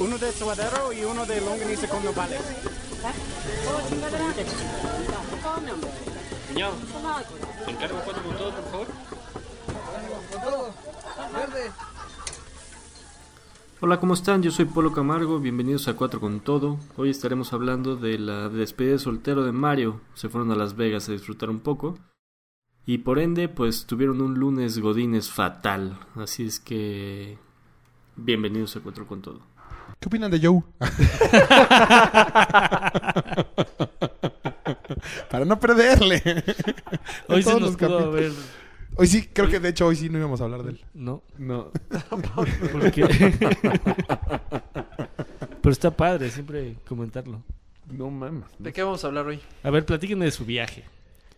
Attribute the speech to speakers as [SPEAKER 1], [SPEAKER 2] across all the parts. [SPEAKER 1] Uno de suadero y uno de longaniza con nopales.
[SPEAKER 2] Cuñado, encargo cuatro con todo, por favor.
[SPEAKER 3] Hola, ¿cómo están? Yo soy Polo Camargo, bienvenidos a Cuatro con Todo. Hoy estaremos hablando de la despedida de soltero de Mario. Se fueron a Las Vegas a disfrutar un poco. Y por ende, pues tuvieron un lunes Godines fatal. Así es que... Bienvenidos a Cuatro con Todo.
[SPEAKER 4] ¿Qué opinan de Joe? Para no perderle. En
[SPEAKER 5] Hoy se
[SPEAKER 4] todos
[SPEAKER 5] nos
[SPEAKER 4] los
[SPEAKER 5] pudo
[SPEAKER 4] capítulos.
[SPEAKER 5] haber...
[SPEAKER 4] Hoy sí, creo que de hecho hoy sí no íbamos a hablar de él.
[SPEAKER 5] No,
[SPEAKER 4] No.
[SPEAKER 5] porque... Pero está padre siempre comentarlo.
[SPEAKER 4] No mames.
[SPEAKER 6] ¿De qué vamos a hablar hoy?
[SPEAKER 5] A ver, platíquenme de su viaje.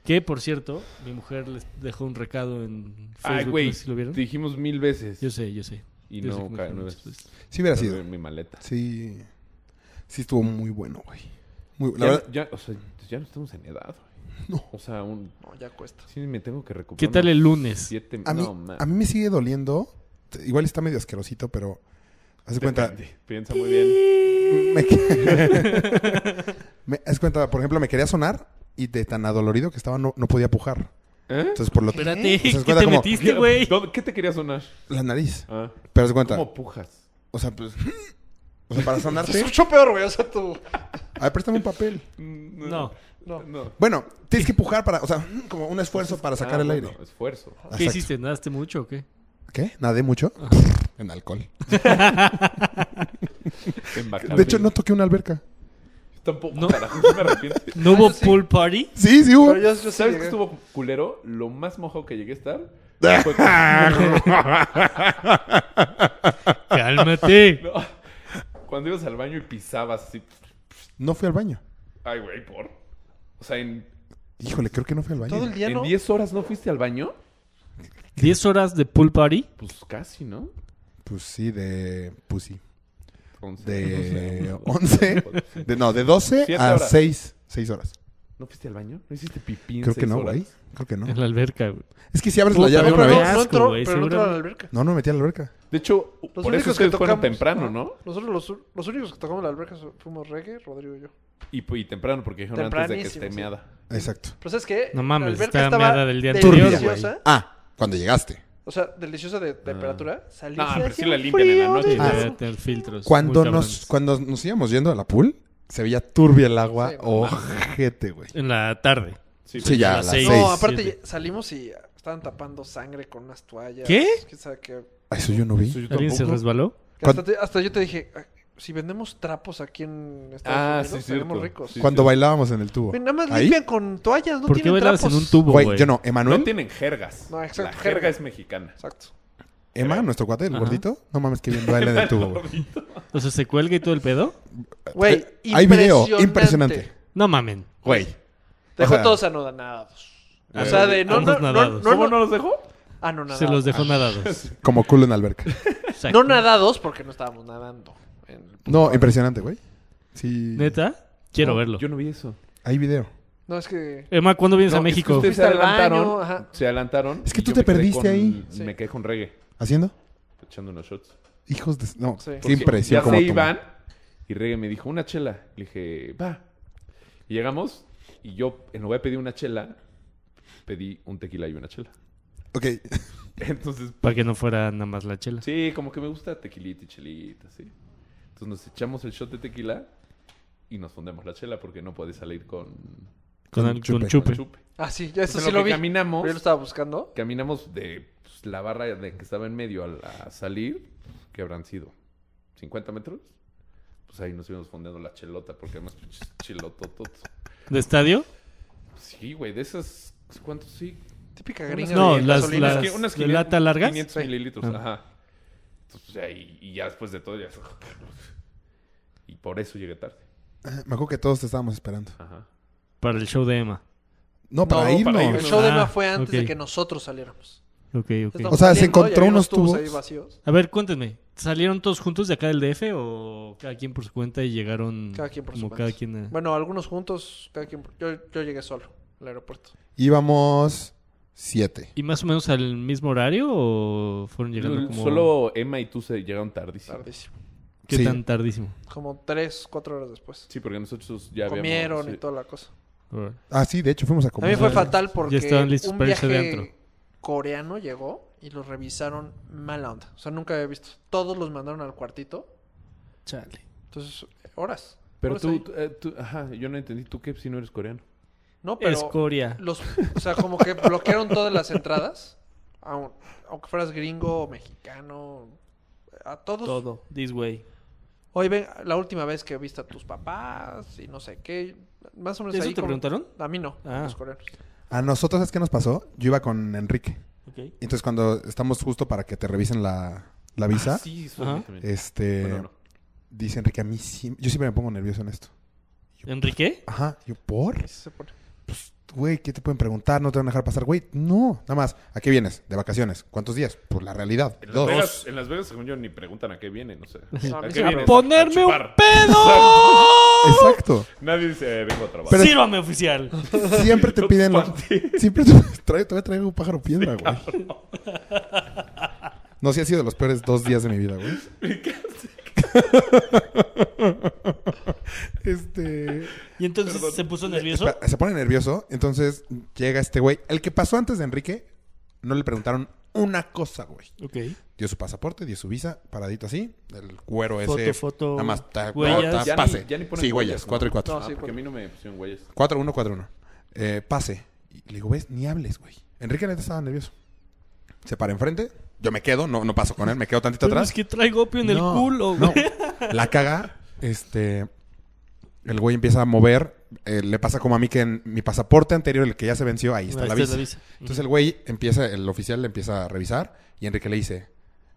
[SPEAKER 5] Que, por cierto, mi mujer les dejó un recado en Facebook.
[SPEAKER 7] Ay,
[SPEAKER 5] no
[SPEAKER 7] güey.
[SPEAKER 5] sé si lo vieron.
[SPEAKER 7] Te dijimos mil veces.
[SPEAKER 5] Yo sé, yo sé.
[SPEAKER 7] y
[SPEAKER 5] yo sé
[SPEAKER 7] no,
[SPEAKER 5] cómo
[SPEAKER 7] ca-
[SPEAKER 5] fueron
[SPEAKER 7] no
[SPEAKER 5] muchas
[SPEAKER 7] es-
[SPEAKER 5] veces.
[SPEAKER 4] Sí hubiera sido.
[SPEAKER 7] en mi maleta.
[SPEAKER 4] Sí. Sí estuvo muy bueno, güey. Muy, la
[SPEAKER 7] Ya,
[SPEAKER 4] verdad,
[SPEAKER 7] ya, o sea, ya no estamos en edad, güey.
[SPEAKER 4] No.
[SPEAKER 7] O sea, un,
[SPEAKER 6] No, ya cuesta.
[SPEAKER 7] sí me tengo que recuperar.
[SPEAKER 5] ¿Qué tal
[SPEAKER 7] unos
[SPEAKER 5] el lunes?
[SPEAKER 7] Siete,
[SPEAKER 4] a, mí,
[SPEAKER 7] no, man.
[SPEAKER 4] a mí me sigue doliendo. T- Igual está medio asquerosito, pero... Haz de cuenta...
[SPEAKER 7] Depende. Piensa muy bien.
[SPEAKER 4] Me, que- Me- haz de cuenta, por ejemplo, me quería sonar y de tan adolorido que estaba no, no podía pujar.
[SPEAKER 7] ¿Eh?
[SPEAKER 4] Entonces, por lo
[SPEAKER 5] Espérate,
[SPEAKER 4] Pues, haz de
[SPEAKER 5] ¿qué
[SPEAKER 4] cuenta
[SPEAKER 5] te
[SPEAKER 4] como-
[SPEAKER 5] metiste, güey?
[SPEAKER 7] ¿Dónde- ¿Qué te quería sonar?
[SPEAKER 4] La nariz.
[SPEAKER 7] Ah,
[SPEAKER 4] Pero haz de cuenta...
[SPEAKER 7] ¿Cómo pujas?
[SPEAKER 4] O sea, pues... O sea, para
[SPEAKER 6] Se
[SPEAKER 4] sonarte...
[SPEAKER 6] escuchó peor, güey. O sea, tú.
[SPEAKER 4] A ver, préstame un papel.
[SPEAKER 5] No.
[SPEAKER 7] No. no.
[SPEAKER 4] Bueno, tienes que pujar para... O sea, como un esfuerzo para sacar
[SPEAKER 7] Ah,
[SPEAKER 4] el
[SPEAKER 7] bueno,
[SPEAKER 4] aire.
[SPEAKER 7] esfuerzo.
[SPEAKER 5] ¿Qué
[SPEAKER 4] Exacto.
[SPEAKER 5] hiciste? ¿Nadaste mucho o qué?
[SPEAKER 4] ¿Qué? ¿Nadé mucho? En alcohol.
[SPEAKER 7] En Bacardí.
[SPEAKER 4] De hecho, no toqué una alberca.
[SPEAKER 7] Tampoco,
[SPEAKER 5] No.
[SPEAKER 7] carajo, sí me arrepiento.
[SPEAKER 5] ¿No hubo pool party?
[SPEAKER 4] Sí, sí hubo.
[SPEAKER 6] Pero yo, yo sí
[SPEAKER 7] ¿Sabes qué
[SPEAKER 6] llegué.
[SPEAKER 7] estuvo culero? Lo más mojado que llegué a estar fue cuando-
[SPEAKER 5] Cálmate.
[SPEAKER 7] No. cuando ibas al baño y pisabas así.
[SPEAKER 4] No fui al baño.
[SPEAKER 7] Ay, güey, por. O sea, en,
[SPEAKER 4] Híjole, creo que no fui al
[SPEAKER 6] Todo
[SPEAKER 4] baño.
[SPEAKER 6] el día
[SPEAKER 7] en
[SPEAKER 6] no.
[SPEAKER 7] 10 horas no fuiste al baño.
[SPEAKER 5] ¿10 horas de pool party?
[SPEAKER 7] Pues casi, ¿no?
[SPEAKER 4] Pues sí, de. Pues sí.
[SPEAKER 7] Once,
[SPEAKER 4] De
[SPEAKER 7] no sé.
[SPEAKER 4] 11. De, no, de 12
[SPEAKER 7] Siete
[SPEAKER 4] a
[SPEAKER 7] horas.
[SPEAKER 4] 6. 6 horas.
[SPEAKER 7] ¿No fuiste al baño? ¿No hiciste pipí en
[SPEAKER 4] Creo que
[SPEAKER 7] seis
[SPEAKER 4] no,
[SPEAKER 7] horas?
[SPEAKER 4] güey. Creo que no.
[SPEAKER 5] En la alberca, güey.
[SPEAKER 4] Es que si abres la
[SPEAKER 5] Puta,
[SPEAKER 4] llave
[SPEAKER 5] no,
[SPEAKER 4] una
[SPEAKER 6] pero
[SPEAKER 5] pero
[SPEAKER 6] no,
[SPEAKER 4] vez.
[SPEAKER 5] veas,
[SPEAKER 6] no entró,
[SPEAKER 5] güey,
[SPEAKER 6] pero no entró a la alberca.
[SPEAKER 4] No, no me metí a la alberca.
[SPEAKER 7] De hecho,
[SPEAKER 6] Los
[SPEAKER 7] por eso
[SPEAKER 6] únicos que
[SPEAKER 7] ustedes fueron
[SPEAKER 6] tocamos-
[SPEAKER 7] temprano, ¿no?
[SPEAKER 6] Nosotros los, los únicos que tocamos en la alberca so- fuimos reggae, Rodrigo y yo.
[SPEAKER 7] Y, pu- y temprano, porque dijeron antes de que esté
[SPEAKER 6] Tempranísimo,
[SPEAKER 7] meada.
[SPEAKER 4] Exacto.
[SPEAKER 6] Pero ¿sabes qué?
[SPEAKER 5] No mames,
[SPEAKER 6] la alberca
[SPEAKER 5] estaba
[SPEAKER 6] estaba
[SPEAKER 5] meada del día anterior,
[SPEAKER 4] Turbia,
[SPEAKER 6] deliciosa,
[SPEAKER 4] güey. Ah, cuando llegaste.
[SPEAKER 6] O sea, deliciosa de temperatura. Salí
[SPEAKER 7] No,
[SPEAKER 6] se
[SPEAKER 7] pero sí
[SPEAKER 6] hacía
[SPEAKER 7] la limpian en la
[SPEAKER 6] frío,
[SPEAKER 7] noche.
[SPEAKER 5] Sí,
[SPEAKER 6] güey.
[SPEAKER 4] Ah.
[SPEAKER 5] debe tener
[SPEAKER 7] Pues,
[SPEAKER 5] filtros.
[SPEAKER 4] Cuando
[SPEAKER 5] muy
[SPEAKER 4] nos,
[SPEAKER 5] cabrones.
[SPEAKER 4] cuando nos íbamos yendo a la pool, se veía turbia el agua.
[SPEAKER 6] Sí, no
[SPEAKER 4] Ojete, güey.
[SPEAKER 5] En la tarde.
[SPEAKER 7] Sí,
[SPEAKER 4] Sí, pues ya,
[SPEAKER 5] a
[SPEAKER 4] a
[SPEAKER 5] las
[SPEAKER 4] las
[SPEAKER 5] seis.
[SPEAKER 4] 6.
[SPEAKER 6] No, aparte
[SPEAKER 5] Siete.
[SPEAKER 6] ya- salimos y estaban tapando sangre con unas toallas.
[SPEAKER 5] ¿Qué?
[SPEAKER 6] ¿Quién sabe qué?
[SPEAKER 4] Eso yo no vi.
[SPEAKER 7] Eso yo
[SPEAKER 5] ¿Alguien se
[SPEAKER 7] tampoco.
[SPEAKER 5] resbaló?
[SPEAKER 6] Que Hasta, te- hasta yo te dije, "Ah, si vendemos trapos aquí en
[SPEAKER 7] Ah,
[SPEAKER 6] Estados
[SPEAKER 7] sí,
[SPEAKER 6] Unidos,
[SPEAKER 7] cierto.
[SPEAKER 6] seremos ricos.
[SPEAKER 7] Sí.
[SPEAKER 4] Cuando bailábamos en el tubo.
[SPEAKER 6] Güey, nada más
[SPEAKER 4] Ahí,
[SPEAKER 6] limpian con toallas, no
[SPEAKER 5] ¿Por qué
[SPEAKER 6] tienen
[SPEAKER 5] bailabas
[SPEAKER 6] trapos.
[SPEAKER 5] en un tubo,
[SPEAKER 4] Güey,
[SPEAKER 5] güey?
[SPEAKER 4] yo no. Emanuel.
[SPEAKER 7] No tienen jergas.
[SPEAKER 6] No, exacto,
[SPEAKER 7] La jerga,
[SPEAKER 6] jerga.
[SPEAKER 7] es mexicana.
[SPEAKER 6] Exacto.
[SPEAKER 4] Emma, nuestro cuate, el
[SPEAKER 5] Ajá.
[SPEAKER 4] gordito, no mames que bien baila en el tubo. güey.
[SPEAKER 5] O sea, ¿se cuelga y todo el pedo?
[SPEAKER 6] Güey,
[SPEAKER 4] Hay video,
[SPEAKER 6] impresionante.
[SPEAKER 4] impresionante.
[SPEAKER 5] No mamen.
[SPEAKER 4] Güey.
[SPEAKER 6] Dejó
[SPEAKER 4] O sea- eh,
[SPEAKER 6] todos anonadados. O sea, de no, no,
[SPEAKER 5] ambos
[SPEAKER 6] no, no,
[SPEAKER 5] nadados.
[SPEAKER 7] ¿Cómo
[SPEAKER 6] no,
[SPEAKER 7] no los dejó?
[SPEAKER 6] anonadados.
[SPEAKER 5] Se los dejó nadados.
[SPEAKER 4] Como culo en la alberca.
[SPEAKER 5] Exacto.
[SPEAKER 6] No nadados porque no estábamos nadando. En-
[SPEAKER 4] No, impresionante, güey. Sí.
[SPEAKER 5] ¿Neta? Quiero verlo.
[SPEAKER 7] Yo no vi eso.
[SPEAKER 4] Hay video.
[SPEAKER 6] No, es que...
[SPEAKER 5] Emma, ¿cuándo vienes
[SPEAKER 7] No,
[SPEAKER 5] a
[SPEAKER 7] es que
[SPEAKER 5] México?
[SPEAKER 7] ustedes se
[SPEAKER 6] Fuiste al baño,
[SPEAKER 7] adelantaron.
[SPEAKER 6] ajá.
[SPEAKER 7] se adelantaron.
[SPEAKER 4] Es que
[SPEAKER 7] y
[SPEAKER 4] tú
[SPEAKER 7] yo
[SPEAKER 4] te
[SPEAKER 7] me quedé
[SPEAKER 4] perdiste
[SPEAKER 7] con-
[SPEAKER 4] ahí.
[SPEAKER 6] Sí.
[SPEAKER 7] Me quedé con reggae,
[SPEAKER 4] ¿Haciendo?
[SPEAKER 7] echando unos shots.
[SPEAKER 4] Hijos de. No,
[SPEAKER 6] Sí.
[SPEAKER 4] qué impresión.
[SPEAKER 7] Ya
[SPEAKER 4] como
[SPEAKER 7] se
[SPEAKER 4] tú.
[SPEAKER 7] iban y Reggae me dijo una chela. Le dije, va. Y llegamos y yo, en lugar de pedir una chela, pedí un tequila y una chela.
[SPEAKER 4] Ok.
[SPEAKER 7] Entonces,
[SPEAKER 5] Para que no fuera nada más la chela.
[SPEAKER 7] sí, como que me gusta tequilita y chelita, sí. Entonces nos echamos el shot de tequila y nos fundemos la chela porque no puede salir con,
[SPEAKER 5] Con,
[SPEAKER 4] Con
[SPEAKER 5] el- con
[SPEAKER 4] chupe.
[SPEAKER 7] con
[SPEAKER 5] chupe.
[SPEAKER 7] chupe.
[SPEAKER 6] Ah, sí, ya eso
[SPEAKER 7] Entonces,
[SPEAKER 6] sí
[SPEAKER 7] en lo que
[SPEAKER 6] lo vi. Pero
[SPEAKER 7] caminamos,
[SPEAKER 6] yo lo estaba buscando.
[SPEAKER 7] caminamos de pues, la barra de que estaba en medio a, la- a salir, que habrán sido 50 metros. Pues ahí nos íbamos fondeando la chelota, porque además pinches chelotototos.
[SPEAKER 5] ¿De estadio?
[SPEAKER 7] Sí, güey, de esas. ¿Cuántos sí?
[SPEAKER 6] Típica gringa
[SPEAKER 5] No,
[SPEAKER 6] de
[SPEAKER 5] las,
[SPEAKER 6] gasolina.
[SPEAKER 5] las
[SPEAKER 7] que- unas
[SPEAKER 5] de
[SPEAKER 7] 500
[SPEAKER 5] lata largas.
[SPEAKER 7] 500 mililitros,
[SPEAKER 5] Ah.
[SPEAKER 7] ajá. Entonces, pues, ahí, y ya después de todo, ya. oh, Y por eso llegué tarde.
[SPEAKER 4] Ah, Me acuerdo que todos te estábamos esperando.
[SPEAKER 7] Ajá.
[SPEAKER 5] Para el show de Emma.
[SPEAKER 4] No, para
[SPEAKER 7] No,
[SPEAKER 4] irnos.
[SPEAKER 7] para
[SPEAKER 6] El
[SPEAKER 7] irnos.
[SPEAKER 6] show de Emma
[SPEAKER 5] Ah,
[SPEAKER 6] fue antes
[SPEAKER 5] ok.
[SPEAKER 6] de que nosotros saliéramos.
[SPEAKER 5] Ok, ok.
[SPEAKER 6] Estábamos
[SPEAKER 4] O sea, se
[SPEAKER 6] saliendo y
[SPEAKER 4] encontró
[SPEAKER 6] había
[SPEAKER 4] unos tubos.
[SPEAKER 6] ahí vacíos.
[SPEAKER 5] A ver, cuéntenme. ¿Salieron todos juntos de acá del DF o cada quien por su cuenta y llegaron
[SPEAKER 6] Cada quien por su
[SPEAKER 5] como
[SPEAKER 6] cuenta.
[SPEAKER 5] cada quien a-
[SPEAKER 6] Bueno, algunos juntos, cada quien... Yo, yo llegué solo al aeropuerto.
[SPEAKER 4] Íbamos siete.
[SPEAKER 5] ¿Y más o menos al mismo horario o fueron llegando
[SPEAKER 7] L-
[SPEAKER 5] como...
[SPEAKER 7] Solo Emma y tú se llegaron tardísimo.
[SPEAKER 6] Tardísimo.
[SPEAKER 5] ¿Qué
[SPEAKER 4] Sí.
[SPEAKER 5] tan tardísimo?
[SPEAKER 6] Como tres, cuatro horas después.
[SPEAKER 7] Sí, porque nosotros ya habíamos...
[SPEAKER 6] Comieron y
[SPEAKER 7] sí.
[SPEAKER 6] toda la cosa.
[SPEAKER 5] Alright.
[SPEAKER 4] Ah, sí, de hecho fuimos a
[SPEAKER 6] A mí
[SPEAKER 4] comer.
[SPEAKER 6] fue
[SPEAKER 5] Ya-
[SPEAKER 6] fatal porque
[SPEAKER 5] estaban listos
[SPEAKER 6] un
[SPEAKER 5] para irse
[SPEAKER 6] viaje
[SPEAKER 5] adentro.
[SPEAKER 6] coreano llegó y los revisaron mala onda. O sea, nunca había visto. Todos los mandaron al cuartito.
[SPEAKER 5] Chale.
[SPEAKER 6] Entonces, horas.
[SPEAKER 7] Pero
[SPEAKER 5] Pues
[SPEAKER 6] Horas
[SPEAKER 7] tú,
[SPEAKER 6] ahí.
[SPEAKER 7] tú, eh, tú- ajá, yo no entendí. ¿Tú qué si no eres coreano?
[SPEAKER 6] No, pero...
[SPEAKER 5] Escoria.
[SPEAKER 6] Los, o sea, como que bloquearon todas las entradas. aun- aunque fueras gringo, mexicano, a todos.
[SPEAKER 5] Todo. This way.
[SPEAKER 6] Oye, ven, la última vez que viste a tus papás y no sé qué. Más o menos
[SPEAKER 5] ¿Eso
[SPEAKER 6] ahí
[SPEAKER 5] te
[SPEAKER 6] como-
[SPEAKER 5] preguntaron?
[SPEAKER 6] A mí no,
[SPEAKER 5] Ah.
[SPEAKER 6] a los coreanos.
[SPEAKER 4] A nosotros, ¿sabes qué nos pasó? Yo iba con Enrique.
[SPEAKER 5] Ok.
[SPEAKER 4] Entonces, cuando estamos justo para que te revisen la, la visa,
[SPEAKER 7] Ah, Sí,
[SPEAKER 5] Ajá.
[SPEAKER 7] soy también.
[SPEAKER 4] este,
[SPEAKER 7] Bueno, no.
[SPEAKER 4] dice Enrique, a mí sí, yo siempre me pongo nervioso en esto.
[SPEAKER 5] ¿Enrique?
[SPEAKER 4] Ajá, yo, ¿por? Pues,
[SPEAKER 6] Así se pone.
[SPEAKER 4] Güey, ¿qué te pueden preguntar? ¿No te van a dejar pasar? Güey, no. Nada más, ¿a qué vienes? ¿De vacaciones? ¿Cuántos días? Por la realidad.
[SPEAKER 7] En Las
[SPEAKER 4] Dos.
[SPEAKER 7] Vegas, en Las Vegas, según yo, ni preguntan a qué vienen, o sea.
[SPEAKER 6] No, a mí
[SPEAKER 7] ¿A
[SPEAKER 6] sí
[SPEAKER 7] qué
[SPEAKER 6] me
[SPEAKER 7] vienes?
[SPEAKER 5] ¡Ponerme
[SPEAKER 7] A
[SPEAKER 5] un
[SPEAKER 7] chupar.
[SPEAKER 5] pedo!
[SPEAKER 4] Exacto.
[SPEAKER 7] Nadie dice, eh, vengo a trabajar.
[SPEAKER 4] Pero-
[SPEAKER 5] ¡Sírvame, oficial!
[SPEAKER 4] Siempre te piden...
[SPEAKER 7] Para ti.
[SPEAKER 4] Siempre te traigo, te voy a traer un pájaro piedra, güey. No, sí ha sido de los peores dos días de mi vida, güey. este...
[SPEAKER 5] Y entonces se puso nervioso.
[SPEAKER 4] Espera, Se pone nervioso, entonces llega este güey. El que pasó antes de Enrique, no le preguntaron una cosa, güey.
[SPEAKER 5] Ok.
[SPEAKER 4] Dio su pasaporte, dio su visa, paradito así, el cuero
[SPEAKER 5] Foto,
[SPEAKER 4] ese.
[SPEAKER 5] foto,
[SPEAKER 4] Nada más, ta-
[SPEAKER 5] huellas.
[SPEAKER 4] ta-
[SPEAKER 7] Ya ni-
[SPEAKER 4] pase.
[SPEAKER 7] ya ni ponen
[SPEAKER 4] sí, huellas,
[SPEAKER 7] huellas, ¿no?
[SPEAKER 4] 4 y 4.
[SPEAKER 6] No,
[SPEAKER 7] Ah,
[SPEAKER 6] sí,
[SPEAKER 7] porque a mí no me pusieron huellas.
[SPEAKER 4] 4, 1, 4, 1. Eh, pase. Y le digo, ¿ves? Ni hables, güey. Enrique neta estaba nervioso. Se para enfrente, yo me quedo, no, no paso con él, me quedo tantito
[SPEAKER 5] Pero
[SPEAKER 4] atrás.
[SPEAKER 5] Es que traigo opio en el
[SPEAKER 4] No,
[SPEAKER 5] culo,
[SPEAKER 4] no.
[SPEAKER 5] güey.
[SPEAKER 4] La caga, este. El güey empieza a mover. eh, le pasa como a mí que en mi pasaporte anterior, el que ya se venció, ahí está,
[SPEAKER 5] Ahí
[SPEAKER 4] la,
[SPEAKER 5] está
[SPEAKER 4] visa.
[SPEAKER 5] la visa.
[SPEAKER 4] Entonces el güey empieza, el oficial le empieza a revisar y Enrique le dice: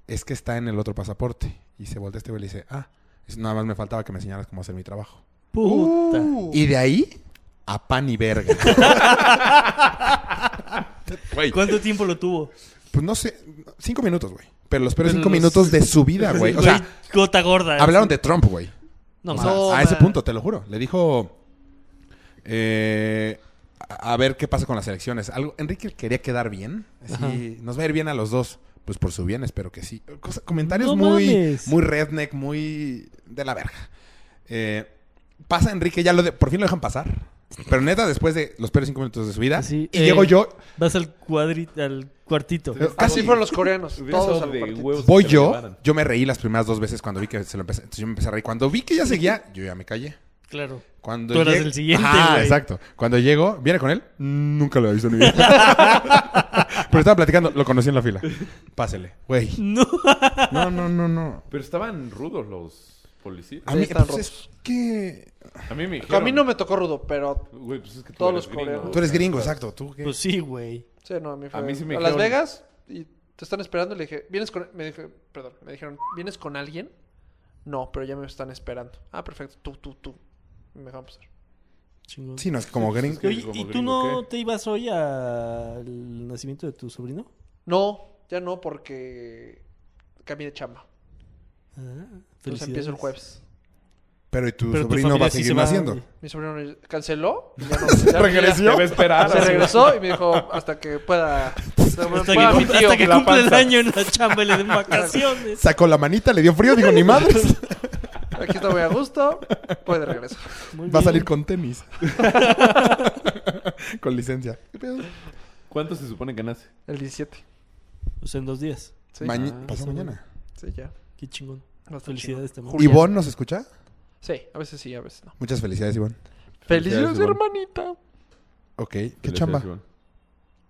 [SPEAKER 4] Es que está en el otro pasaporte. Y se voltea este güey y le dice: Ah, es- nada más me faltaba que me enseñaras cómo hacer mi trabajo.
[SPEAKER 5] Puta.
[SPEAKER 4] Y de ahí, a pan y verga. Güey,
[SPEAKER 5] ¿Cuánto tiempo lo tuvo?
[SPEAKER 4] pues no sé, cinco minutos, güey. Pero los peores
[SPEAKER 5] Pero
[SPEAKER 4] cinco
[SPEAKER 5] los-
[SPEAKER 4] minutos de su vida, güey. O sea,
[SPEAKER 5] gota gorda.
[SPEAKER 4] hablaron de Trump, güey.
[SPEAKER 5] No,
[SPEAKER 4] O
[SPEAKER 5] mames.
[SPEAKER 4] sea,
[SPEAKER 6] No,
[SPEAKER 4] a ese
[SPEAKER 6] man.
[SPEAKER 4] punto, te lo juro. Le dijo. eh, a a ver qué pasa con las elecciones. Algo, Enrique quería quedar bien. Así, nos va a ir bien a los dos. Pues por su bien, espero que sí. Cosa- comentarios
[SPEAKER 5] No
[SPEAKER 4] muy,
[SPEAKER 5] mames.
[SPEAKER 4] muy redneck, muy de la verga. Eh, pasa Enrique, ya lo de- por fin lo dejan pasar. Pero neta, después de los peores cinco minutos de su vida.
[SPEAKER 5] Sí,
[SPEAKER 4] y
[SPEAKER 5] eh,
[SPEAKER 4] llego yo,
[SPEAKER 5] Vas al cuadrito, al cuartito.
[SPEAKER 4] Pero-
[SPEAKER 6] Así
[SPEAKER 4] Oye,
[SPEAKER 6] fueron los coreanos.
[SPEAKER 7] hubiera
[SPEAKER 6] Todos
[SPEAKER 7] estado
[SPEAKER 6] al
[SPEAKER 7] de
[SPEAKER 6] cuartito.
[SPEAKER 7] huevos.
[SPEAKER 4] voy
[SPEAKER 7] que me
[SPEAKER 4] yo.
[SPEAKER 7] llevaran.
[SPEAKER 4] Yo me reí las primeras dos veces cuando vi que se lo empecé. Entonces yo me empecé a reír. Cuando vi que ya seguía, yo ya me callé.
[SPEAKER 5] Claro.
[SPEAKER 4] Cuando
[SPEAKER 5] Tú eras
[SPEAKER 4] lleg-
[SPEAKER 5] el siguiente,
[SPEAKER 4] Ajá,
[SPEAKER 5] güey.
[SPEAKER 4] exacto. Cuando llego, viene con él. Nunca lo he visto en mi vida. Pero estaba platicando, lo conocí en la fila. Pásele, güey.
[SPEAKER 5] No.
[SPEAKER 4] No, no, no, no.
[SPEAKER 7] Pero estaban rudos los policías.
[SPEAKER 4] A mí,
[SPEAKER 6] están
[SPEAKER 4] pues, es
[SPEAKER 6] rotos.
[SPEAKER 4] que.
[SPEAKER 7] A mí me dijeron...
[SPEAKER 6] A mí no me tocó rudo, pero...
[SPEAKER 7] Güey, pues es que tú
[SPEAKER 6] Todos
[SPEAKER 7] eres
[SPEAKER 6] los
[SPEAKER 7] gringo.
[SPEAKER 6] coreanos.
[SPEAKER 4] Tú eres gringo, exacto. ¿Tú qué?
[SPEAKER 5] Pues sí, güey.
[SPEAKER 6] Sí, no, a mí fue...
[SPEAKER 7] A mí sí me
[SPEAKER 6] Las
[SPEAKER 7] dijeron-
[SPEAKER 6] Vegas y te están esperando y le dije... ¿Vienes con...? Me dije, perdón, me dijeron, ¿vienes con alguien? No, pero ya me están esperando. Ah, perfecto. Tú, tú, tú. Y Me dejaron pasar.
[SPEAKER 5] Chingón.
[SPEAKER 4] sí, no, es que como gringo.
[SPEAKER 5] Oye,
[SPEAKER 7] como
[SPEAKER 5] ¿y tú
[SPEAKER 7] gringo,
[SPEAKER 5] no
[SPEAKER 7] ¿qué?
[SPEAKER 5] te ibas hoy al nacimiento de tu sobrino?
[SPEAKER 6] No, ya no, porque cambié de chamba.
[SPEAKER 5] Ah,
[SPEAKER 6] Entonces empiezo el jueves.
[SPEAKER 4] Pero ¿y tu
[SPEAKER 5] Pero tu
[SPEAKER 4] sobrino va
[SPEAKER 5] familia
[SPEAKER 4] a
[SPEAKER 5] sí
[SPEAKER 4] seguir
[SPEAKER 5] se va-
[SPEAKER 4] naciendo.
[SPEAKER 6] Mi sobrino canceló. y ya no- ya-
[SPEAKER 7] Te va a esperar.
[SPEAKER 6] Se regresó y me dijo, hasta que pueda... Hasta que
[SPEAKER 5] Hasta que,
[SPEAKER 6] pueda mi
[SPEAKER 5] cumpla-
[SPEAKER 6] tío.
[SPEAKER 5] hasta que
[SPEAKER 6] La
[SPEAKER 5] cumpla el
[SPEAKER 6] panza.
[SPEAKER 5] año en la chamba y le den vacaciones.
[SPEAKER 4] Sacó la manita, le dio frío, digo, ni madre.
[SPEAKER 6] Aquí está muy a gusto. Puede regresar.
[SPEAKER 5] Muy
[SPEAKER 4] Va a
[SPEAKER 5] bien.
[SPEAKER 4] salir con tenis. con licencia. ¿Qué pedo?
[SPEAKER 7] ¿Cuánto se supone que nace?
[SPEAKER 6] El 17.
[SPEAKER 5] O sea, Pues en dos días.
[SPEAKER 6] Sí,
[SPEAKER 4] Maña-
[SPEAKER 7] Ah,
[SPEAKER 4] pasado mañana.
[SPEAKER 6] sí ya.
[SPEAKER 5] Qué chingón.
[SPEAKER 6] No está chido.
[SPEAKER 5] Felicidades también.
[SPEAKER 6] Julia.
[SPEAKER 4] ¿Ivonne nos escucha?
[SPEAKER 6] Sí, a veces sí, a veces no.
[SPEAKER 4] Muchas felicidades, Ivonne.
[SPEAKER 6] Felicidades,
[SPEAKER 7] Felicidades, Ivonne.
[SPEAKER 6] hermanita.
[SPEAKER 4] Ok. ¿Qué chamba?
[SPEAKER 7] Iván.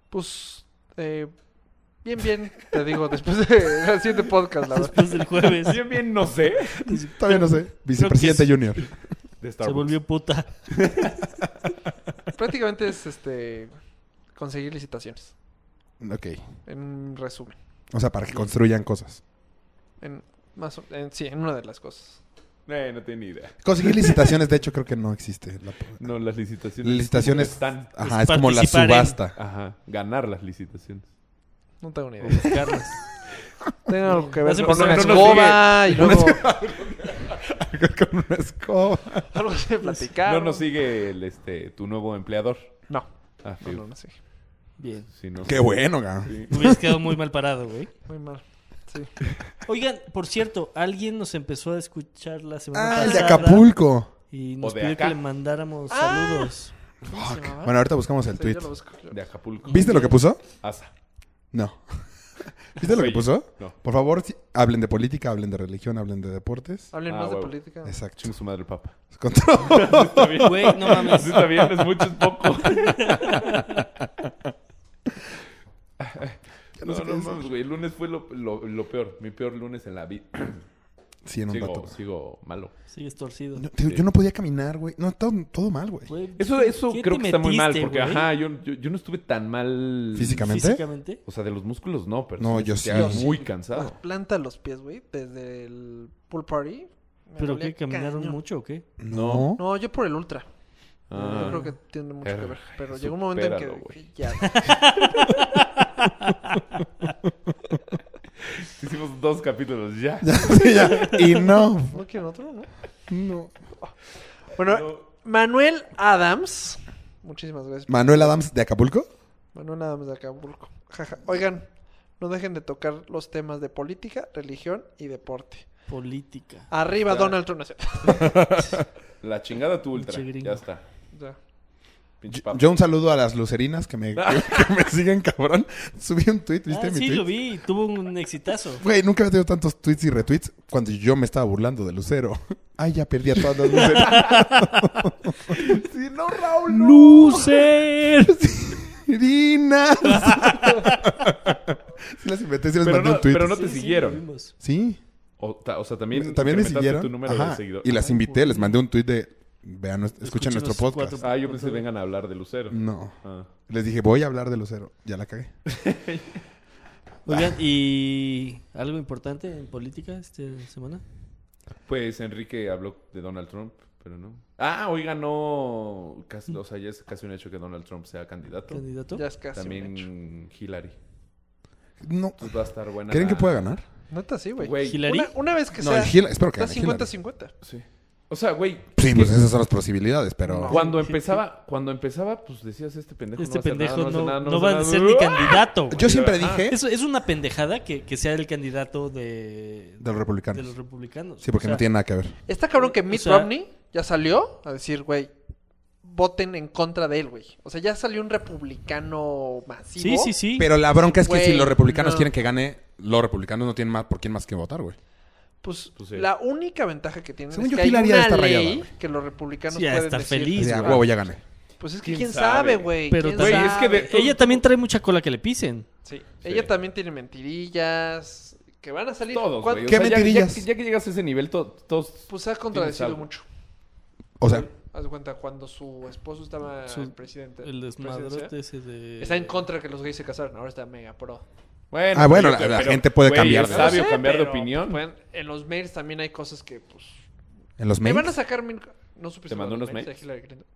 [SPEAKER 6] Pues, eh, bien, bien, te digo, después del el siguiente podcast, la verdad.
[SPEAKER 5] Después del jueves.
[SPEAKER 7] Bien, bien, no sé.
[SPEAKER 4] Todavía no sé. Vicepresidente
[SPEAKER 5] es-
[SPEAKER 4] Junior.
[SPEAKER 7] De
[SPEAKER 5] Se
[SPEAKER 7] Starbucks.
[SPEAKER 5] volvió puta.
[SPEAKER 6] Prácticamente es, este, conseguir licitaciones,
[SPEAKER 4] Ok.
[SPEAKER 6] en resumen.
[SPEAKER 4] O sea, para que construyan cosas.
[SPEAKER 6] En, más, o- en, sí, en una de las cosas.
[SPEAKER 7] Eh, no tenía ni idea.
[SPEAKER 4] Conseguir licitaciones, de hecho, creo que no existe. La...
[SPEAKER 7] No, las licitaciones.
[SPEAKER 4] Licitaciones.
[SPEAKER 7] Están.
[SPEAKER 4] Ajá,
[SPEAKER 5] Es
[SPEAKER 4] es como la
[SPEAKER 5] participar en-
[SPEAKER 4] subasta.
[SPEAKER 7] Ajá, ganar las licitaciones.
[SPEAKER 6] No tengo ni idea.
[SPEAKER 5] Buscarlas.
[SPEAKER 6] Tiene algo que ver
[SPEAKER 5] Vas a
[SPEAKER 6] con
[SPEAKER 5] empezar
[SPEAKER 6] una
[SPEAKER 5] con
[SPEAKER 7] unos
[SPEAKER 6] escoba y luego
[SPEAKER 4] Con una escoba.
[SPEAKER 6] algo que platicar.
[SPEAKER 7] No nos sigue el, este, tu nuevo empleador.
[SPEAKER 6] No,
[SPEAKER 7] Ah,
[SPEAKER 6] no,
[SPEAKER 7] sí.
[SPEAKER 6] no, no, sí.
[SPEAKER 5] Bien.
[SPEAKER 7] Si no-
[SPEAKER 4] Qué bueno, cabrón.
[SPEAKER 7] Sí.
[SPEAKER 5] Hubieras quedado muy mal parado, güey.
[SPEAKER 6] Muy mal. Sí, Sí.
[SPEAKER 5] Oigan, por cierto, alguien nos empezó a escuchar la semana
[SPEAKER 4] Ah,
[SPEAKER 5] pasada.
[SPEAKER 4] el de Acapulco.
[SPEAKER 5] Y nos
[SPEAKER 7] O de
[SPEAKER 5] pidió
[SPEAKER 7] acá.
[SPEAKER 5] que le mandáramos
[SPEAKER 6] Ah.
[SPEAKER 5] saludos.
[SPEAKER 6] ¿Cómo se
[SPEAKER 7] Ah.
[SPEAKER 6] llamaba?
[SPEAKER 4] Bueno, ahorita buscamos el
[SPEAKER 6] Sí,
[SPEAKER 4] tweet.
[SPEAKER 6] yo lo busco, yo-
[SPEAKER 7] De Acapulco.
[SPEAKER 4] ¿Viste lo que puso?
[SPEAKER 7] Asa.
[SPEAKER 4] No. ¿Viste lo que
[SPEAKER 7] Oye,
[SPEAKER 4] puso?
[SPEAKER 7] no.
[SPEAKER 4] Por favor, si- hablen de política, hablen de religión, hablen de deportes.
[SPEAKER 6] Hablen
[SPEAKER 7] Ah,
[SPEAKER 6] más de
[SPEAKER 7] huevo.
[SPEAKER 6] política.
[SPEAKER 4] Exacto.
[SPEAKER 7] Chingue su madre el papa.
[SPEAKER 4] Con todo.
[SPEAKER 5] Güey, no mames.
[SPEAKER 7] Así está bien, es mucho, es poco.
[SPEAKER 4] no
[SPEAKER 7] no,
[SPEAKER 4] sé qué
[SPEAKER 7] no
[SPEAKER 4] decir.
[SPEAKER 7] mames, güey. El lunes fue lo, lo- lo peor. Mi peor lunes en la vida.
[SPEAKER 4] Sí, en un rato.
[SPEAKER 7] Sigo,
[SPEAKER 4] güey.
[SPEAKER 7] sigo malo.
[SPEAKER 5] Sigues torcido.
[SPEAKER 4] Yo, te- yo no podía caminar, güey. No, todo, todo mal, güey.
[SPEAKER 5] Güey,
[SPEAKER 7] Eso, eso
[SPEAKER 5] ¿qué
[SPEAKER 7] creo que
[SPEAKER 5] te
[SPEAKER 7] está muy mal.
[SPEAKER 5] metiste,
[SPEAKER 7] Porque,
[SPEAKER 5] güey?
[SPEAKER 7] ajá, yo, yo, yo no estuve tan mal.
[SPEAKER 4] Físicamente.
[SPEAKER 5] Físicamente.
[SPEAKER 7] O sea, de los músculos no, pero.
[SPEAKER 4] No,
[SPEAKER 7] me
[SPEAKER 4] yo
[SPEAKER 7] sentía
[SPEAKER 4] sí. Yo sí.
[SPEAKER 7] muy cansado.
[SPEAKER 6] Planta de los pies, güey, desde el pool party. me
[SPEAKER 5] ¿Pero
[SPEAKER 6] dolía
[SPEAKER 5] qué? ¿Caminaron
[SPEAKER 6] cañón.
[SPEAKER 5] mucho o qué?
[SPEAKER 4] No.
[SPEAKER 6] No, yo por el ultra.
[SPEAKER 7] Ah.
[SPEAKER 6] Yo creo que tiene mucho que ver. Pero
[SPEAKER 7] Ay,
[SPEAKER 6] llegó un momento en que,
[SPEAKER 7] supéralo,
[SPEAKER 6] que
[SPEAKER 7] güey.
[SPEAKER 6] ya.
[SPEAKER 7] Hicimos dos capítulos ya.
[SPEAKER 4] Sí, ya. Y no.
[SPEAKER 6] ¿No quieren otro, no?
[SPEAKER 4] no.
[SPEAKER 6] Bueno, Manuel Adams. Muchísimas gracias.
[SPEAKER 4] Manuel Adams de Acapulco.
[SPEAKER 6] Manuel Adams de Acapulco. Jaja. Oigan, no dejen de tocar los temas de política, religión y deporte.
[SPEAKER 5] Política.
[SPEAKER 6] Arriba
[SPEAKER 7] Claro.
[SPEAKER 6] Donald Trump. No es cierto.
[SPEAKER 7] La chingada tu ultra.
[SPEAKER 5] Pinche gringo.
[SPEAKER 7] Ya está.
[SPEAKER 6] Ya.
[SPEAKER 7] Pinche
[SPEAKER 4] Yo-
[SPEAKER 7] papa.
[SPEAKER 4] Yo un saludo a las lucerinas que me, que me siguen, cabrón. Subí un tweet, ¿viste
[SPEAKER 5] Ah,
[SPEAKER 4] mi
[SPEAKER 5] sí,
[SPEAKER 4] tweet?
[SPEAKER 5] lo vi. y Tuvo un exitazo.
[SPEAKER 4] Güey, nunca había tenido tantos tweets y retweets cuando yo me estaba burlando de Lucero. Ay, ya perdí a todas las luceras.
[SPEAKER 6] Sí, no, Raúl.
[SPEAKER 5] ¡Lucer!
[SPEAKER 4] Lucerinas. sí las inventé, sí las
[SPEAKER 7] Pero
[SPEAKER 4] mandé
[SPEAKER 7] no,
[SPEAKER 4] un tweet.
[SPEAKER 7] pero no
[SPEAKER 5] Sí,
[SPEAKER 7] te
[SPEAKER 5] sí, lo
[SPEAKER 7] siguieron.
[SPEAKER 5] vimos.
[SPEAKER 4] Sí.
[SPEAKER 7] O, ta- o sea, también.
[SPEAKER 4] También me
[SPEAKER 7] incrementaste
[SPEAKER 4] siguieron.
[SPEAKER 7] tu número
[SPEAKER 4] Ajá,
[SPEAKER 7] de seguidores.
[SPEAKER 4] Y las invité, les mandé un tweet de vean, nues- escuchen
[SPEAKER 5] Escuchen
[SPEAKER 4] nuestro
[SPEAKER 5] los
[SPEAKER 4] podcast.
[SPEAKER 5] cuatro.
[SPEAKER 7] Ah, yo pensé vengan a hablar de Lucero.
[SPEAKER 4] No.
[SPEAKER 7] Ah.
[SPEAKER 4] Les dije, voy a hablar de Lucero. Ya la cagué.
[SPEAKER 5] Oigan, ¿y algo importante en política esta semana?
[SPEAKER 7] Pues Enrique habló de Donald Trump, pero no. Ah, hoy ganó. casi- o sea, ya es casi un hecho que Donald Trump sea candidato.
[SPEAKER 5] ¿Candidato?
[SPEAKER 6] Ya es casi. un hecho.
[SPEAKER 7] También Hillary.
[SPEAKER 4] No.
[SPEAKER 7] Entonces va a estar buena.
[SPEAKER 4] ¿Creen
[SPEAKER 7] la-
[SPEAKER 4] que pueda ganar?
[SPEAKER 6] Neta, sí, güey.
[SPEAKER 7] Güey.
[SPEAKER 5] Hillary.
[SPEAKER 6] Una, una vez que
[SPEAKER 4] No,
[SPEAKER 6] sea.
[SPEAKER 4] el Hillary. Espero que
[SPEAKER 6] Está
[SPEAKER 4] gane Hillary.
[SPEAKER 6] 50-50.
[SPEAKER 7] Sí. O sea, güey.
[SPEAKER 4] Sí, pues esas son las posibilidades, pero...
[SPEAKER 7] Cuando empezaba, cuando empezaba, pues decías, este pendejo
[SPEAKER 5] Este
[SPEAKER 7] no va a hacer
[SPEAKER 5] pendejo
[SPEAKER 7] nada,
[SPEAKER 5] no,
[SPEAKER 7] va a hacer nada, hacer
[SPEAKER 5] no va a ser
[SPEAKER 7] nada.
[SPEAKER 5] ni candidato. güey.
[SPEAKER 4] Yo siempre
[SPEAKER 7] Ah,
[SPEAKER 4] dije
[SPEAKER 5] Es, es una pendejada que, que sea el candidato de,
[SPEAKER 4] de los
[SPEAKER 5] de
[SPEAKER 4] republicanos.
[SPEAKER 5] los republicanos.
[SPEAKER 4] Sí, porque
[SPEAKER 5] O sea,
[SPEAKER 4] no tiene nada que ver.
[SPEAKER 6] Está cabrón que
[SPEAKER 5] Eh, O
[SPEAKER 6] Mitt
[SPEAKER 5] sea-
[SPEAKER 6] Romney ya salió a decir, güey, voten en contra de él, güey. O sea, ya salió un republicano masivo.
[SPEAKER 5] Sí, sí, sí.
[SPEAKER 4] Pero la bronca es que si
[SPEAKER 6] Güey,
[SPEAKER 4] los republicanos
[SPEAKER 6] no.
[SPEAKER 4] quieren que gane, los republicanos no tienen más por quién más que votar, güey.
[SPEAKER 6] Pues,
[SPEAKER 7] Pues sí.
[SPEAKER 6] la única ventaja que tienen
[SPEAKER 4] Según
[SPEAKER 6] es
[SPEAKER 4] yo,
[SPEAKER 6] que hay
[SPEAKER 4] Hillary ha de
[SPEAKER 6] una
[SPEAKER 4] estar rayada,
[SPEAKER 6] ley
[SPEAKER 4] güey.
[SPEAKER 6] que los republicanos
[SPEAKER 5] Sí, ha de
[SPEAKER 6] pueden
[SPEAKER 5] estar
[SPEAKER 6] decir,
[SPEAKER 5] feliz,
[SPEAKER 4] Y a
[SPEAKER 5] güey.
[SPEAKER 4] huevo ya gané.
[SPEAKER 6] Pues es que
[SPEAKER 7] ¿Quién
[SPEAKER 6] quién
[SPEAKER 7] sabe?
[SPEAKER 6] sabe, güey.
[SPEAKER 5] Pero
[SPEAKER 6] ¿Quién
[SPEAKER 5] también-
[SPEAKER 7] Güey, es que
[SPEAKER 6] sabe?
[SPEAKER 7] de-
[SPEAKER 5] Ella también trae mucha cola que le pisen.
[SPEAKER 6] Sí,
[SPEAKER 7] Sí.
[SPEAKER 6] Ella también tiene mentirillas que van a salir.
[SPEAKER 7] Todos,
[SPEAKER 6] ¿Cuán-
[SPEAKER 7] güey. O
[SPEAKER 4] ¿Qué
[SPEAKER 7] sea, ya- ya-
[SPEAKER 4] mentirillas?
[SPEAKER 7] Ya, que llegas a ese nivel, to- todos...
[SPEAKER 6] Pues se ha contradecido
[SPEAKER 7] algo.
[SPEAKER 6] mucho.
[SPEAKER 4] O sea,
[SPEAKER 6] Haz de cuenta, cuando su esposo estaba
[SPEAKER 5] Su-
[SPEAKER 6] presidente.
[SPEAKER 5] El desmadrote este
[SPEAKER 6] presidencia,
[SPEAKER 5] ese de...
[SPEAKER 6] Está en contra de que los gays se casaran. Ahora está mega pro.
[SPEAKER 7] Bueno,
[SPEAKER 4] Ah, bueno,
[SPEAKER 7] yo creo-
[SPEAKER 4] la- la gente puede
[SPEAKER 7] güey,
[SPEAKER 4] cambiar
[SPEAKER 7] Es
[SPEAKER 4] de-
[SPEAKER 7] sabio
[SPEAKER 6] No sé,
[SPEAKER 7] cambiar de
[SPEAKER 6] pero,
[SPEAKER 7] opinión.
[SPEAKER 6] pues, bueno, en los mails también hay cosas que, pues.
[SPEAKER 4] en los
[SPEAKER 6] Me van a
[SPEAKER 4] mails.
[SPEAKER 6] sacar mil. co- No supiste.
[SPEAKER 7] ¿Te mandó
[SPEAKER 6] los
[SPEAKER 7] unos
[SPEAKER 6] de
[SPEAKER 7] mails?
[SPEAKER 6] Hillary Clinton.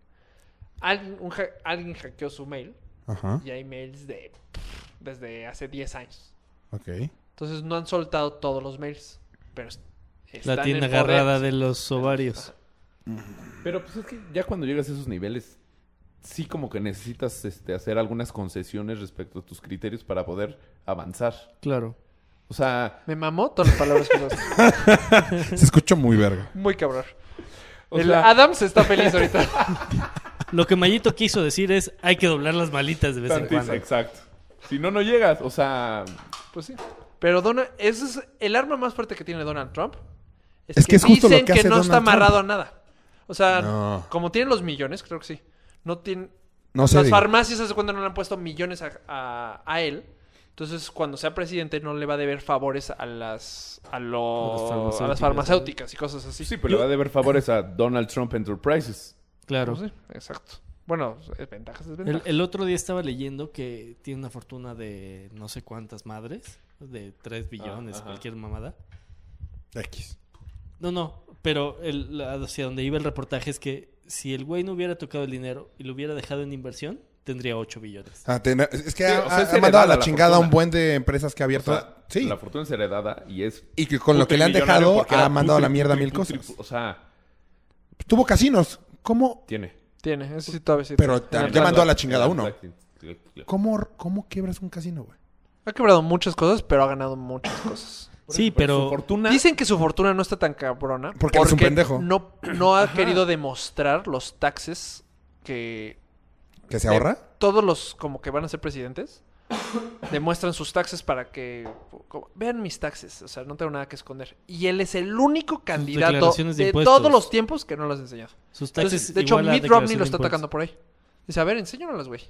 [SPEAKER 6] Alguien, un ha- alguien hackeó su mail
[SPEAKER 4] Ajá,
[SPEAKER 6] y hay mails de. Desde hace 10 años.
[SPEAKER 4] ok.
[SPEAKER 6] Entonces no han soltado todos los mails. Pero. es- están
[SPEAKER 5] La tiene
[SPEAKER 6] en poder.
[SPEAKER 5] agarrada de los ovarios.
[SPEAKER 7] Pero pues es que ya cuando llegas a esos niveles, sí como que necesitas este, hacer algunas concesiones respecto a tus criterios para poder avanzar.
[SPEAKER 5] Claro.
[SPEAKER 7] O sea,
[SPEAKER 6] Me mamó todas las palabras que usaste.
[SPEAKER 4] Se escuchó muy verga.
[SPEAKER 6] Muy cabrón.
[SPEAKER 7] o
[SPEAKER 6] el
[SPEAKER 7] sea,
[SPEAKER 6] Adams está feliz ahorita.
[SPEAKER 5] Lo que Mayito quiso decir es hay que doblar las malitas de vez en
[SPEAKER 7] tantito,
[SPEAKER 5] cuando.
[SPEAKER 7] exacto. Si no, no llegas. O sea,
[SPEAKER 6] pues sí. Pero Donald, ese es el arma más fuerte que tiene Donald Trump.
[SPEAKER 4] Es que es justo lo
[SPEAKER 6] dicen
[SPEAKER 4] que hace
[SPEAKER 6] no está
[SPEAKER 4] Donald Trump.
[SPEAKER 6] amarrado a nada. O sea,
[SPEAKER 4] No.
[SPEAKER 6] como tienen los millones, creo que sí. No tienen
[SPEAKER 4] No sé.
[SPEAKER 6] Las
[SPEAKER 4] digo.
[SPEAKER 6] farmacias hace cuando no le han puesto millones a, a- a él. Entonces, cuando sea presidente, no le va a deber favores a las a,
[SPEAKER 5] A
[SPEAKER 6] lo-
[SPEAKER 5] las
[SPEAKER 6] a
[SPEAKER 5] farmacéuticas.
[SPEAKER 6] las farmacéuticas y cosas así.
[SPEAKER 7] sí, pero le va a deber favores a Donald Trump Enterprises.
[SPEAKER 5] Claro.
[SPEAKER 6] Pues sí, exacto. Bueno, es ventajas,
[SPEAKER 5] El,
[SPEAKER 6] desventajas.
[SPEAKER 5] el otro día estaba leyendo que tiene una fortuna de no sé cuántas madres, de
[SPEAKER 6] Ah,
[SPEAKER 5] 3 billones,
[SPEAKER 7] ajá.
[SPEAKER 5] cualquier mamada.
[SPEAKER 4] X.
[SPEAKER 5] No, no, pero el, la- hacia donde iba el reportaje es que si el güey no hubiera tocado el dinero y lo hubiera dejado en inversión, tendría 8 billones.
[SPEAKER 4] Ah, ten- es que
[SPEAKER 7] Sí,
[SPEAKER 4] ha,
[SPEAKER 7] o sea,
[SPEAKER 4] ha-
[SPEAKER 7] es
[SPEAKER 4] ha mandado
[SPEAKER 7] heredada
[SPEAKER 4] a la,
[SPEAKER 7] la
[SPEAKER 4] chingada
[SPEAKER 7] fortuna.
[SPEAKER 4] un buen de empresas que ha
[SPEAKER 7] O
[SPEAKER 4] abierto.
[SPEAKER 7] sea,
[SPEAKER 4] sí.
[SPEAKER 7] la fortuna es heredada y es...
[SPEAKER 4] Y que con lo que le han
[SPEAKER 7] Multimillonario
[SPEAKER 4] dejado
[SPEAKER 7] porque
[SPEAKER 4] ha
[SPEAKER 7] era
[SPEAKER 4] mandado a la
[SPEAKER 7] putri,
[SPEAKER 4] mierda
[SPEAKER 7] putri,
[SPEAKER 4] mil
[SPEAKER 7] putri,
[SPEAKER 4] cosas.
[SPEAKER 7] pu- O sea,
[SPEAKER 4] Tuvo casinos. ¿Cómo?
[SPEAKER 7] tiene.
[SPEAKER 6] Tiene, ese sí todavía sí.
[SPEAKER 4] Pero
[SPEAKER 6] tiene.
[SPEAKER 4] ya mandó a la
[SPEAKER 7] Atlantic-
[SPEAKER 4] chingada uno.
[SPEAKER 7] Atlantic-
[SPEAKER 4] ¿Cómo, cómo quiebras un casino, güey?
[SPEAKER 6] Ha quebrado muchas cosas, pero ha ganado muchas cosas.
[SPEAKER 7] Por
[SPEAKER 5] Sí,
[SPEAKER 7] eso, porque
[SPEAKER 5] pero-
[SPEAKER 7] Su fortuna...
[SPEAKER 6] Dicen que su fortuna no está tan cabrona.
[SPEAKER 4] Porque eres un pendejo.
[SPEAKER 6] No, no ha querido demostrar los taxes que
[SPEAKER 4] ¿Que se ahorra?
[SPEAKER 6] de- todos los como que van a ser presidentes demuestran sus taxes para que como, vean mis taxes, o sea, no tengo nada que esconder. Y él es el único candidato
[SPEAKER 5] declaraciones de
[SPEAKER 6] de,
[SPEAKER 5] impuestos.
[SPEAKER 6] todos los tiempos que no las ha enseñado.
[SPEAKER 5] Sus
[SPEAKER 6] Entonces,
[SPEAKER 5] taxes
[SPEAKER 6] Pues, de hecho,
[SPEAKER 5] igual a
[SPEAKER 6] Mitt Romney
[SPEAKER 5] declaración
[SPEAKER 6] lo
[SPEAKER 5] de
[SPEAKER 6] está
[SPEAKER 5] impuestos.
[SPEAKER 6] atacando por ahí. Dice, a ver, enséñanos, güey.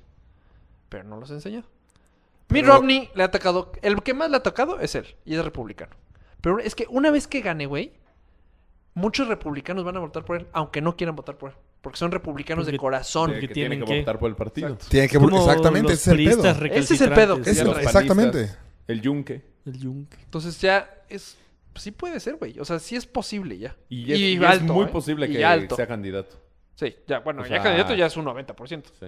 [SPEAKER 6] Pero no los enseñó. Mitt
[SPEAKER 4] Pero-
[SPEAKER 6] Romney le ha atacado, el que más le ha atacado es él, y es republicano. Pero es que una vez que gane, güey, muchos republicanos van a votar por él, aunque no quieran votar por él, porque son republicanos de
[SPEAKER 5] Porque-
[SPEAKER 6] corazón.
[SPEAKER 7] de
[SPEAKER 5] porque
[SPEAKER 7] que tiene
[SPEAKER 5] tienen
[SPEAKER 7] que,
[SPEAKER 5] que-
[SPEAKER 7] votar por el partido.
[SPEAKER 4] Tiene que...
[SPEAKER 5] Como
[SPEAKER 4] Exactamente,
[SPEAKER 5] los
[SPEAKER 4] ese es el pedo.
[SPEAKER 5] priistas
[SPEAKER 6] Ese es el pedo,
[SPEAKER 5] recalcitrantes.
[SPEAKER 6] que es
[SPEAKER 4] Eso,
[SPEAKER 6] el
[SPEAKER 7] Los panistas,
[SPEAKER 4] exactamente.
[SPEAKER 7] El yunque.
[SPEAKER 5] El yunque.
[SPEAKER 6] Entonces ya es pues, sí puede ser, güey. O sea, sí es posible ya.
[SPEAKER 7] Y es, y es
[SPEAKER 6] alto,
[SPEAKER 7] muy
[SPEAKER 6] ¿eh?
[SPEAKER 7] posible
[SPEAKER 6] Y
[SPEAKER 7] que
[SPEAKER 6] alto.
[SPEAKER 7] sea candidato.
[SPEAKER 6] Sí, ya, bueno,
[SPEAKER 7] O
[SPEAKER 6] ya
[SPEAKER 7] sea-
[SPEAKER 6] candidato ya es un 90%.
[SPEAKER 7] Sí.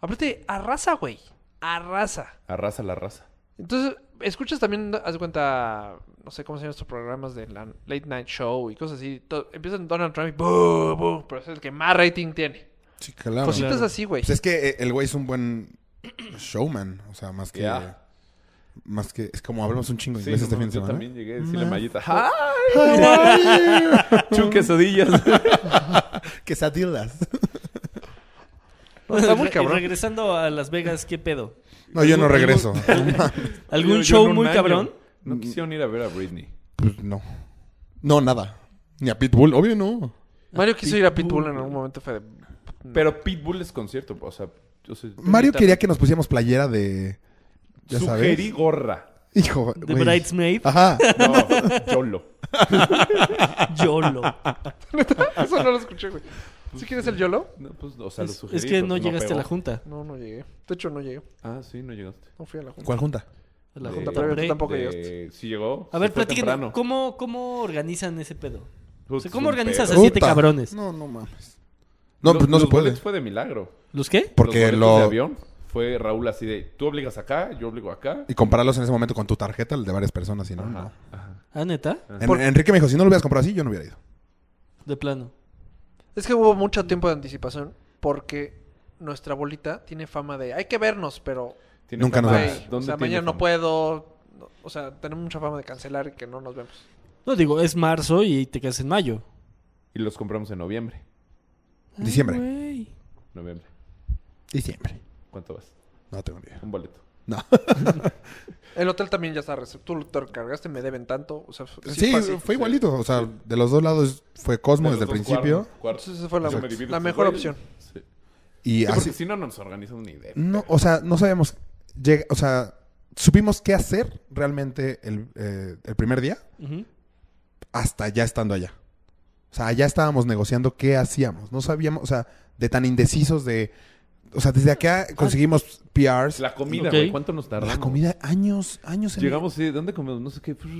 [SPEAKER 6] Aparte, arrasa, güey. Arrasa.
[SPEAKER 7] Arrasa la raza.
[SPEAKER 6] Entonces, escuchas también, haz de cuenta, no sé cómo se llaman estos programas de la late night show y cosas así. To- empiezan Donald Trump y bu, bu, pero es el que más rating tiene.
[SPEAKER 4] Sí, claro.
[SPEAKER 6] Cositas
[SPEAKER 5] Claro.
[SPEAKER 6] así, güey.
[SPEAKER 4] Pues es que eh, el güey es un buen showman. O sea, más que...
[SPEAKER 7] Ya.
[SPEAKER 4] Más que... Es como hablamos un chingo de
[SPEAKER 7] Sí,
[SPEAKER 4] inglés
[SPEAKER 7] no
[SPEAKER 4] este fin de
[SPEAKER 7] mames, yo
[SPEAKER 4] semana.
[SPEAKER 7] también llegué a decirle mallita.
[SPEAKER 5] ¿Ah?
[SPEAKER 4] Ay,
[SPEAKER 7] ¡Chu quesadillas!
[SPEAKER 4] Quesadillas.
[SPEAKER 6] No, está muy
[SPEAKER 5] Re-
[SPEAKER 6] cabrón.
[SPEAKER 5] Regresando a Las Vegas, ¿qué pedo?
[SPEAKER 4] No, yo no regreso.
[SPEAKER 7] Yo- yo
[SPEAKER 5] ¿Algún show
[SPEAKER 7] en un
[SPEAKER 5] muy
[SPEAKER 7] año
[SPEAKER 5] cabrón?
[SPEAKER 7] No quisieron ir a ver a Britney.
[SPEAKER 4] Pues no. No, nada. Ni a Pitbull, obvio no.
[SPEAKER 6] Mario quiso ir a Pitbull en algún momento, fue de...
[SPEAKER 7] Pero Pitbull es concierto, o sea, yo sé.
[SPEAKER 4] Mario
[SPEAKER 6] Ahorita-
[SPEAKER 4] quería que nos pusiéramos playera de. Ya
[SPEAKER 7] Sugerí gorra.
[SPEAKER 4] sabes. Hijo.
[SPEAKER 5] The
[SPEAKER 4] güey.
[SPEAKER 5] Bridesmaid,
[SPEAKER 4] Ajá.
[SPEAKER 7] No, YOLO.
[SPEAKER 5] YOLO.
[SPEAKER 6] Eso no lo escuché, güey. ¿Sí quieres el YOLO?
[SPEAKER 7] No, pues, o sea, lo
[SPEAKER 5] Es,
[SPEAKER 7] sugerí.
[SPEAKER 5] es que
[SPEAKER 7] pero
[SPEAKER 5] no
[SPEAKER 7] pues
[SPEAKER 5] llegaste a la
[SPEAKER 7] pegó.
[SPEAKER 5] junta.
[SPEAKER 6] No, no llegué. De hecho, no llegué.
[SPEAKER 7] Ah, sí, no llegaste.
[SPEAKER 6] No fui a la junta.
[SPEAKER 4] ¿Cuál junta?
[SPEAKER 5] A la
[SPEAKER 7] De-
[SPEAKER 5] junta
[SPEAKER 7] de-
[SPEAKER 5] previa.
[SPEAKER 6] tú tampoco
[SPEAKER 7] De-
[SPEAKER 6] llegaste.
[SPEAKER 7] Sí llegó.
[SPEAKER 5] A
[SPEAKER 7] sí
[SPEAKER 5] ver,
[SPEAKER 7] fue
[SPEAKER 5] platíquenos,
[SPEAKER 7] temprano.
[SPEAKER 5] ¿cómo, ¿cómo organizan ese pedo?
[SPEAKER 7] Putz,
[SPEAKER 5] sea, ¿cómo
[SPEAKER 7] un
[SPEAKER 5] organizas
[SPEAKER 7] pedo.
[SPEAKER 5] así? siete cabrones.
[SPEAKER 4] No, no mames. No,
[SPEAKER 7] Los-
[SPEAKER 4] pues no se
[SPEAKER 7] los
[SPEAKER 4] puede.
[SPEAKER 7] boletos fue de milagro.
[SPEAKER 5] ¿Los qué?
[SPEAKER 4] Porque
[SPEAKER 7] Los boletos de
[SPEAKER 4] lo.
[SPEAKER 7] avión fue Raúl así de, tú obligas acá, yo obligo acá.
[SPEAKER 4] Y compararlos en ese momento con tu tarjeta, el de varias personas, si no, no.
[SPEAKER 7] Ajá, ajá.
[SPEAKER 5] Ah, neta,
[SPEAKER 4] En- Enrique me dijo: si no lo hubieras comprado así, yo no hubiera ido.
[SPEAKER 5] de plano.
[SPEAKER 6] Es que hubo mucho tiempo de anticipación porque nuestra bolita tiene fama de hay que vernos, pero
[SPEAKER 7] Tiene
[SPEAKER 4] Nunca nos
[SPEAKER 7] fama-
[SPEAKER 4] vemos.
[SPEAKER 6] güey,
[SPEAKER 7] ¿Dónde
[SPEAKER 6] o sea,
[SPEAKER 7] tiene
[SPEAKER 6] mañana no
[SPEAKER 7] fama?
[SPEAKER 6] puedo. no- o sea, tenemos mucha fama de cancelar y que no nos vemos.
[SPEAKER 5] No, digo, es marzo y te quedas en mayo.
[SPEAKER 7] Y los compramos en noviembre.
[SPEAKER 5] Ay,
[SPEAKER 4] Diciembre.
[SPEAKER 5] güey.
[SPEAKER 7] Noviembre.
[SPEAKER 4] Diciembre.
[SPEAKER 7] ¿Cuánto vas?
[SPEAKER 4] No tengo ni idea.
[SPEAKER 7] Un boleto.
[SPEAKER 4] No.
[SPEAKER 6] El hotel también ya está reservado. Tú te lo cargaste, me deben tanto. O sea, f-
[SPEAKER 4] Sí,
[SPEAKER 6] fácil.
[SPEAKER 4] fue igualito. O sea, de los dos lados fue Cosmo
[SPEAKER 7] De
[SPEAKER 4] desde el
[SPEAKER 7] los dos
[SPEAKER 4] principio.
[SPEAKER 7] cuartos, cuartos.
[SPEAKER 6] Entonces, esa fue la-
[SPEAKER 7] Yo me divido
[SPEAKER 6] la
[SPEAKER 7] con
[SPEAKER 6] mejor
[SPEAKER 7] güeyes.
[SPEAKER 6] opción.
[SPEAKER 7] Sí.
[SPEAKER 4] Y
[SPEAKER 7] Sí,
[SPEAKER 4] así. Mm.
[SPEAKER 7] porque si no, no nos organizan ni idea.
[SPEAKER 4] No, o sea, no sabíamos. llega- o sea, supimos qué hacer realmente el, eh, el primer día
[SPEAKER 5] Ujú.
[SPEAKER 4] hasta ya estando allá. O sea, ya estábamos negociando qué hacíamos. No sabíamos, o sea, de tan indecisos de. O sea, desde
[SPEAKER 7] Ah,
[SPEAKER 4] acá conseguimos PRs.
[SPEAKER 7] La comida,
[SPEAKER 5] Ok.
[SPEAKER 7] güey. ¿Cuánto nos tardamos?
[SPEAKER 4] La comida, años, años en.
[SPEAKER 7] Llegamos y ¿de dónde comemos? No sé qué. pues,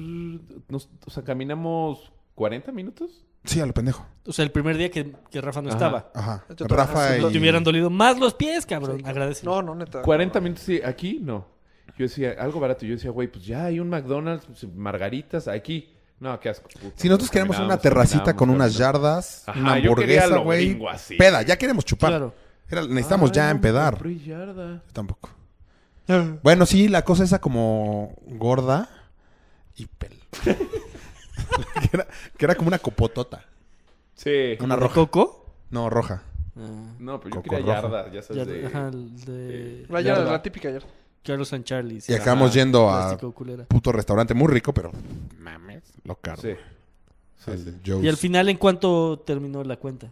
[SPEAKER 7] Nos- o sea, caminamos 40 minutos.
[SPEAKER 4] Sí, a lo pendejo.
[SPEAKER 5] O sea, el primer día que, que Rafa no
[SPEAKER 7] Ajá.
[SPEAKER 5] estaba.
[SPEAKER 4] Ajá.
[SPEAKER 6] Yo
[SPEAKER 4] Rafa
[SPEAKER 6] también.
[SPEAKER 5] No
[SPEAKER 4] y.
[SPEAKER 5] te hubieran dolido más los pies, cabrón. Agradecido.
[SPEAKER 6] Ah, No, no, neta.
[SPEAKER 7] 40 minutos, sí, aquí no. Yo decía, algo barato. Yo decía, güey, pues ya hay un McDonald's, pues, margaritas, aquí. No, qué asco. puta.
[SPEAKER 4] Si nosotros queremos
[SPEAKER 7] Caminamos,
[SPEAKER 4] una terracita
[SPEAKER 7] caminamos,
[SPEAKER 4] con unas
[SPEAKER 7] caminamos.
[SPEAKER 4] yardas,
[SPEAKER 7] Ajá,
[SPEAKER 4] una
[SPEAKER 7] yo quería
[SPEAKER 4] hamburguesa,
[SPEAKER 7] lo
[SPEAKER 4] güey.
[SPEAKER 7] gringo así.
[SPEAKER 4] Peda, ya queremos chupar.
[SPEAKER 5] Claro.
[SPEAKER 4] Era- necesitamos ya
[SPEAKER 7] Ay, Ah, no,
[SPEAKER 4] empedar.
[SPEAKER 7] compré yarda.
[SPEAKER 4] Yo tampoco. Bueno, sí, la cosa esa como gorda y pel. que, era, que era como una copotota.
[SPEAKER 7] Sí.
[SPEAKER 4] Una
[SPEAKER 5] ¿De
[SPEAKER 4] roja.
[SPEAKER 5] coco?
[SPEAKER 4] No, roja.
[SPEAKER 5] Ah,
[SPEAKER 7] No, pero yo
[SPEAKER 4] Coco
[SPEAKER 7] quería
[SPEAKER 4] rojo.
[SPEAKER 7] yarda, ya
[SPEAKER 5] ya-
[SPEAKER 7] sabes. de-
[SPEAKER 5] ajá, el de
[SPEAKER 6] La, yarda,
[SPEAKER 4] Yarda.
[SPEAKER 6] la típica ayer.
[SPEAKER 5] Carlos San Charles.
[SPEAKER 4] Y acabamos yendo a
[SPEAKER 5] Plástico culera.
[SPEAKER 4] puto restaurante muy rico, pero mames, lo caro.
[SPEAKER 7] Sí.
[SPEAKER 4] El
[SPEAKER 7] sí.
[SPEAKER 4] Joe's.
[SPEAKER 5] Y al final, ¿en cuánto terminó la cuenta?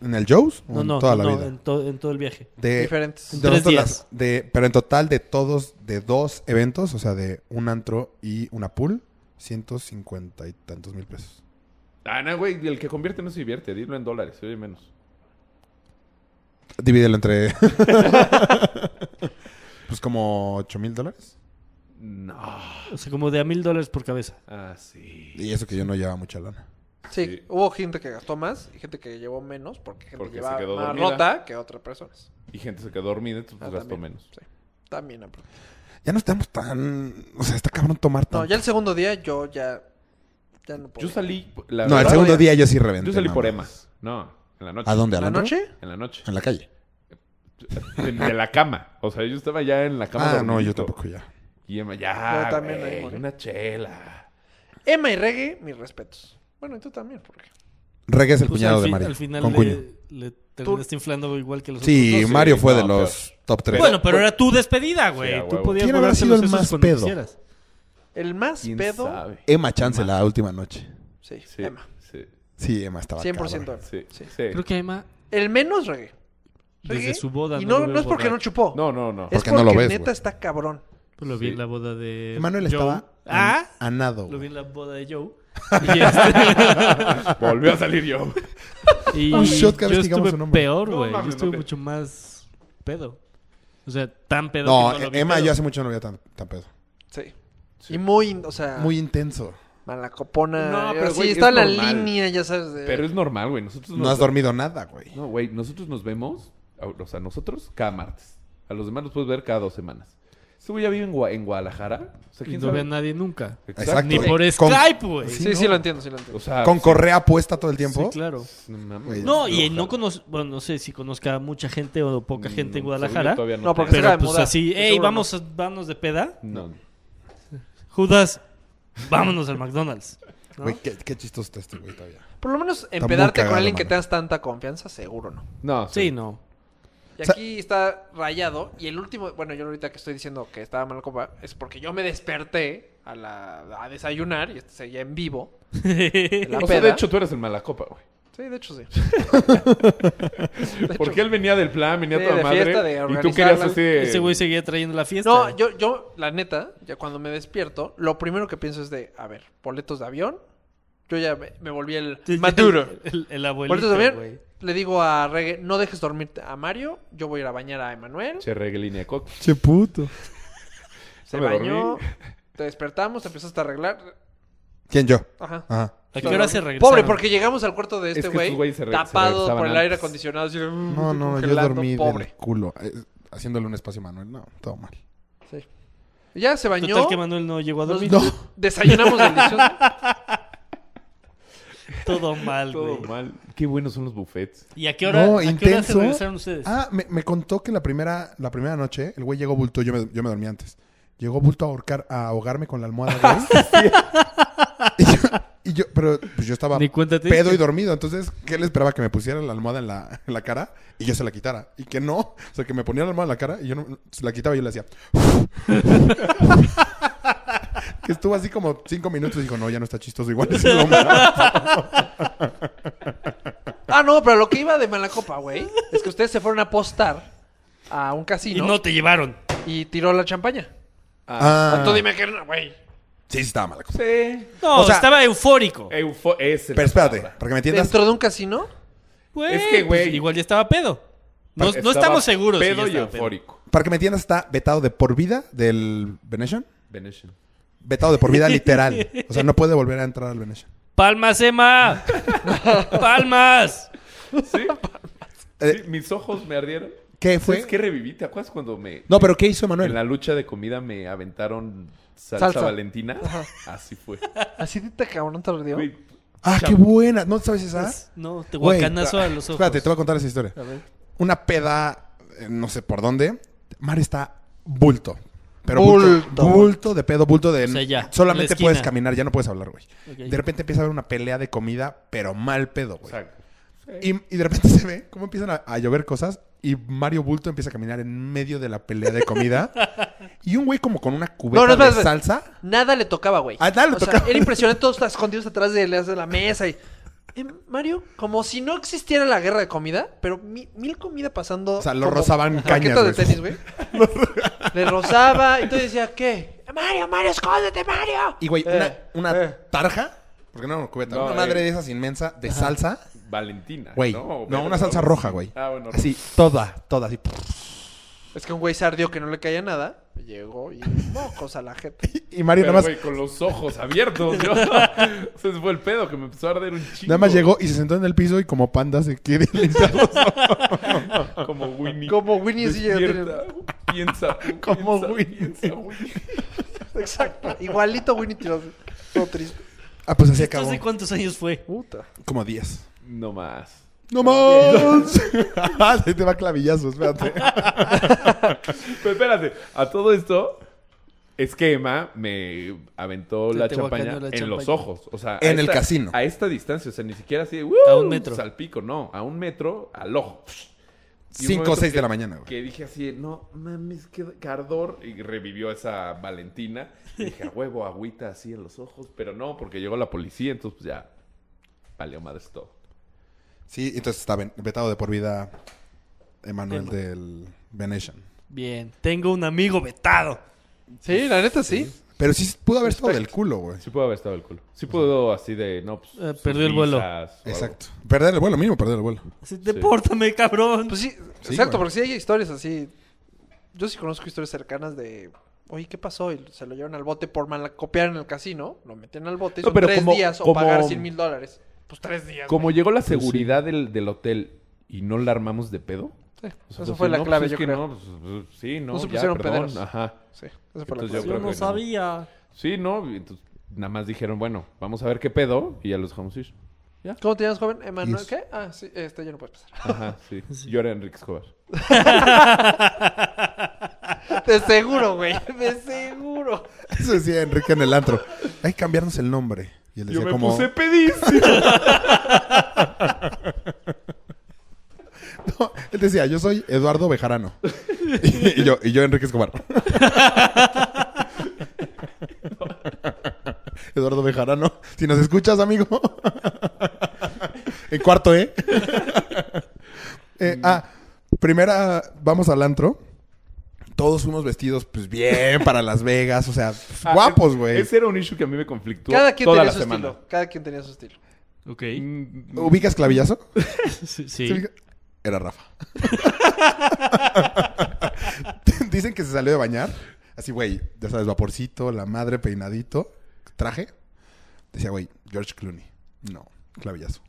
[SPEAKER 4] ¿En el Joe's? ¿O
[SPEAKER 5] No,
[SPEAKER 4] en
[SPEAKER 5] no,
[SPEAKER 4] toda
[SPEAKER 5] no,
[SPEAKER 4] la
[SPEAKER 5] no,
[SPEAKER 4] vida.
[SPEAKER 5] en, to- en todo el viaje.
[SPEAKER 4] De,
[SPEAKER 6] Diferentes.
[SPEAKER 4] de
[SPEAKER 5] Tres
[SPEAKER 4] nosotros
[SPEAKER 5] días.
[SPEAKER 4] las- de- pero en total de todos, de dos eventos, o sea, de un antro y una pool, 150 y tantos mil pesos.
[SPEAKER 7] Ah, no, güey, el que convierte no se divierte. Dilo en dólares, se oye menos.
[SPEAKER 4] Divídelo entre... pues como 8 mil dólares.
[SPEAKER 7] No.
[SPEAKER 5] O sea, como de a mil dólares por cabeza.
[SPEAKER 7] Ah, sí.
[SPEAKER 4] Y eso que yo no llevaba mucha lana.
[SPEAKER 6] Sí,
[SPEAKER 7] Sí.
[SPEAKER 6] hubo gente que gastó más y gente que llevó menos porque gente
[SPEAKER 7] Porque se
[SPEAKER 6] llevaba
[SPEAKER 7] quedó
[SPEAKER 6] más
[SPEAKER 7] dormida.
[SPEAKER 6] rota que otras personas.
[SPEAKER 7] Y gente se quedó dormida, entonces
[SPEAKER 6] Ah,
[SPEAKER 7] pues, gastó
[SPEAKER 6] también.
[SPEAKER 7] menos.
[SPEAKER 6] Sí. También, aparte.
[SPEAKER 4] Ya no estamos tan. O sea, está cabrón tomar tanto.
[SPEAKER 6] No, ya el segundo día yo ya. Ya no puedo.
[SPEAKER 7] Yo salí. La
[SPEAKER 4] No, el
[SPEAKER 7] verdad,
[SPEAKER 4] segundo
[SPEAKER 6] Todavía.
[SPEAKER 4] día yo sí reventé.
[SPEAKER 7] Yo salí por
[SPEAKER 4] mamá.
[SPEAKER 7] emas. No, en la noche.
[SPEAKER 4] ¿A dónde? ¿A
[SPEAKER 6] ¿La
[SPEAKER 4] la noche?
[SPEAKER 6] noche?
[SPEAKER 7] En la noche.
[SPEAKER 4] En la calle.
[SPEAKER 7] De, de la cama. O sea, yo estaba ya en la cama.
[SPEAKER 4] Ah, no, yo
[SPEAKER 7] dormidito.
[SPEAKER 4] tampoco ya.
[SPEAKER 7] Y Emma, ya.
[SPEAKER 6] Yo también,
[SPEAKER 7] güey,
[SPEAKER 6] ahí morí.
[SPEAKER 7] una chela.
[SPEAKER 6] Emma y Reggae, mis respetos. Bueno, y tú también, porque.
[SPEAKER 4] Reggae es el
[SPEAKER 5] Pues,
[SPEAKER 4] cuñado
[SPEAKER 5] al
[SPEAKER 4] de
[SPEAKER 5] fin-
[SPEAKER 4] Mario.
[SPEAKER 5] Al final
[SPEAKER 4] con
[SPEAKER 5] le,
[SPEAKER 4] cuño.
[SPEAKER 5] le terminaste inflando igual que los
[SPEAKER 4] Sí,
[SPEAKER 7] Sí,
[SPEAKER 4] Mario fue
[SPEAKER 7] no,
[SPEAKER 4] de los top 3.
[SPEAKER 5] Bueno, pero era tu despedida, güey.
[SPEAKER 7] a
[SPEAKER 5] Tú
[SPEAKER 7] huevo.
[SPEAKER 5] podías
[SPEAKER 4] ¿Quién habrá
[SPEAKER 5] guardarte
[SPEAKER 4] sido
[SPEAKER 5] los
[SPEAKER 4] el
[SPEAKER 5] sesos
[SPEAKER 4] más
[SPEAKER 5] cuando
[SPEAKER 4] pedo?
[SPEAKER 5] quisieras.
[SPEAKER 6] El más
[SPEAKER 7] ¿Quién
[SPEAKER 6] pedo.
[SPEAKER 7] sabe?
[SPEAKER 4] Emma Chance la última noche.
[SPEAKER 6] Sí,
[SPEAKER 7] Sí,
[SPEAKER 6] Emma.
[SPEAKER 7] sí,
[SPEAKER 4] Sí, Emma
[SPEAKER 5] Ah,
[SPEAKER 4] estaba
[SPEAKER 6] 100%
[SPEAKER 4] cabrón.
[SPEAKER 6] Emma.
[SPEAKER 7] sí, sí.
[SPEAKER 5] Creo que Emma,
[SPEAKER 6] El menos Reggae.
[SPEAKER 5] Desde
[SPEAKER 6] Reggae,
[SPEAKER 5] su boda
[SPEAKER 6] Y
[SPEAKER 5] no
[SPEAKER 6] no,
[SPEAKER 5] lo
[SPEAKER 6] no
[SPEAKER 5] veo
[SPEAKER 6] es porque no
[SPEAKER 5] borracho.
[SPEAKER 6] chupó.
[SPEAKER 7] No, no, no.
[SPEAKER 6] Es
[SPEAKER 4] Porque
[SPEAKER 6] porque,
[SPEAKER 4] no lo ves,
[SPEAKER 6] neta
[SPEAKER 4] güey.
[SPEAKER 6] está cabrón.
[SPEAKER 5] pues, lo vi
[SPEAKER 7] Sí.
[SPEAKER 5] en la boda de.
[SPEAKER 4] Manuel
[SPEAKER 5] Joe.
[SPEAKER 4] estaba a-
[SPEAKER 5] Ah,
[SPEAKER 4] a nado.
[SPEAKER 5] lo
[SPEAKER 4] güey.
[SPEAKER 5] vi en la boda de Joe. Y, este-
[SPEAKER 7] Volvió a salir yo.
[SPEAKER 5] y
[SPEAKER 4] Un shot cada vez que
[SPEAKER 5] yo
[SPEAKER 4] digamos
[SPEAKER 5] estuve
[SPEAKER 4] su nombre.
[SPEAKER 5] peor,
[SPEAKER 7] No,
[SPEAKER 5] güey.
[SPEAKER 7] mames,
[SPEAKER 5] yo
[SPEAKER 7] no
[SPEAKER 5] estuve
[SPEAKER 7] pe-
[SPEAKER 5] mucho más pedo. O sea, tan pedo.
[SPEAKER 4] No, eh,
[SPEAKER 5] que lo vi
[SPEAKER 4] Emma
[SPEAKER 5] pedo.
[SPEAKER 4] yo hace mucho no veía tan, tan pedo.
[SPEAKER 6] Sí. Y muy, o
[SPEAKER 5] Ah.
[SPEAKER 6] sea,
[SPEAKER 4] Muy intenso.
[SPEAKER 7] No,
[SPEAKER 6] malacopona. No,
[SPEAKER 7] pero,
[SPEAKER 6] pero
[SPEAKER 7] güey,
[SPEAKER 6] sí, está
[SPEAKER 7] es
[SPEAKER 6] la
[SPEAKER 7] normal.
[SPEAKER 6] línea, ya sabes. de-
[SPEAKER 7] Pero es normal, güey. Nosotros
[SPEAKER 4] No has
[SPEAKER 7] nos-
[SPEAKER 4] dormido nada, güey.
[SPEAKER 7] No, güey, nosotros nos vemos, a- o sea, nosotros cada martes. A los demás los puedes ver cada dos semanas. Este güey ya vive en, Gua- en Guadalajara. O sea,
[SPEAKER 5] Y
[SPEAKER 7] ¿quién
[SPEAKER 5] no
[SPEAKER 7] sabe?
[SPEAKER 5] ve a nadie nunca.
[SPEAKER 4] Exacto.
[SPEAKER 5] Ni por
[SPEAKER 4] Con-
[SPEAKER 5] Skype, güey.
[SPEAKER 6] Sí, sí, lo entiendo, sí lo entiendo.
[SPEAKER 7] O sea,
[SPEAKER 4] Con correa puesta todo el
[SPEAKER 5] Ah, Sí,
[SPEAKER 4] tiempo.
[SPEAKER 5] claro.
[SPEAKER 7] no mames.
[SPEAKER 4] Güey.
[SPEAKER 5] No, y
[SPEAKER 7] Ojalá.
[SPEAKER 5] no conozco, bueno, no sé si conozca a mucha gente o poca gente en
[SPEAKER 7] Mm, según
[SPEAKER 5] Guadalajara.
[SPEAKER 7] yo todavía no
[SPEAKER 6] No,
[SPEAKER 7] te-
[SPEAKER 6] porque se
[SPEAKER 5] Pero
[SPEAKER 6] acaba de
[SPEAKER 5] pues
[SPEAKER 6] mudar.
[SPEAKER 5] así,
[SPEAKER 6] De
[SPEAKER 5] hey,
[SPEAKER 6] seguro
[SPEAKER 5] vamos, a- vámonos de peda.
[SPEAKER 7] No.
[SPEAKER 5] Judas, vámonos al McDonald's. ¿no?
[SPEAKER 4] Güey, qué, qué chistoso está este güey todavía.
[SPEAKER 6] no. Por lo menos
[SPEAKER 4] muy
[SPEAKER 6] empedarte
[SPEAKER 4] cagado,
[SPEAKER 6] con alguien que
[SPEAKER 4] mano.
[SPEAKER 6] tengas tanta confianza, seguro no.
[SPEAKER 7] No,
[SPEAKER 5] Sí, no.
[SPEAKER 6] Y
[SPEAKER 4] O sea-
[SPEAKER 6] aquí está rayado. Y el último, bueno, yo ahorita que estoy diciendo que estaba mal copa, es porque yo me desperté a, la, a desayunar y este seguía en vivo. en la
[SPEAKER 7] O sea, de
[SPEAKER 6] peda.
[SPEAKER 7] hecho, tú eres el malacopa, güey.
[SPEAKER 6] Sí, de hecho sí.
[SPEAKER 7] Porque él venía del plan, venía
[SPEAKER 6] Sí,
[SPEAKER 7] toda
[SPEAKER 6] de
[SPEAKER 7] madre.
[SPEAKER 6] fiesta, de
[SPEAKER 7] y tú querías
[SPEAKER 6] organizarla.
[SPEAKER 7] así. de-
[SPEAKER 5] Ese güey seguía trayendo la fiesta.
[SPEAKER 6] No,
[SPEAKER 7] Este,
[SPEAKER 6] yo, yo, la neta, ya cuando me despierto, lo primero que pienso es de, a ver, boletos de avión. Yo ya me, me volví el
[SPEAKER 5] Sí,
[SPEAKER 6] maduro.
[SPEAKER 5] El, el
[SPEAKER 6] Boletos
[SPEAKER 5] abuelito,
[SPEAKER 6] de avión.
[SPEAKER 5] güey.
[SPEAKER 6] Le digo a Reggae, no dejes dormir a Mario. Yo voy a ir a bañar a Emanuel.
[SPEAKER 7] Che, reggae línea coca.
[SPEAKER 4] Che puto.
[SPEAKER 6] Se
[SPEAKER 7] me
[SPEAKER 6] bañó.
[SPEAKER 7] dormí.
[SPEAKER 6] Te despertamos, te empezaste a arreglar.
[SPEAKER 4] ¿Quién yo?
[SPEAKER 6] Ajá.
[SPEAKER 4] Ajá.
[SPEAKER 5] ¿A qué hora se regresaron?
[SPEAKER 6] Pobre, porque llegamos al cuarto de
[SPEAKER 7] Es
[SPEAKER 6] este
[SPEAKER 7] que estos
[SPEAKER 6] güey
[SPEAKER 7] güeyes se re- se
[SPEAKER 6] tapado por
[SPEAKER 7] regresaban
[SPEAKER 6] el aire
[SPEAKER 7] antes.
[SPEAKER 6] acondicionado. así,
[SPEAKER 5] Mm,
[SPEAKER 6] "Mm,
[SPEAKER 4] No, no, yo
[SPEAKER 6] congelando,
[SPEAKER 4] dormí del
[SPEAKER 6] Pobre.
[SPEAKER 4] culo. eh, haciéndole un espacio a Manuel. No, todo mal.
[SPEAKER 6] Sí. Y Ya se bañó.
[SPEAKER 5] Total que Manuel no llegó a
[SPEAKER 6] nos
[SPEAKER 5] dormir.
[SPEAKER 4] No.
[SPEAKER 6] Desayunamos delicioso.
[SPEAKER 5] Todo mal,
[SPEAKER 7] Todo
[SPEAKER 5] güey.
[SPEAKER 7] mal. Qué buenos son los buffets.
[SPEAKER 5] ¿Y a qué hora,
[SPEAKER 4] No,
[SPEAKER 5] a qué hora se
[SPEAKER 4] intenso.
[SPEAKER 5] regresaron ustedes?
[SPEAKER 4] Ah, me, me contó que la primera, la primera noche el güey llegó bulto. Yo me, yo me dormí antes. Llegó bulto a, ahorcar, a ahogarme con la almohada. güey. y, yo, y yo- pero pues yo estaba
[SPEAKER 5] Ni cuenta te
[SPEAKER 4] pedo
[SPEAKER 5] diste.
[SPEAKER 4] y dormido. Entonces, ¿qué le esperaba? Que me pusiera la almohada en la, en la cara y yo se la quitara. Y que no. O sea, que me ponía la almohada en la cara y yo no, se la quitaba y yo le hacía. que estuvo así como cinco minutos y dijo, no, ya no está chistoso. Igual es el hombre.
[SPEAKER 6] Ah, no, pero lo que iba de mala copa, güey, es que ustedes se fueron a apostar a un
[SPEAKER 5] Y
[SPEAKER 6] casino y,
[SPEAKER 5] no te llevaron.
[SPEAKER 6] tiró la champaña.
[SPEAKER 4] Ah,
[SPEAKER 6] Tú dime que no, güey.
[SPEAKER 4] sí, sí, estaba mal.
[SPEAKER 7] Sí.
[SPEAKER 5] No,
[SPEAKER 4] O sea-
[SPEAKER 5] estaba eufórico.
[SPEAKER 7] Eufo ese.
[SPEAKER 4] Pero espérate, para que me entiendas.
[SPEAKER 6] ¿Dentro de un casino?
[SPEAKER 5] Güey,
[SPEAKER 7] es que, güey-
[SPEAKER 5] pues, igual ya estaba pedo. No, no
[SPEAKER 7] Estaba
[SPEAKER 5] estamos seguros. si ya
[SPEAKER 7] Pedo y
[SPEAKER 5] estaba pedo.
[SPEAKER 7] eufórico.
[SPEAKER 4] Para que me entiendas, está vetado de por vida del Venetian.
[SPEAKER 7] Venetian.
[SPEAKER 4] Vetado de por vida literal. O sea, no puede volver a entrar al Venetian.
[SPEAKER 5] ¡Palmas, Emma! ¡Palmas!
[SPEAKER 7] Sí.
[SPEAKER 4] Eh,
[SPEAKER 7] Sí, mis ojos me ardieron.
[SPEAKER 4] ¿Qué fue?
[SPEAKER 7] ¿Sabes qué reviví? ¿Te acuerdas cuando me...
[SPEAKER 4] No, pero ¿qué hizo
[SPEAKER 7] En
[SPEAKER 4] Manuel?
[SPEAKER 7] la lucha de comida me aventaron salsa,
[SPEAKER 6] Salsa.
[SPEAKER 7] valentina. Así fue.
[SPEAKER 6] Así de te cabrón te ardió.
[SPEAKER 7] Güey,
[SPEAKER 4] Ah, qué buena. ¿No sabes esa?
[SPEAKER 5] No, te
[SPEAKER 4] Güey,
[SPEAKER 5] guacanazo a los ojos.
[SPEAKER 4] Espérate, te voy a contar esa historia.
[SPEAKER 5] A ver.
[SPEAKER 4] Una peda, eh, no sé por dónde. Mar está bulto. Pero bulto.
[SPEAKER 6] Bulto.
[SPEAKER 4] Bulto de pedo, bulto de.
[SPEAKER 5] O sea, ya, en la
[SPEAKER 4] solamente
[SPEAKER 5] esquina.
[SPEAKER 4] puedes caminar, ya no puedes hablar, güey.
[SPEAKER 5] Ok.
[SPEAKER 4] De repente empieza a haber una pelea de comida, pero mal pedo,
[SPEAKER 7] o
[SPEAKER 4] güey.
[SPEAKER 7] sea,
[SPEAKER 4] Y, y de repente se ve cómo empiezan a, a llover cosas y Mario Bulto empieza a caminar en medio de la pelea de comida. y un güey como con una cubeta
[SPEAKER 6] No, no, espera,
[SPEAKER 4] de
[SPEAKER 6] espera.
[SPEAKER 4] salsa.
[SPEAKER 6] Nada le tocaba, güey.
[SPEAKER 4] Ah, nada le
[SPEAKER 6] O sea,
[SPEAKER 4] tocaba.
[SPEAKER 6] era impresionante todos los escondidos atrás de las- de la mesa y... Eh, Mario, como si no existiera la guerra de comida, pero mi- mil comida pasando.
[SPEAKER 4] O sea, lo
[SPEAKER 6] como
[SPEAKER 4] rozaban
[SPEAKER 6] raquetas
[SPEAKER 4] cañas,
[SPEAKER 6] de
[SPEAKER 4] güey.
[SPEAKER 6] tenis, güey. Le rozaba y tú decías, ¿qué? Mario, Mario, escóndete, Mario.
[SPEAKER 4] Y güey,
[SPEAKER 6] Eh,
[SPEAKER 4] una, una tarja. Porque no, una cubeta.
[SPEAKER 7] No,
[SPEAKER 4] una
[SPEAKER 7] eh.
[SPEAKER 4] madre de esas inmensa de salsa.
[SPEAKER 7] valentina.
[SPEAKER 4] Güey,
[SPEAKER 7] ¿no?
[SPEAKER 4] no,
[SPEAKER 7] Pero-
[SPEAKER 4] una salsa roja, güey.
[SPEAKER 7] Ah, bueno.
[SPEAKER 4] Así, toda, toda, así.
[SPEAKER 6] Es que un güey se ardió que no le caía nada. Llegó y mocos a la gente.
[SPEAKER 4] Y Mario
[SPEAKER 7] Pero,
[SPEAKER 4] nada más,
[SPEAKER 7] güey, con los ojos abiertos. yo- Ese fue el pedo que me empezó a arder un chingo.
[SPEAKER 4] nada más llegó y se sentó en el piso y como panda se quiere limpiar los
[SPEAKER 7] Como Winnie.
[SPEAKER 6] Como Winnie sí llegó.
[SPEAKER 7] Despierta, Piensa. tú,
[SPEAKER 4] Como
[SPEAKER 7] piensa,
[SPEAKER 4] Winnie.
[SPEAKER 7] piensa, Winnie.
[SPEAKER 6] Exacto. Igualito Winnie tiró. Todo triste.
[SPEAKER 4] Ah, pues así
[SPEAKER 5] ¿Esto
[SPEAKER 4] acabó.
[SPEAKER 5] hace cuántos años fue?
[SPEAKER 6] Puta.
[SPEAKER 4] Como 10.
[SPEAKER 7] No más.
[SPEAKER 4] ¡No más! Ahí te va clavillazo, espérate.
[SPEAKER 7] Pero espérate, a todo esto, Es que Emma me aventó
[SPEAKER 5] Se
[SPEAKER 7] la
[SPEAKER 5] te
[SPEAKER 7] champaña en
[SPEAKER 5] guacaneó la
[SPEAKER 7] los
[SPEAKER 5] champaña.
[SPEAKER 7] ojos. O sea, a
[SPEAKER 4] En el
[SPEAKER 7] esta-
[SPEAKER 4] casino.
[SPEAKER 7] A esta distancia, o sea, ni siquiera así.
[SPEAKER 5] A
[SPEAKER 7] ¡uh!
[SPEAKER 5] un metro.
[SPEAKER 7] Salpico, no. A un metro, al ojo. Y un
[SPEAKER 4] 5 o
[SPEAKER 7] momento
[SPEAKER 4] 6 de
[SPEAKER 7] que-
[SPEAKER 4] la mañana, güey.
[SPEAKER 7] Que dije así, no mames, qué cardor. Y revivió esa Valentina. Y dije, a huevo, agüita así en los ojos. Pero no, porque llegó la policía, entonces pues ya. Valió madre todo.
[SPEAKER 4] Sí, entonces está ben- vetado de por vida Emanuel del Venetian.
[SPEAKER 5] Bien, tengo un amigo vetado.
[SPEAKER 6] Sí, la neta sí.
[SPEAKER 4] Pero sí pudo haber estado del culo, güey.
[SPEAKER 7] Sí pudo haber estado el culo. Sí pudo así de, no, pues.
[SPEAKER 5] Eh,
[SPEAKER 7] sus
[SPEAKER 5] perdió el vuelo.
[SPEAKER 7] visas o
[SPEAKER 4] Exacto. Perder el vuelo, mínimo perder el vuelo.
[SPEAKER 5] Así, Depórtame, cabrón.
[SPEAKER 6] Pues sí,
[SPEAKER 4] Sí,
[SPEAKER 6] exacto,
[SPEAKER 4] güey.
[SPEAKER 6] porque sí hay historias así. Yo sí conozco historias cercanas de. Oye, ¿qué pasó? Y se lo llevan al bote por mal copiar en el casino. Lo meten al bote. Y
[SPEAKER 7] No,
[SPEAKER 6] son
[SPEAKER 7] pero
[SPEAKER 6] tres
[SPEAKER 7] como-
[SPEAKER 6] días o
[SPEAKER 7] como-
[SPEAKER 6] pagar 100 mil dólares. Pues tres días.
[SPEAKER 7] Como
[SPEAKER 6] güey.
[SPEAKER 7] llegó la seguridad del, del hotel y no la armamos de pedo.
[SPEAKER 6] Sí,
[SPEAKER 7] o sea,
[SPEAKER 6] eso
[SPEAKER 7] pues,
[SPEAKER 6] fue
[SPEAKER 7] sí,
[SPEAKER 6] la
[SPEAKER 7] no,
[SPEAKER 6] clave,
[SPEAKER 7] pues, es
[SPEAKER 6] yo
[SPEAKER 7] que
[SPEAKER 6] creo.
[SPEAKER 7] no, pues, pues, sí, no,
[SPEAKER 6] No se
[SPEAKER 7] ya,
[SPEAKER 6] pusieron
[SPEAKER 7] perdón,
[SPEAKER 6] pederos.
[SPEAKER 7] Ajá.
[SPEAKER 6] Sí, esa fue la
[SPEAKER 7] Entonces yo
[SPEAKER 6] clave.
[SPEAKER 7] creo que no.
[SPEAKER 5] sabía.
[SPEAKER 7] Sí, no, y entonces nada más dijeron, bueno, vamos a ver qué pedo y ya los dejamos ir.
[SPEAKER 6] ¿Cómo te llamas, joven? Emanuel,
[SPEAKER 4] Yes.
[SPEAKER 6] ¿qué? Ah, sí, este ya no puedes pasar.
[SPEAKER 7] Ajá, sí. Yo era Enrique Escobar.
[SPEAKER 6] Ah, De seguro, güey. De seguro.
[SPEAKER 4] Eso decía Enrique en el antro. Hay que cambiarnos el nombre. Y él decía como...
[SPEAKER 7] pedísimo.
[SPEAKER 4] No, él decía, yo soy Eduardo Bejarano. y, y yo, y yo Enrique Escobar. Eduardo Bejarano, si nos escuchas, amigo. en cuarto, ¿eh? Eh, ah, primera, vamos al antro. Todos fuimos vestidos, pues bien, para Las Vegas, o sea, pues, guapos, güey.
[SPEAKER 7] Ese era un issue que a mí me conflictó
[SPEAKER 6] Cada quien
[SPEAKER 7] toda
[SPEAKER 6] tenía
[SPEAKER 7] la
[SPEAKER 6] su
[SPEAKER 7] semana.
[SPEAKER 6] estilo. Cada quien tenía su estilo.
[SPEAKER 5] Ok.
[SPEAKER 7] Mm,
[SPEAKER 4] ¿Ubicas clavillazo?
[SPEAKER 5] Sí.
[SPEAKER 4] Era Rafa. Dicen que se salió de bañar. Así, güey, ya sabes, vaporcito, la madre, peinadito, traje. Decía, güey, George Clooney. No, clavillazo.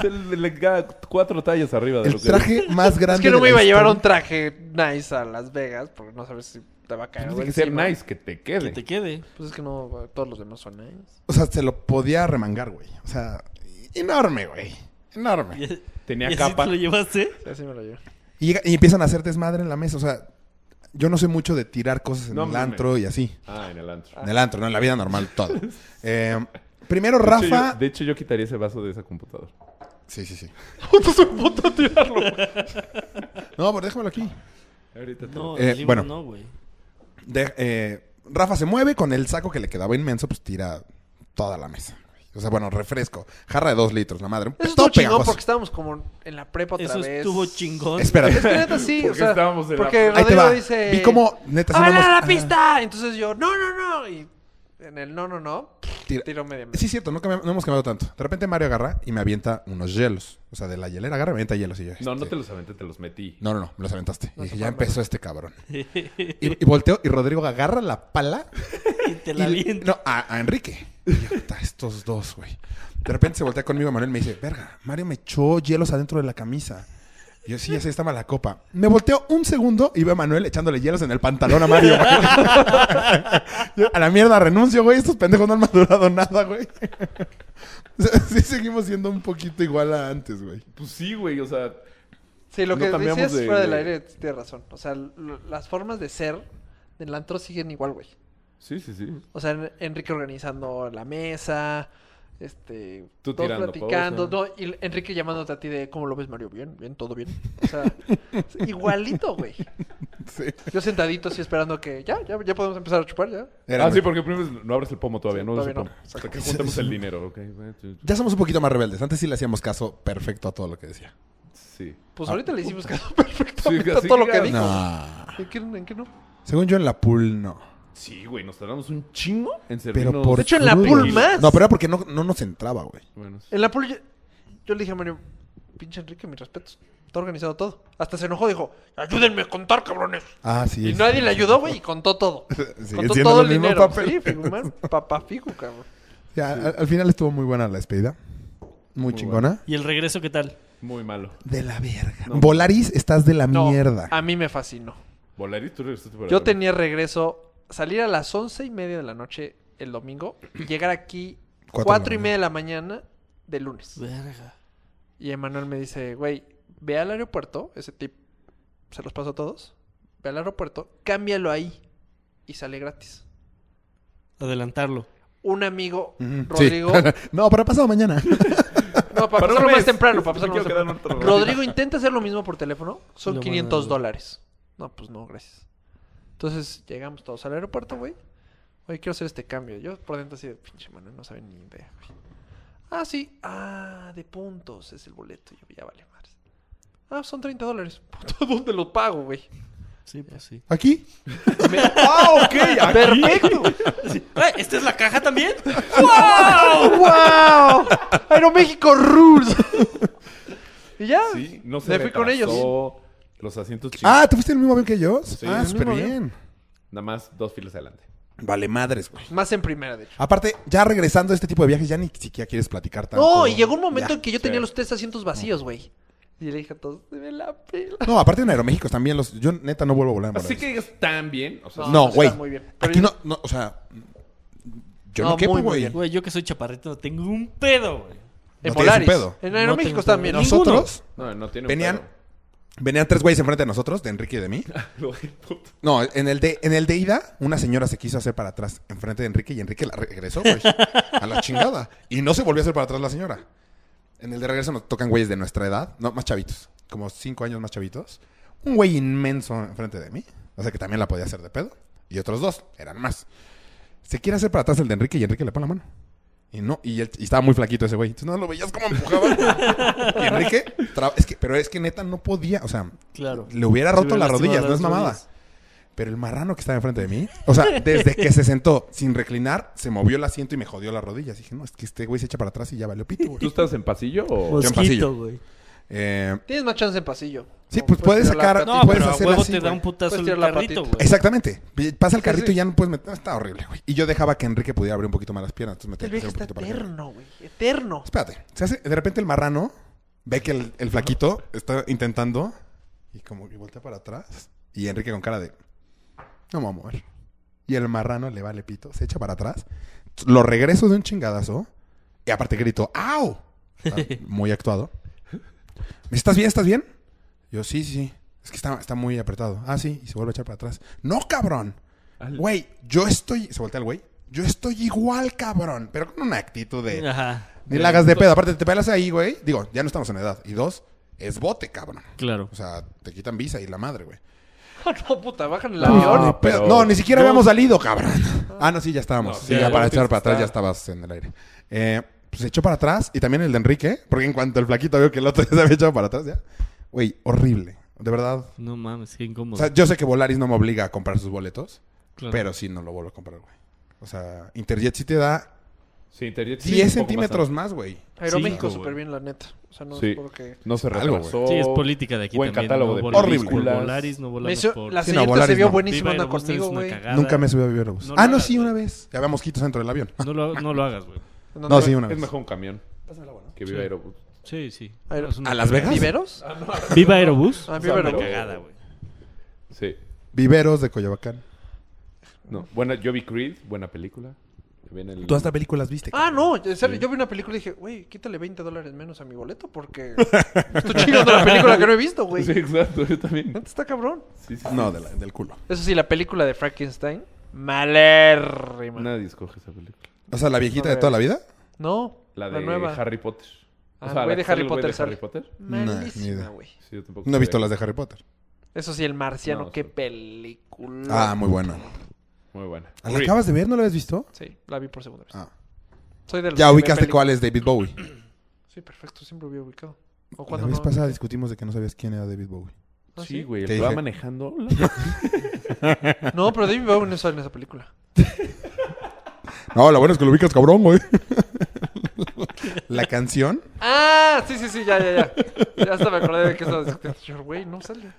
[SPEAKER 7] se le, le queda cuatro tallas arriba de
[SPEAKER 4] El
[SPEAKER 7] lo que...
[SPEAKER 4] traje más grande.
[SPEAKER 6] Es que no
[SPEAKER 4] de
[SPEAKER 6] me
[SPEAKER 4] la
[SPEAKER 6] iba a llevar un
[SPEAKER 4] historia.
[SPEAKER 6] traje nice a Las Vegas porque no sabes si te va a caer.
[SPEAKER 7] Tiene
[SPEAKER 6] algo
[SPEAKER 7] que ser
[SPEAKER 6] encima.
[SPEAKER 7] nice, que te quede.
[SPEAKER 5] Que te quede.
[SPEAKER 6] Pues es que no, güey, todos los demás son nice.
[SPEAKER 4] O sea, se lo podía remangar, güey. O sea, enorme, güey. Enorme.
[SPEAKER 5] Y-
[SPEAKER 7] Tenía
[SPEAKER 5] ¿Y así
[SPEAKER 7] capa.
[SPEAKER 5] te lo llevaste?
[SPEAKER 6] Sí, Así me lo llevo.
[SPEAKER 4] Y, llega- y empiezan a hacer desmadre en la mesa. O sea, yo no sé mucho de tirar cosas en
[SPEAKER 7] No
[SPEAKER 4] el
[SPEAKER 7] mames.
[SPEAKER 4] antro y así.
[SPEAKER 7] Ah, en el antro.
[SPEAKER 4] En el antro, no en la vida normal, todo. Eh, primero,
[SPEAKER 7] De hecho,
[SPEAKER 4] Rafa.
[SPEAKER 7] yo- de hecho, yo quitaría ese vaso de esa computadora.
[SPEAKER 4] Sí, sí, sí.
[SPEAKER 6] punto tirarlo.
[SPEAKER 4] No, pero déjamelo aquí.
[SPEAKER 7] Ahorita te lo-
[SPEAKER 5] No,
[SPEAKER 4] Eh,
[SPEAKER 5] el libro
[SPEAKER 4] bueno.
[SPEAKER 5] no, güey.
[SPEAKER 4] De- eh, Rafa se mueve con el saco que le quedaba inmenso, pues tira toda la mesa. O sea, bueno, refresco. Jarra de dos litros, la madre.
[SPEAKER 6] Eso
[SPEAKER 4] Todo
[SPEAKER 6] estuvo chingón
[SPEAKER 4] pegajoso.
[SPEAKER 6] porque estábamos como en la prepa otra
[SPEAKER 5] Eso
[SPEAKER 6] vez.
[SPEAKER 5] estuvo chingón.
[SPEAKER 6] Es que
[SPEAKER 4] Espérate.
[SPEAKER 6] neta sí,
[SPEAKER 7] Porque
[SPEAKER 6] o sea,
[SPEAKER 7] estábamos en la
[SPEAKER 6] porque
[SPEAKER 4] Ahí te
[SPEAKER 6] Rodrigo
[SPEAKER 4] va.
[SPEAKER 6] dice...
[SPEAKER 4] Vi cómo, neta, sí
[SPEAKER 6] ¡Ahora
[SPEAKER 4] no hemos-
[SPEAKER 6] la
[SPEAKER 4] Ajá.
[SPEAKER 6] pista! Entonces yo, no, no, no. Y en el no, no, no,
[SPEAKER 4] Tira-
[SPEAKER 6] tiro media media.
[SPEAKER 4] Sí, es cierto, no, cambiamos- no hemos cambiado tanto. De repente Mario agarra y me avienta unos hielos. O sea, de la hielera agarra y me avienta hielos. Y yo,
[SPEAKER 7] No,
[SPEAKER 4] este,
[SPEAKER 7] no te los aventé, te los metí.
[SPEAKER 4] No, no, no, me los aventaste. y dije,
[SPEAKER 6] se
[SPEAKER 4] ya
[SPEAKER 6] puede,
[SPEAKER 4] empezó este cabrón. Y, y volteo y Rodrigo agarra la pala
[SPEAKER 5] Y te la
[SPEAKER 4] Y le-
[SPEAKER 5] aviento.
[SPEAKER 4] No, a, a Enrique. Y yo, "Puta, estos dos, güey. De repente se voltea conmigo Manuel y me dice, verga, Mario me echó hielos adentro de la camisa. Y yo, sí, ya sé, está mala copa. Me volteo un segundo y veo a Manuel echándole hielos en el pantalón a Mario. güey. Yo, a la mierda renuncio, güey. Estos pendejos no han madurado nada, güey. O sea, sí seguimos siendo un poquito igual a antes, güey.
[SPEAKER 7] Pues sí, güey, o sea...
[SPEAKER 6] Sí, lo
[SPEAKER 7] No
[SPEAKER 6] que
[SPEAKER 7] cambiamos
[SPEAKER 6] decías
[SPEAKER 7] de-
[SPEAKER 6] fuera del
[SPEAKER 7] de-
[SPEAKER 6] aire, tienes razón. O sea, lo- las formas de ser del antro siguen igual, güey.
[SPEAKER 7] Sí, sí, sí.
[SPEAKER 6] O sea, en- Enrique organizando la mesa, este,
[SPEAKER 7] Tú
[SPEAKER 6] todos
[SPEAKER 7] tirando
[SPEAKER 6] platicando,
[SPEAKER 7] pausa.
[SPEAKER 6] no, y Enrique llamándote a ti de cómo lo ves Mario, bien, bien, todo bien. O sea, igualito, güey.
[SPEAKER 4] Sí.
[SPEAKER 6] Yo sentadito así esperando que ya, ya, ya podemos empezar a chupar, ya.
[SPEAKER 4] Era
[SPEAKER 7] ah, sí,
[SPEAKER 4] muy-
[SPEAKER 7] porque primero no abres el pomo todavía,
[SPEAKER 6] Sí,
[SPEAKER 7] no abres el
[SPEAKER 6] todavía
[SPEAKER 7] pomo.
[SPEAKER 6] no.
[SPEAKER 7] Hasta que juntemos el dinero, ok. güey, tú- tú-
[SPEAKER 4] Ya somos un poquito más rebeldes. Antes sí le hacíamos caso perfecto a todo lo que decía.
[SPEAKER 7] Sí.
[SPEAKER 6] Pues ahorita le hicimos caso perfectamente
[SPEAKER 7] Ah, Sí,
[SPEAKER 6] a
[SPEAKER 7] así
[SPEAKER 6] todo lo
[SPEAKER 7] que
[SPEAKER 6] que
[SPEAKER 7] ya-
[SPEAKER 6] dijo.
[SPEAKER 4] No.
[SPEAKER 6] ¿En qué, en qué no?
[SPEAKER 4] Según yo, en la pool, no.
[SPEAKER 7] Sí, güey, nos tardamos un chingo en servirnos...
[SPEAKER 4] Pero por
[SPEAKER 6] De hecho, en la
[SPEAKER 4] crudo.
[SPEAKER 6] pool más.
[SPEAKER 4] No, pero era porque no, no nos entraba, güey.
[SPEAKER 7] Bueno, sí.
[SPEAKER 6] En la pool yo, yo le dije a Mario, pinche Enrique, mis respetos. Está organizado todo. Hasta se enojó, dijo, ayúdenme a contar, cabrones.
[SPEAKER 4] Ah, sí.
[SPEAKER 6] Y
[SPEAKER 4] sí.
[SPEAKER 6] nadie le ayudó, güey, y contó todo.
[SPEAKER 4] Siguen
[SPEAKER 6] contó
[SPEAKER 4] siendo
[SPEAKER 6] todo
[SPEAKER 4] los
[SPEAKER 6] el
[SPEAKER 4] mismos
[SPEAKER 6] dinero. Sí,
[SPEAKER 4] papeles.
[SPEAKER 6] figu, man, papá fijo, cabrón.
[SPEAKER 4] Ya, al, al final estuvo muy buena la despedida. Muy, chingona.
[SPEAKER 5] ¿Y el regreso qué tal?
[SPEAKER 7] Muy malo.
[SPEAKER 4] De la verga.
[SPEAKER 7] No.
[SPEAKER 4] Volaris, estás de la
[SPEAKER 6] No,
[SPEAKER 4] mierda.
[SPEAKER 6] a mí me fascinó.
[SPEAKER 7] Volaris, tú regresaste por
[SPEAKER 6] Yo tenía regreso, salir a las once y media de la noche el domingo y llegar aquí
[SPEAKER 4] Cuatro de la
[SPEAKER 6] cuatro y
[SPEAKER 4] mañana.
[SPEAKER 6] media de la mañana de lunes.
[SPEAKER 5] Verga.
[SPEAKER 6] Y Emanuel me dice, güey, ve al aeropuerto, ese tip se los paso a todos, ve al aeropuerto, cámbialo ahí. y sale gratis.
[SPEAKER 5] Adelantarlo.
[SPEAKER 6] Un amigo,
[SPEAKER 4] Ujú, sí.
[SPEAKER 6] Rodrigo.
[SPEAKER 4] no, para pasado mañana.
[SPEAKER 7] Para
[SPEAKER 6] No, para pasarlo
[SPEAKER 7] un
[SPEAKER 6] más
[SPEAKER 7] mes.
[SPEAKER 6] temprano, para pasarlo
[SPEAKER 7] Me
[SPEAKER 6] más
[SPEAKER 7] quiero
[SPEAKER 6] temprano.
[SPEAKER 7] quedar otro
[SPEAKER 6] Rodrigo intenta hacer lo mismo por teléfono, son
[SPEAKER 5] Lo
[SPEAKER 6] 500
[SPEAKER 5] mandan, güey.
[SPEAKER 6] dólares. No, pues no, gracias. Entonces llegamos todos al aeropuerto, güey. Oye, quiero hacer este cambio. Yo por dentro así de pinche mano, no saben ni idea, güey. Ah, sí. Ah, de puntos es el boleto. Yo ya vale madre. Ah, son 30 dólares. Puta, ¿Dónde lo pago, güey?
[SPEAKER 5] Sí, pues sí.
[SPEAKER 4] ¿Aquí?
[SPEAKER 7] ¡Ah, ok!
[SPEAKER 6] Perfecto.
[SPEAKER 5] Eh, ¿Esta es la caja también?
[SPEAKER 6] ¡Wow! ¡Wow! Aeroméxico Rules. y ya.
[SPEAKER 7] Sí, no se
[SPEAKER 6] Me fui con ellos.
[SPEAKER 7] retrasó, Los asientos chicos.
[SPEAKER 4] Ah, ¿tú fuiste en el mismo avión que ellos?
[SPEAKER 7] Sí.
[SPEAKER 4] ah,
[SPEAKER 7] El
[SPEAKER 4] súper
[SPEAKER 6] mismo
[SPEAKER 4] bien.
[SPEAKER 7] Nada más dos filas adelante.
[SPEAKER 4] Vale madres, güey.
[SPEAKER 6] Más en primera, de hecho.
[SPEAKER 4] Aparte, ya regresando a este tipo de viajes, ya ni siquiera quieres platicar tanto.
[SPEAKER 6] No, y llegó un momento
[SPEAKER 4] Ya.
[SPEAKER 6] en que yo tenía los tres asientos vacíos, güey. Y le dije a todos, deme la pela.
[SPEAKER 4] No, aparte en Aeroméxico también los... Yo neta no vuelvo a volar en
[SPEAKER 7] Así
[SPEAKER 4] Volaris.
[SPEAKER 7] que digas tan bien. O sea,
[SPEAKER 6] No,
[SPEAKER 4] No,
[SPEAKER 6] están
[SPEAKER 4] güey.
[SPEAKER 6] muy bien. Pero
[SPEAKER 4] Aquí
[SPEAKER 6] yo-
[SPEAKER 4] no, no, o sea... Yo no,
[SPEAKER 5] Ah,
[SPEAKER 6] No, muy,
[SPEAKER 4] quepo,
[SPEAKER 6] muy
[SPEAKER 4] güey.
[SPEAKER 5] Güey, yo que soy chaparrito no tengo un pedo, güey.
[SPEAKER 4] No
[SPEAKER 6] En
[SPEAKER 4] tienes un
[SPEAKER 6] Volaris.
[SPEAKER 4] pedo.
[SPEAKER 6] En
[SPEAKER 5] No
[SPEAKER 6] Aeroméxico
[SPEAKER 5] tengo
[SPEAKER 6] están bien.
[SPEAKER 5] pedo.
[SPEAKER 4] Nosotros...
[SPEAKER 7] no, no tiene un
[SPEAKER 4] Venían...
[SPEAKER 7] pedo.
[SPEAKER 4] Venían tres güeyes enfrente de nosotros, de Enrique y de mí.
[SPEAKER 7] Lo del puto.
[SPEAKER 4] No, en el de, en el de ida, una señora se quiso hacer para atrás enfrente de Enrique y Enrique la regresó, güey. A la chingada. Y no se volvió a hacer para atrás la señora. En el de regreso nos tocan güeyes de nuestra edad, no, más chavitos, como cinco años más chavitos. Un güey inmenso enfrente de mí, o sea que también la podía hacer de pedo. Y otros dos, eran más. Se quiere hacer para atrás el de Enrique y Enrique le pone la mano. Y no, y, él- y estaba muy flaquito ese güey. Entonces no lo veías como empujaba. y Enrique, tra- es que, pero es que neta no podía, o sea,
[SPEAKER 5] Claro.
[SPEAKER 4] le hubiera
[SPEAKER 5] Se
[SPEAKER 4] roto
[SPEAKER 5] hubiera
[SPEAKER 4] las
[SPEAKER 5] lastimado
[SPEAKER 4] rodillas, no
[SPEAKER 5] las
[SPEAKER 4] es mamada.
[SPEAKER 5] rodillas.
[SPEAKER 4] Pero el marrano que estaba enfrente de mí, o sea, desde que se sentó sin reclinar, se movió el asiento y me jodió las rodillas. Dije, no, es que este güey se echa para atrás y ya valió pito,
[SPEAKER 7] ¿Tú
[SPEAKER 4] güey.
[SPEAKER 7] estás en pasillo o...?
[SPEAKER 4] Yo en pasillo.
[SPEAKER 5] Mosquito, güey.
[SPEAKER 4] Eh,
[SPEAKER 6] Tienes más chance en pasillo.
[SPEAKER 4] Sí,
[SPEAKER 6] No,
[SPEAKER 4] pues puedes
[SPEAKER 6] tirar la
[SPEAKER 4] sacar-
[SPEAKER 6] pata.
[SPEAKER 5] No,
[SPEAKER 4] puedes
[SPEAKER 5] pero a
[SPEAKER 4] hacer
[SPEAKER 5] huevo
[SPEAKER 4] así,
[SPEAKER 5] te da
[SPEAKER 4] güey.
[SPEAKER 5] un putazo
[SPEAKER 6] Puedes
[SPEAKER 5] el
[SPEAKER 6] tirar la
[SPEAKER 5] carrito,
[SPEAKER 6] patita.
[SPEAKER 5] güey.
[SPEAKER 4] exactamente. Pasa el carrito
[SPEAKER 6] sí.
[SPEAKER 4] y ya no puedes meter. Está horrible, güey. Y yo dejaba que Enrique pudiera abrir un poquito más las piernas. Entonces me
[SPEAKER 6] El
[SPEAKER 4] tenía que
[SPEAKER 6] viaje
[SPEAKER 4] hacer un
[SPEAKER 6] está
[SPEAKER 4] poquito para acá.
[SPEAKER 6] eterno, güey. Eterno.
[SPEAKER 4] Espérate. Se hace, de repente el marrano ve que el, el flaquito está intentando y como que voltea para atrás. Y Enrique con cara de no me voy a mover. Y el marrano le vale pito, se echa para atrás. Lo regreso de un chingadazo. Y aparte grito, ¡au! Está Muy actuado. Me dice, ¿estás bien? ¿Estás bien? Yo, sí, sí, sí. Es que está, está muy apretado. Ah, sí. Y se vuelve a echar para atrás. ¡No, cabrón!
[SPEAKER 7] Al-
[SPEAKER 4] Güey, yo estoy... Se voltea el güey. Yo estoy igual, cabrón. Pero con una actitud
[SPEAKER 5] Ah.
[SPEAKER 4] de...
[SPEAKER 5] Ajá.
[SPEAKER 4] Ni la hagas de pedo. Aparte, te pelas ahí, güey. Digo, ya no estamos en edad. Y dos, es bote, cabrón.
[SPEAKER 3] Claro.
[SPEAKER 4] O sea, te quitan visa y la madre, güey.
[SPEAKER 6] no, puta, bajan el
[SPEAKER 4] No, ni
[SPEAKER 6] avión.
[SPEAKER 4] pedo.
[SPEAKER 7] pero-
[SPEAKER 4] No, ni siquiera habíamos salido, cabrón. Ah, no, sí, ya estábamos.
[SPEAKER 7] No,
[SPEAKER 4] Sí,
[SPEAKER 7] sí,
[SPEAKER 4] ya
[SPEAKER 7] ya
[SPEAKER 4] para
[SPEAKER 7] tienes
[SPEAKER 4] echar
[SPEAKER 7] que
[SPEAKER 4] para atrás ya
[SPEAKER 7] estar.
[SPEAKER 4] estabas en el aire. Eh, pues se echó para atrás y también el de Enrique, porque en cuanto el flaquito vio que el otro ya se había echado para atrás, ya. Güey, horrible. De verdad.
[SPEAKER 3] No mames, qué incómodo.
[SPEAKER 4] O sea, yo sé que Volaris no me obliga a comprar sus boletos,
[SPEAKER 3] Claro.
[SPEAKER 4] pero sí no lo vuelvo a comprar, güey. O sea, Interjet sí te da
[SPEAKER 7] Sí, Interjet sí,
[SPEAKER 4] 10
[SPEAKER 7] un poco más
[SPEAKER 4] centímetros más, güey.
[SPEAKER 6] Aeroméxico
[SPEAKER 3] Sí,
[SPEAKER 6] súper bien, la neta. O sea, no
[SPEAKER 7] Sí.
[SPEAKER 6] por qué.
[SPEAKER 7] No se
[SPEAKER 4] Algo,
[SPEAKER 7] retrasó.
[SPEAKER 3] sí, es política de aquí
[SPEAKER 7] Buen
[SPEAKER 3] también.
[SPEAKER 7] catálogo
[SPEAKER 3] no
[SPEAKER 7] de
[SPEAKER 3] volamos
[SPEAKER 4] Oh, películas.
[SPEAKER 3] por Volaris, no
[SPEAKER 6] Me
[SPEAKER 3] volamos
[SPEAKER 6] hizo-
[SPEAKER 3] por...
[SPEAKER 6] la
[SPEAKER 4] Sí, no,
[SPEAKER 6] siguiente se
[SPEAKER 4] Volaris
[SPEAKER 6] vio
[SPEAKER 4] no.
[SPEAKER 6] buenísima
[SPEAKER 3] Viva
[SPEAKER 6] onda
[SPEAKER 3] Aerobús, eres
[SPEAKER 6] conmigo,
[SPEAKER 3] una
[SPEAKER 6] güey.
[SPEAKER 3] cagada.
[SPEAKER 4] Nunca me subí a Viverobús.
[SPEAKER 3] No lo
[SPEAKER 4] ah, no,
[SPEAKER 3] hagas,
[SPEAKER 4] sí, una
[SPEAKER 3] güey.
[SPEAKER 4] vez. Ya habíamos quitos dentro del avión.
[SPEAKER 3] No lo, no lo hagas, güey.
[SPEAKER 6] ¿En dónde
[SPEAKER 4] No,
[SPEAKER 6] va?
[SPEAKER 4] sí, una
[SPEAKER 7] Es
[SPEAKER 4] vez.
[SPEAKER 7] mejor un camión. Que viva Aerobús.
[SPEAKER 3] Sí, sí.
[SPEAKER 6] Aero-
[SPEAKER 3] Es una
[SPEAKER 4] ¿A Las Vegas?
[SPEAKER 6] ¿Viveros?
[SPEAKER 3] ¿Viva Aerobús?
[SPEAKER 6] Ah,
[SPEAKER 3] Es
[SPEAKER 6] Viva
[SPEAKER 3] una
[SPEAKER 6] Aerobús.
[SPEAKER 3] cagada, güey.
[SPEAKER 7] Sí.
[SPEAKER 4] Viveros de Coyoacán.
[SPEAKER 7] No. Buena, yo vi Creed, buena película. Viene el-
[SPEAKER 4] ¿Tú hasta películas viste?
[SPEAKER 6] Ah, no, en serio, yo vi una película y dije, güey, quítale 20 dólares menos a mi boleto porque estoy chingando la película que no he visto, güey.
[SPEAKER 7] Sí, exacto, yo también.
[SPEAKER 6] Neta, Está cabrón.
[SPEAKER 7] Sí, sí, sí.
[SPEAKER 4] No, de la- del culo.
[SPEAKER 6] Eso sí, la película de Frankenstein, malérrima. No,
[SPEAKER 7] Nadie escoge esa película.
[SPEAKER 4] O sea, la viejita de toda la vida.
[SPEAKER 7] La
[SPEAKER 6] la,
[SPEAKER 7] de
[SPEAKER 6] nueva.
[SPEAKER 7] Harry Potter.
[SPEAKER 6] Ah, el güey
[SPEAKER 7] la
[SPEAKER 6] de
[SPEAKER 7] que sale
[SPEAKER 6] Harry
[SPEAKER 7] el güey
[SPEAKER 6] Potter
[SPEAKER 7] de Harry
[SPEAKER 6] sale.
[SPEAKER 7] Potter.
[SPEAKER 4] Nah, ni
[SPEAKER 6] Malísima,
[SPEAKER 4] idea.
[SPEAKER 6] güey.
[SPEAKER 7] Sí, yo tampoco
[SPEAKER 4] No he visto
[SPEAKER 7] sabía.
[SPEAKER 4] las de Harry Potter.
[SPEAKER 6] Eso sí, el marciano,
[SPEAKER 7] No,
[SPEAKER 6] qué
[SPEAKER 7] sí.
[SPEAKER 6] película.
[SPEAKER 4] Ah, muy buena.
[SPEAKER 7] Muy buena.
[SPEAKER 4] ¿Ah, ¿La
[SPEAKER 7] Creed.
[SPEAKER 4] acabas de ver? ¿No la habías visto?
[SPEAKER 6] Sí, la vi por segunda vez.
[SPEAKER 4] Ah.
[SPEAKER 6] Soy de los
[SPEAKER 4] Ya
[SPEAKER 6] que ve
[SPEAKER 4] ubicaste
[SPEAKER 6] peli-
[SPEAKER 4] cuál es David Bowie.
[SPEAKER 6] Sí, perfecto, siempre había ubicado. O
[SPEAKER 4] La
[SPEAKER 6] cuando
[SPEAKER 4] vez
[SPEAKER 6] no.
[SPEAKER 4] pasada discutimos de que no sabías quién era David Bowie.
[SPEAKER 6] Ah,
[SPEAKER 7] Sí,
[SPEAKER 6] sí.
[SPEAKER 7] güey. El
[SPEAKER 4] Te
[SPEAKER 7] que va
[SPEAKER 4] dije-
[SPEAKER 7] manejando.
[SPEAKER 6] No, pero David Bowie no sale en esa película.
[SPEAKER 4] No, la buena es que lo ubicas, cabrón, güey. la canción.
[SPEAKER 6] Ah, sí, sí, sí, ya, ya, ya. Ya hasta me acordé de que estaba discutiendo. Yo, Güey, no sale.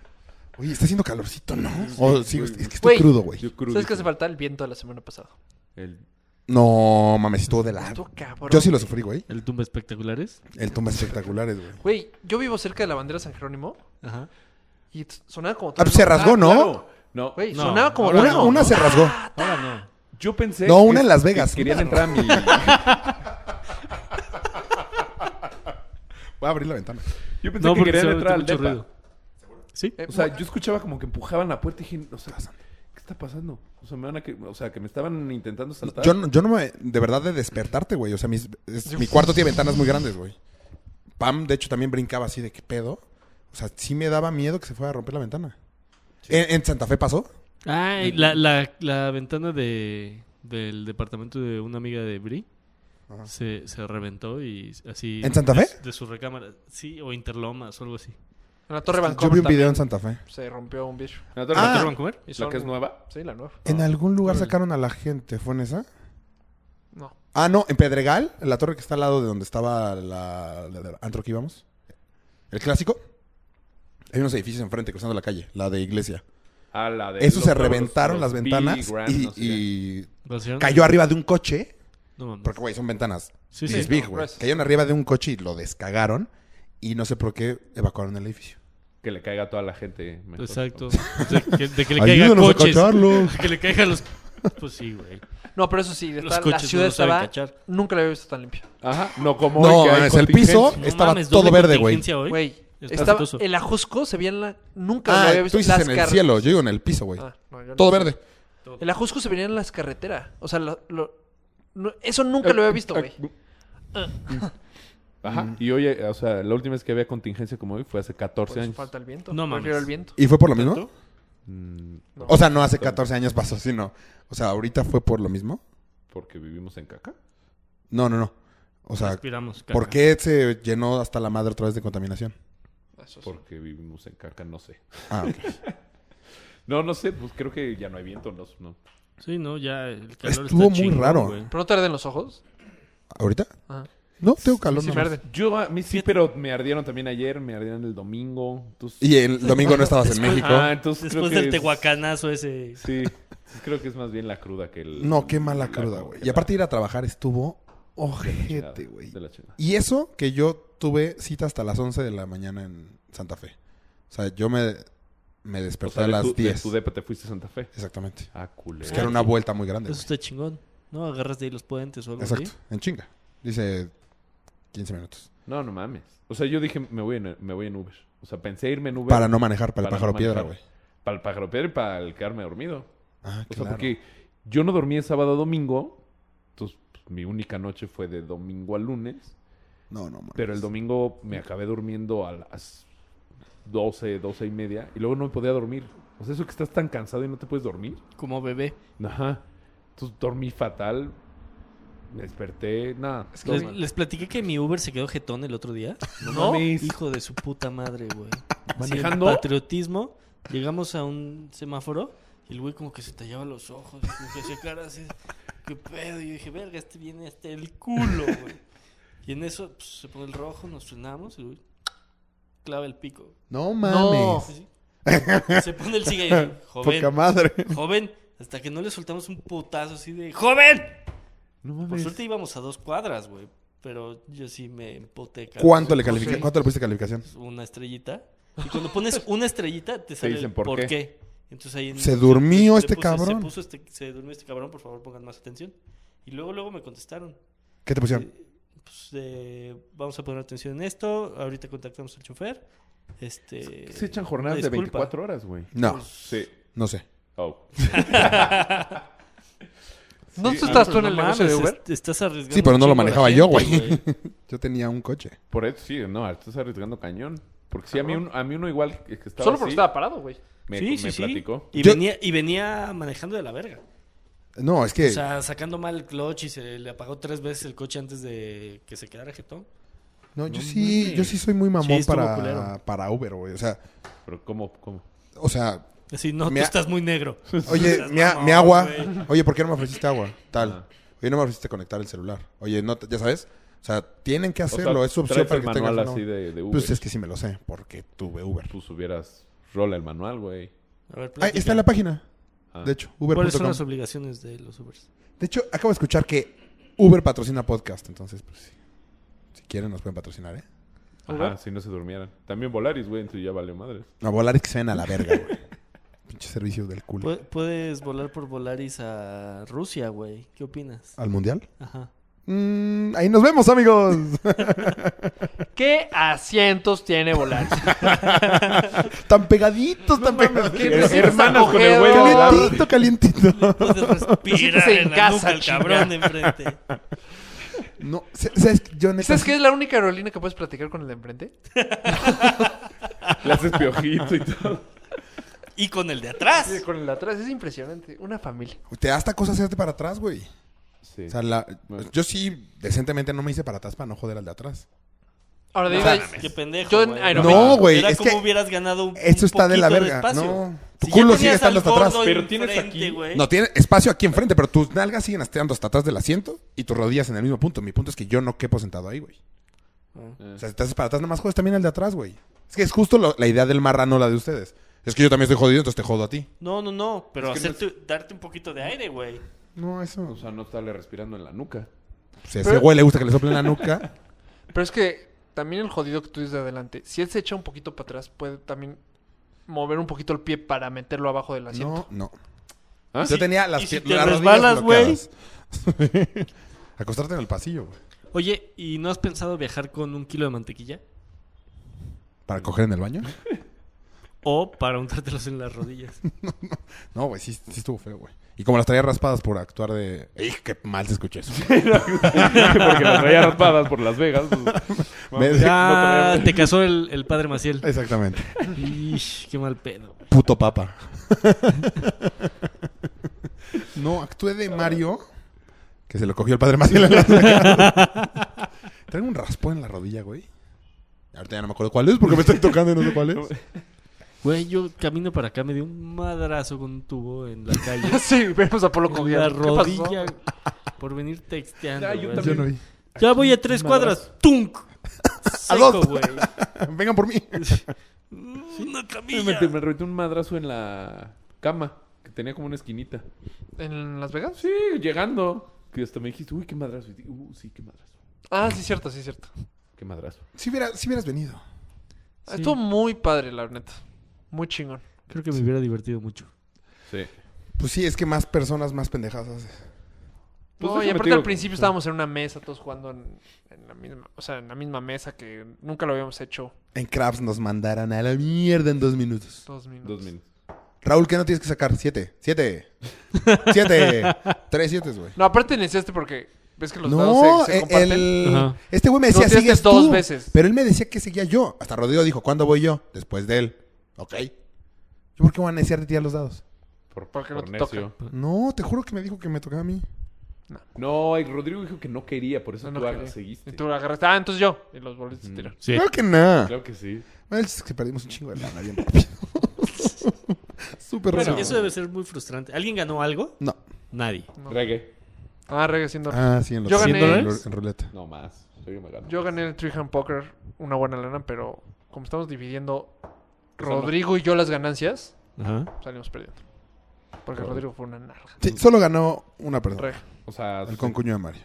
[SPEAKER 4] Oye, está haciendo calorcito, ¿no? Oh, sí, es que estoy
[SPEAKER 6] Güey.
[SPEAKER 4] crudo, güey.
[SPEAKER 7] Yo Creed.
[SPEAKER 6] ¿Sabes qué hace falta? El viento de la semana pasada.
[SPEAKER 7] El-
[SPEAKER 4] No, mames, estuvo de la...
[SPEAKER 6] Estuvo cabrón.
[SPEAKER 4] Ah, Yo sí lo sufrí, güey.
[SPEAKER 3] ¿El tumba espectaculares?
[SPEAKER 4] El tumba espectaculares, güey.
[SPEAKER 6] Güey, yo vivo cerca de la bandera San Jerónimo
[SPEAKER 3] Ajá.
[SPEAKER 6] y t- sonaba como.
[SPEAKER 4] Ah, pues se rasgó, ¿no?
[SPEAKER 7] claro. No.
[SPEAKER 6] Güey,
[SPEAKER 3] No,
[SPEAKER 6] sonaba como.
[SPEAKER 4] Una,
[SPEAKER 6] trueno.
[SPEAKER 4] una se rasgó.
[SPEAKER 3] Ahora no.
[SPEAKER 7] Yo pensé.
[SPEAKER 4] No,
[SPEAKER 7] que-
[SPEAKER 4] una en Las
[SPEAKER 7] que
[SPEAKER 4] Vegas.
[SPEAKER 7] Querían entrar a mi.
[SPEAKER 4] Voy a abrir la ventana.
[SPEAKER 7] Yo pensé
[SPEAKER 3] No,
[SPEAKER 7] que
[SPEAKER 3] porque se
[SPEAKER 7] querían
[SPEAKER 3] va a
[SPEAKER 7] entrar
[SPEAKER 3] meter
[SPEAKER 7] al
[SPEAKER 3] mucho
[SPEAKER 7] depa.
[SPEAKER 3] ruido. ¿Sí?
[SPEAKER 6] Eh,
[SPEAKER 7] O sea, yo escuchaba como que empujaban la puerta y dije, o sea, está pasando? O sea, me van a que, o sea, que me estaban intentando saltar.
[SPEAKER 4] Yo, no- yo no me... De verdad, de despertarte, güey. O sea, mis- es- mi cuarto tiene ventanas muy grandes, güey. Pam, de hecho, también brincaba así de qué pedo. O sea, sí me daba miedo que se fuera a romper la ventana. ¿En, en Santa Fe pasó?
[SPEAKER 5] Ay, la, la, la ventana de, del departamento de una amiga de Bri
[SPEAKER 4] Ajá.
[SPEAKER 5] se, se reventó y así.
[SPEAKER 4] ¿En Santa
[SPEAKER 5] de-
[SPEAKER 4] Fe?
[SPEAKER 5] De su recámara. Sí, o Interlomas o algo así.
[SPEAKER 6] En la Torre
[SPEAKER 4] Yo
[SPEAKER 6] Bancomer
[SPEAKER 4] vi un video
[SPEAKER 6] también
[SPEAKER 4] en Santa Fe.
[SPEAKER 6] se rompió un bicho.
[SPEAKER 7] ¿La torre
[SPEAKER 4] Ah.
[SPEAKER 5] ¿Te
[SPEAKER 7] de
[SPEAKER 5] lo
[SPEAKER 7] Trump,
[SPEAKER 5] van a comer?
[SPEAKER 6] Y
[SPEAKER 7] ¿La
[SPEAKER 6] son-
[SPEAKER 7] que es nueva?
[SPEAKER 6] Sí, la nueva.
[SPEAKER 4] En algún lugar
[SPEAKER 5] Órale.
[SPEAKER 4] sacaron a la gente. ¿Fue en esa?
[SPEAKER 6] No.
[SPEAKER 4] Ah, no, en Pedregal, en la torre que está al lado de donde estaba la, la- la- antro que íbamos. El clásico. Hay unos edificios enfrente cruzando la calle, la de iglesia.
[SPEAKER 7] Ah, la de
[SPEAKER 4] Esos
[SPEAKER 7] los-
[SPEAKER 4] se reventaron
[SPEAKER 7] los
[SPEAKER 4] las
[SPEAKER 7] B
[SPEAKER 4] ventanas
[SPEAKER 7] Grand,
[SPEAKER 4] y,
[SPEAKER 7] no sé
[SPEAKER 4] y
[SPEAKER 5] ¿Vaciaron?
[SPEAKER 4] cayó arriba de un coche.
[SPEAKER 5] No mames.
[SPEAKER 4] Porque, güey, son ventanas.
[SPEAKER 5] Sí,
[SPEAKER 4] This
[SPEAKER 5] sí.
[SPEAKER 4] big,
[SPEAKER 6] No,
[SPEAKER 4] güey.
[SPEAKER 6] pues.
[SPEAKER 4] Cayeron arriba de un coche y lo descagaron. Y no sé por qué evacuaron el edificio.
[SPEAKER 7] qué. Que le caiga a toda la gente. mejor.
[SPEAKER 5] Exacto. De que, de que le caigan
[SPEAKER 4] Ayúdanos a
[SPEAKER 5] coches.
[SPEAKER 4] cacharlos.
[SPEAKER 5] que le caigan los. Pues sí, güey.
[SPEAKER 6] No, pero eso sí,
[SPEAKER 5] Los
[SPEAKER 6] está- la
[SPEAKER 5] coches no
[SPEAKER 6] ciudad
[SPEAKER 5] lo saben
[SPEAKER 6] estaba.
[SPEAKER 5] cachar.
[SPEAKER 6] Nunca la había visto tan limpia.
[SPEAKER 7] Ajá, no como
[SPEAKER 4] No,
[SPEAKER 7] hoy que hay
[SPEAKER 4] mames, el piso
[SPEAKER 7] contingencia.
[SPEAKER 5] No
[SPEAKER 4] estaba
[SPEAKER 5] mames,
[SPEAKER 4] todo
[SPEAKER 5] doble
[SPEAKER 4] verde, güey.
[SPEAKER 5] contingencia hoy.
[SPEAKER 6] Güey,
[SPEAKER 5] Está
[SPEAKER 6] estaba
[SPEAKER 5] espantoso.
[SPEAKER 6] en la Jusco se veían la nunca la
[SPEAKER 4] Ah,
[SPEAKER 6] había visto
[SPEAKER 4] tú dices
[SPEAKER 6] las
[SPEAKER 4] en el
[SPEAKER 6] car-
[SPEAKER 4] cielo. Yo digo en el piso, güey.
[SPEAKER 6] Ah, no, yo no
[SPEAKER 4] Todo
[SPEAKER 6] sé.
[SPEAKER 4] verde.
[SPEAKER 6] En la Jusco se venían las carreteras. O sea, lo- lo- no- eso
[SPEAKER 4] Eh,
[SPEAKER 6] nunca lo había visto, güey.
[SPEAKER 4] Mm.
[SPEAKER 7] Ajá, y hoy, eh, o sea, la última vez que había contingencia como hoy fue hace 14
[SPEAKER 6] Por eso
[SPEAKER 7] años.
[SPEAKER 6] falta el viento.
[SPEAKER 5] No mames.
[SPEAKER 6] Prefiero el viento.
[SPEAKER 4] ¿Y fue por lo mismo?
[SPEAKER 7] Mm,
[SPEAKER 6] No.
[SPEAKER 4] O sea, no hace 14 años pasó, sino. O sea, ahorita fue por lo mismo.
[SPEAKER 7] porque vivimos en caca.
[SPEAKER 4] No, no, no. O sea,
[SPEAKER 5] Respiramos, caca.
[SPEAKER 4] ¿por qué se llenó hasta la madre otra vez de contaminación?
[SPEAKER 6] Eso sí.
[SPEAKER 7] Porque vivimos en caca, no sé.
[SPEAKER 4] Ah, ok.
[SPEAKER 7] No, no sé, pues creo que ya no hay viento, no. no.
[SPEAKER 5] Sí, no, ya el calor
[SPEAKER 4] Estuvo
[SPEAKER 5] está
[SPEAKER 4] muy
[SPEAKER 5] chingón,
[SPEAKER 4] raro.
[SPEAKER 5] güey.
[SPEAKER 6] ¿Pero no te arden los ojos? Ah.
[SPEAKER 4] ¿Ahorita?
[SPEAKER 6] Ajá.
[SPEAKER 4] No, tengo calor.
[SPEAKER 6] Sí,
[SPEAKER 4] nada
[SPEAKER 6] me
[SPEAKER 4] más.
[SPEAKER 6] arden.
[SPEAKER 7] Yo a mí sí, pero me ardieron también ayer, me ardieron el domingo. Entonces...
[SPEAKER 4] y el domingo no estabas en México.
[SPEAKER 7] Ah, entonces creo
[SPEAKER 5] Después
[SPEAKER 7] que
[SPEAKER 5] del
[SPEAKER 7] es-
[SPEAKER 5] tehuacanazo ese.
[SPEAKER 7] Sí, entonces creo que es más bien la cruda que el...
[SPEAKER 4] No, qué mala
[SPEAKER 7] la
[SPEAKER 4] cruda, güey. Y
[SPEAKER 7] la-
[SPEAKER 4] aparte ir a trabajar estuvo
[SPEAKER 7] chingada,
[SPEAKER 4] ojete, güey.
[SPEAKER 7] De la chingada.
[SPEAKER 4] Y eso que yo tuve cita hasta las 11 de la mañana en Santa Fe. O sea, yo me, me
[SPEAKER 7] O
[SPEAKER 4] desperté
[SPEAKER 7] sea,
[SPEAKER 4] a las
[SPEAKER 7] de tu,
[SPEAKER 4] 10.
[SPEAKER 7] de tu depa te fuiste a Santa Fe.
[SPEAKER 4] Exactamente.
[SPEAKER 7] Ah, culero.
[SPEAKER 4] Es que era una vuelta muy grande.
[SPEAKER 5] Eso está chingón. No, agarras de ahí los puentes o algo
[SPEAKER 4] güey. Exacto.
[SPEAKER 5] así.
[SPEAKER 4] En chinga. Dice 15 minutos.
[SPEAKER 7] No, no mames. O sea, yo dije, me voy en, me voy en Uber. O sea, pensé irme en Uber.
[SPEAKER 4] Para no manejar, para el
[SPEAKER 7] Para
[SPEAKER 4] pájaro
[SPEAKER 7] no
[SPEAKER 4] piedra, güey.
[SPEAKER 7] manejar. Pues, Para el pájaro piedra y para el quedarme dormido.
[SPEAKER 4] Ah,
[SPEAKER 7] O sea,
[SPEAKER 4] claro.
[SPEAKER 7] porque yo no dormí el sábado a domingo. Entonces, pues, mi única noche fue de domingo a lunes.
[SPEAKER 4] No, no, mames.
[SPEAKER 7] Pero el domingo me acabé durmiendo a las 12, 12 y media. Y luego no me podía dormir. O sea, eso que estás tan cansado y no te puedes dormir.
[SPEAKER 5] Como bebé.
[SPEAKER 7] Ajá. Entonces dormí fatal. Me desperté. Nada.
[SPEAKER 6] Es que
[SPEAKER 5] Les, les platiqué que mi Uber se quedó jetón el otro día.
[SPEAKER 7] No,
[SPEAKER 6] ¿no?
[SPEAKER 7] mames.
[SPEAKER 5] Hijo de su puta madre, güey.
[SPEAKER 7] ¿Manejando?
[SPEAKER 5] Sí, en patriotismo. Llegamos a un semáforo y el güey como que se tallaba los ojos, como que hacía cara así. ¿Qué pedo? Y yo dije, verga, este viene hasta el culo, güey. Y en eso pues, se pone el rojo, nos frenamos y el güey clava el pico.
[SPEAKER 4] No
[SPEAKER 6] No.
[SPEAKER 4] mames.
[SPEAKER 5] Así. Se pone el sigue y dice,
[SPEAKER 4] Poca
[SPEAKER 5] joven,
[SPEAKER 4] madre.
[SPEAKER 5] joven. Hasta que no le soltamos un putazo así de, ¡joven!
[SPEAKER 7] No
[SPEAKER 5] Por
[SPEAKER 7] mames.
[SPEAKER 5] suerte íbamos a dos cuadras, güey. Pero yo sí me empoté. cabrón.
[SPEAKER 4] ¿Cuánto le, califica-
[SPEAKER 6] sí.
[SPEAKER 4] ¿Cuánto le pusiste calificación?
[SPEAKER 5] Una estrellita. Y cuando pones una estrellita, te sale
[SPEAKER 7] dicen
[SPEAKER 5] el
[SPEAKER 7] por
[SPEAKER 5] por,
[SPEAKER 7] qué.
[SPEAKER 5] qué. Entonces ahí en-
[SPEAKER 4] ¿Se durmió
[SPEAKER 5] le
[SPEAKER 4] este cabrón?
[SPEAKER 5] Se, puso este, se durmió este cabrón, por favor pongan más atención. Y luego, luego me contestaron.
[SPEAKER 4] ¿Qué te pusieron?
[SPEAKER 5] Eh, pues, eh, vamos a poner atención en esto. Ahorita contactamos al chofer. Este.
[SPEAKER 7] Se echan jornadas de
[SPEAKER 5] disculpa.
[SPEAKER 7] 24 horas, güey.
[SPEAKER 4] No,
[SPEAKER 7] Sí. Pues,
[SPEAKER 4] no sé.
[SPEAKER 7] Oh.
[SPEAKER 6] ¿Dónde
[SPEAKER 7] Sí, ah,
[SPEAKER 6] estás tú en
[SPEAKER 5] No
[SPEAKER 6] el negocio de
[SPEAKER 5] mames,
[SPEAKER 6] Uber?
[SPEAKER 5] est- estás arriesgando
[SPEAKER 4] Sí, pero
[SPEAKER 5] un
[SPEAKER 4] no lo
[SPEAKER 5] chingo a la
[SPEAKER 4] manejaba yo,
[SPEAKER 5] gente,
[SPEAKER 4] güey. Yo tenía un coche.
[SPEAKER 7] Por eso sí, no, estás arriesgando cañón. Porque sí, a mí, un- a mí uno igual que que estaba
[SPEAKER 6] Solo porque
[SPEAKER 7] así,
[SPEAKER 6] estaba parado, güey.
[SPEAKER 7] me,
[SPEAKER 5] sí, sí,
[SPEAKER 7] me
[SPEAKER 5] sí.
[SPEAKER 7] platicó.
[SPEAKER 5] Y,
[SPEAKER 4] Yo-
[SPEAKER 5] venía, y venía manejando de la verga.
[SPEAKER 4] No, es que.
[SPEAKER 5] O sea, sacando mal el clutch y se le apagó tres veces el coche antes de que se quedara jetón.
[SPEAKER 4] no, yo
[SPEAKER 7] no
[SPEAKER 4] sí,
[SPEAKER 7] mames.
[SPEAKER 4] yo sí soy muy
[SPEAKER 5] Sí,
[SPEAKER 4] mamón
[SPEAKER 5] estuvo
[SPEAKER 4] para,
[SPEAKER 5] culero.
[SPEAKER 4] para Uber, güey. O sea,
[SPEAKER 7] Pero ¿cómo? cómo?
[SPEAKER 4] o sea,
[SPEAKER 5] Así, no,
[SPEAKER 4] Me
[SPEAKER 5] tú
[SPEAKER 4] ha-
[SPEAKER 5] estás muy negro.
[SPEAKER 4] oye,
[SPEAKER 5] Seas
[SPEAKER 4] mi, a-
[SPEAKER 5] mamón,
[SPEAKER 4] mi agua.
[SPEAKER 5] güey.
[SPEAKER 4] Oye, ¿por qué no me ofreciste agua? Tal.
[SPEAKER 7] Ajá.
[SPEAKER 4] Oye, no me ofreciste conectar el celular. Oye, no, te- ya sabes. O sea, tienen que
[SPEAKER 7] O sea,
[SPEAKER 4] hacerlo. es su opción
[SPEAKER 7] traes
[SPEAKER 4] para
[SPEAKER 7] el
[SPEAKER 4] que tengas.
[SPEAKER 7] manual
[SPEAKER 4] una-
[SPEAKER 7] así de, de Uber.
[SPEAKER 4] Pues es que sí me lo sé, porque tuve Uber.
[SPEAKER 7] Pues hubieras rola el manual, güey.
[SPEAKER 5] A ver,
[SPEAKER 4] Ah,
[SPEAKER 5] platica.
[SPEAKER 4] está en la página.
[SPEAKER 7] Ah.
[SPEAKER 4] De hecho,
[SPEAKER 5] ¿Cuáles son
[SPEAKER 4] uber.com.
[SPEAKER 5] las obligaciones de los Ubers?
[SPEAKER 4] De hecho, acabo de escuchar que Uber patrocina podcast. Entonces, pues sí. Si quieren, nos pueden patrocinar, ¿eh?
[SPEAKER 7] Ajá, si no se durmieran. También Volaris, güey, entonces ya valió madre.
[SPEAKER 4] A volar que se ven a la verga, güey. Pinche servicio del culo.
[SPEAKER 5] Pues Pu- Puedes volar por Volaris a Rusia, güey. ¿Qué opinas?
[SPEAKER 4] ¿Al mundial?
[SPEAKER 5] Ajá.
[SPEAKER 4] Mm, ahí nos vemos, amigos.
[SPEAKER 6] ¿Qué asientos tiene volar?
[SPEAKER 4] tan pegaditos, tan pegaditos.
[SPEAKER 7] Hermanas con el güey.
[SPEAKER 6] Ojedo.
[SPEAKER 7] al
[SPEAKER 4] Calientito,
[SPEAKER 7] lado.
[SPEAKER 4] calientito.
[SPEAKER 5] Puedes respirar
[SPEAKER 6] Siéntese en
[SPEAKER 5] en, la
[SPEAKER 6] casa,
[SPEAKER 5] nuca al
[SPEAKER 6] chingada.
[SPEAKER 5] cabrón de enfrente.
[SPEAKER 4] No, se- ¿sabes? Yo neta,
[SPEAKER 6] ¿Sabes
[SPEAKER 4] sí-
[SPEAKER 6] que es la única aerolínea que puedes platicar con el de enfrente?
[SPEAKER 7] Le haces piojito y todo.
[SPEAKER 5] Y con el de atrás.
[SPEAKER 6] Sí, con el de atrás. Es impresionante. Una familia.
[SPEAKER 4] Te da hasta cosa hacerte para atrás, güey.
[SPEAKER 7] Sí.
[SPEAKER 4] O sea, la-
[SPEAKER 7] Bueno.
[SPEAKER 4] yo sí, decentemente no me hice para atrás para no joder al de atrás.
[SPEAKER 6] Ahora, de
[SPEAKER 4] O sea,
[SPEAKER 6] ida-
[SPEAKER 5] Qué pendejo.
[SPEAKER 6] Yo en
[SPEAKER 5] güey.
[SPEAKER 6] Iron
[SPEAKER 4] No, Man. güey,
[SPEAKER 5] Era
[SPEAKER 4] es
[SPEAKER 5] como
[SPEAKER 4] que
[SPEAKER 5] hubieras ganado un.
[SPEAKER 4] Esto está de la verga. No. Tu culo sigue estando hasta atrás.
[SPEAKER 7] Pero tienes aquí-
[SPEAKER 4] No, tiene espacio aquí enfrente, pero tus nalgas siguen estando hasta atrás del asiento y tus rodillas en el mismo punto. Mi punto es que yo no quepo sentado ahí, güey.
[SPEAKER 7] Eh.
[SPEAKER 4] O sea, si te haces para atrás, nada más jodes también al de atrás, güey. Es que es justo lo- la idea del marrano, la de ustedes. Es que yo también estoy jodido, entonces te jodo a ti.
[SPEAKER 5] No, no, no. Pero
[SPEAKER 7] Es que no
[SPEAKER 5] hacerte, darte un poquito de aire, güey.
[SPEAKER 4] No, eso.
[SPEAKER 7] O sea, no estarle respirando en la nuca.
[SPEAKER 4] Si a ese
[SPEAKER 6] Pero-
[SPEAKER 4] güey le gusta que le soplen la nuca.
[SPEAKER 6] Pero es que también el jodido que tú dices de adelante, si él se echa un poquito para atrás, puede también mover un poquito el pie para meterlo abajo del asiento.
[SPEAKER 4] No, no.
[SPEAKER 7] ¿Ah?
[SPEAKER 4] Yo tenía las
[SPEAKER 5] y si
[SPEAKER 4] pier-
[SPEAKER 5] te
[SPEAKER 4] las rodillas
[SPEAKER 5] resbalas, güey?
[SPEAKER 4] bloqueadas. Acostarte en el pasillo, güey.
[SPEAKER 5] Oye, ¿y no has pensado viajar con un kilo de mantequilla?
[SPEAKER 4] ¿Para coger en el baño?
[SPEAKER 5] O para untártelos en las rodillas.
[SPEAKER 4] No, güey, sí, sí estuvo feo, güey. Y como las traía raspadas por actuar de... ¡Ey, qué mal se escuchó eso!
[SPEAKER 7] Porque las traía raspadas por Las Vegas. pues,
[SPEAKER 4] Me-
[SPEAKER 5] Ya Ah, te casó el, el padre Maciel.
[SPEAKER 4] Exactamente.
[SPEAKER 5] Ish, qué mal pedo.
[SPEAKER 4] Puto papa. no, actué de Mario, que se lo cogió el padre Maciel. en la saca. Traigo un raspón en la rodilla, güey. Ahorita ya no me acuerdo cuál es porque me estoy tocando y no sé cuál es.
[SPEAKER 5] Güey, yo camino para acá me di un madrazo con un tubo en la calle.
[SPEAKER 6] sí, vemos a Polo
[SPEAKER 5] con
[SPEAKER 6] con
[SPEAKER 5] la
[SPEAKER 6] ¿Qué pasó?
[SPEAKER 5] rodilla por venir texteando.
[SPEAKER 7] Ah, yo
[SPEAKER 4] Yo
[SPEAKER 5] güey.
[SPEAKER 7] también.
[SPEAKER 4] no vi.
[SPEAKER 5] Ya voy a tres cuadras. ¡Tunk!
[SPEAKER 4] dos.
[SPEAKER 5] Seco, güey.
[SPEAKER 4] Vengan por mí.
[SPEAKER 5] Una
[SPEAKER 7] me,
[SPEAKER 5] camilla.
[SPEAKER 7] me reventé un madrazo en la cama, que tenía como una esquinita.
[SPEAKER 6] ¿En Las Vegas?
[SPEAKER 7] Sí, llegando. Que hasta me dijiste, uy, qué madrazo. Y dije, uh, sí, qué madrazo.
[SPEAKER 6] Ah, sí, cierto, sí, cierto.
[SPEAKER 7] Qué madrazo.
[SPEAKER 4] Si, hubiera- si hubieras venido.
[SPEAKER 6] Ah, Estuvo muy padre, la neta. Muy chingón.
[SPEAKER 5] Creo que me hubiera divertido mucho.
[SPEAKER 7] Sí.
[SPEAKER 4] Pues sí, es que más personas, más pendejadas haces.
[SPEAKER 7] Pues
[SPEAKER 6] no,
[SPEAKER 7] déjame
[SPEAKER 6] y
[SPEAKER 7] te
[SPEAKER 6] aparte
[SPEAKER 7] digo-
[SPEAKER 6] al principio estábamos en una mesa, todos jugando en, en la misma, o sea, en la misma mesa que nunca lo habíamos hecho
[SPEAKER 4] En Crabs nos mandaron a la mierda en dos minutos.
[SPEAKER 6] dos minutos.
[SPEAKER 7] Dos minutos.
[SPEAKER 4] Raúl, ¿qué no tienes que sacar? Siete. Siete. Siete. Tres siete, güey.
[SPEAKER 6] No, aparte necesitaste porque ves que los
[SPEAKER 4] No,
[SPEAKER 6] dados se, se
[SPEAKER 4] eh,
[SPEAKER 6] comparten.
[SPEAKER 4] el-
[SPEAKER 5] Ajá.
[SPEAKER 4] este güey me decía,
[SPEAKER 6] Roteaste
[SPEAKER 4] sigues
[SPEAKER 6] dos
[SPEAKER 4] tú.
[SPEAKER 6] veces.
[SPEAKER 4] Pero él me decía que seguía yo. Hasta Rodrigo dijo, ¿cuándo voy yo? Después de él. Ok. ¿Yo por qué voy a necear de tirar los dados?
[SPEAKER 7] Por,
[SPEAKER 6] Porque no
[SPEAKER 7] por
[SPEAKER 6] te toca.
[SPEAKER 7] necio.
[SPEAKER 4] No, te juro que me dijo que me tocaba a mí.
[SPEAKER 7] No, y Rodrigo dijo que no quería, por eso
[SPEAKER 6] No, no
[SPEAKER 7] tú
[SPEAKER 6] quería.
[SPEAKER 7] hagas- seguiste.
[SPEAKER 6] Y tú agarraste, ah, entonces yo. Y los volviste a tirar.
[SPEAKER 5] Sí.
[SPEAKER 4] Claro que nada.
[SPEAKER 7] Claro que sí.
[SPEAKER 4] Bueno, el chiste es que perdimos un chingo de lana bien rápido. Súper rápido.
[SPEAKER 5] Eso debe ser muy frustrante. ¿Alguien ganó algo?
[SPEAKER 4] No.
[SPEAKER 5] Nadie.
[SPEAKER 6] No.
[SPEAKER 7] Reggae.
[SPEAKER 6] Ah, reggae siendo.
[SPEAKER 4] Ah, sí, en los
[SPEAKER 6] Yo gané.
[SPEAKER 4] en, ru- en ruleta.
[SPEAKER 7] No más. Reggae me ganó.
[SPEAKER 6] Yo gané el Three Hand Poker una buena lana, pero como estamos dividiendo
[SPEAKER 4] Pues
[SPEAKER 6] Rodrigo y yo las ganancias,
[SPEAKER 5] Ajá.
[SPEAKER 6] salimos perdiendo. Porque
[SPEAKER 7] Claro.
[SPEAKER 6] Rodrigo fue una naranja.
[SPEAKER 4] Sí, solo ganó una persona.
[SPEAKER 6] Reggae.
[SPEAKER 7] O sea,
[SPEAKER 4] El concuño de Mario.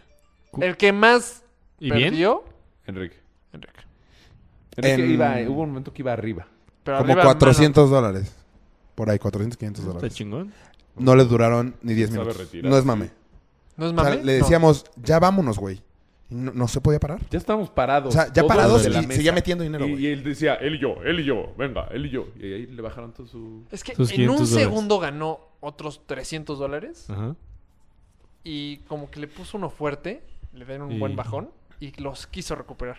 [SPEAKER 6] El que más
[SPEAKER 5] ¿Y bien?
[SPEAKER 6] perdió,
[SPEAKER 7] Enrique.
[SPEAKER 6] Enrique.
[SPEAKER 7] Enrique
[SPEAKER 4] En-
[SPEAKER 7] iba, hubo un momento que iba arriba.
[SPEAKER 6] Pero
[SPEAKER 4] Como
[SPEAKER 6] arriba, mano,
[SPEAKER 4] 400 dólares. Por ahí, 400, 500
[SPEAKER 5] Está
[SPEAKER 4] dólares.
[SPEAKER 5] chingón.
[SPEAKER 4] No les duraron ni 10
[SPEAKER 7] Sabe
[SPEAKER 4] minutos.
[SPEAKER 7] retirar,
[SPEAKER 4] No es
[SPEAKER 7] sí.
[SPEAKER 4] mame.
[SPEAKER 6] ¿No es
[SPEAKER 4] O sea,
[SPEAKER 6] mame?
[SPEAKER 4] le
[SPEAKER 6] No.
[SPEAKER 4] decíamos, ya vámonos, güey. Y No, no se podía parar.
[SPEAKER 7] Ya estábamos parados.
[SPEAKER 4] O sea, ya
[SPEAKER 7] todos
[SPEAKER 4] parados
[SPEAKER 7] de
[SPEAKER 4] y
[SPEAKER 7] la mesa.
[SPEAKER 4] seguía metiendo dinero,
[SPEAKER 7] Y,
[SPEAKER 4] güey.
[SPEAKER 7] y él decía, él y yo, él y yo, venga, él y yo. Y ahí le bajaron todo su...
[SPEAKER 6] Es que
[SPEAKER 5] Sus
[SPEAKER 6] en un
[SPEAKER 5] 500 dólares.
[SPEAKER 6] segundo ganó otros 300 dólares
[SPEAKER 5] Ajá.
[SPEAKER 6] y como que le puso uno fuerte, le dieron un
[SPEAKER 5] Y-
[SPEAKER 6] buen bajón y los quiso recuperar.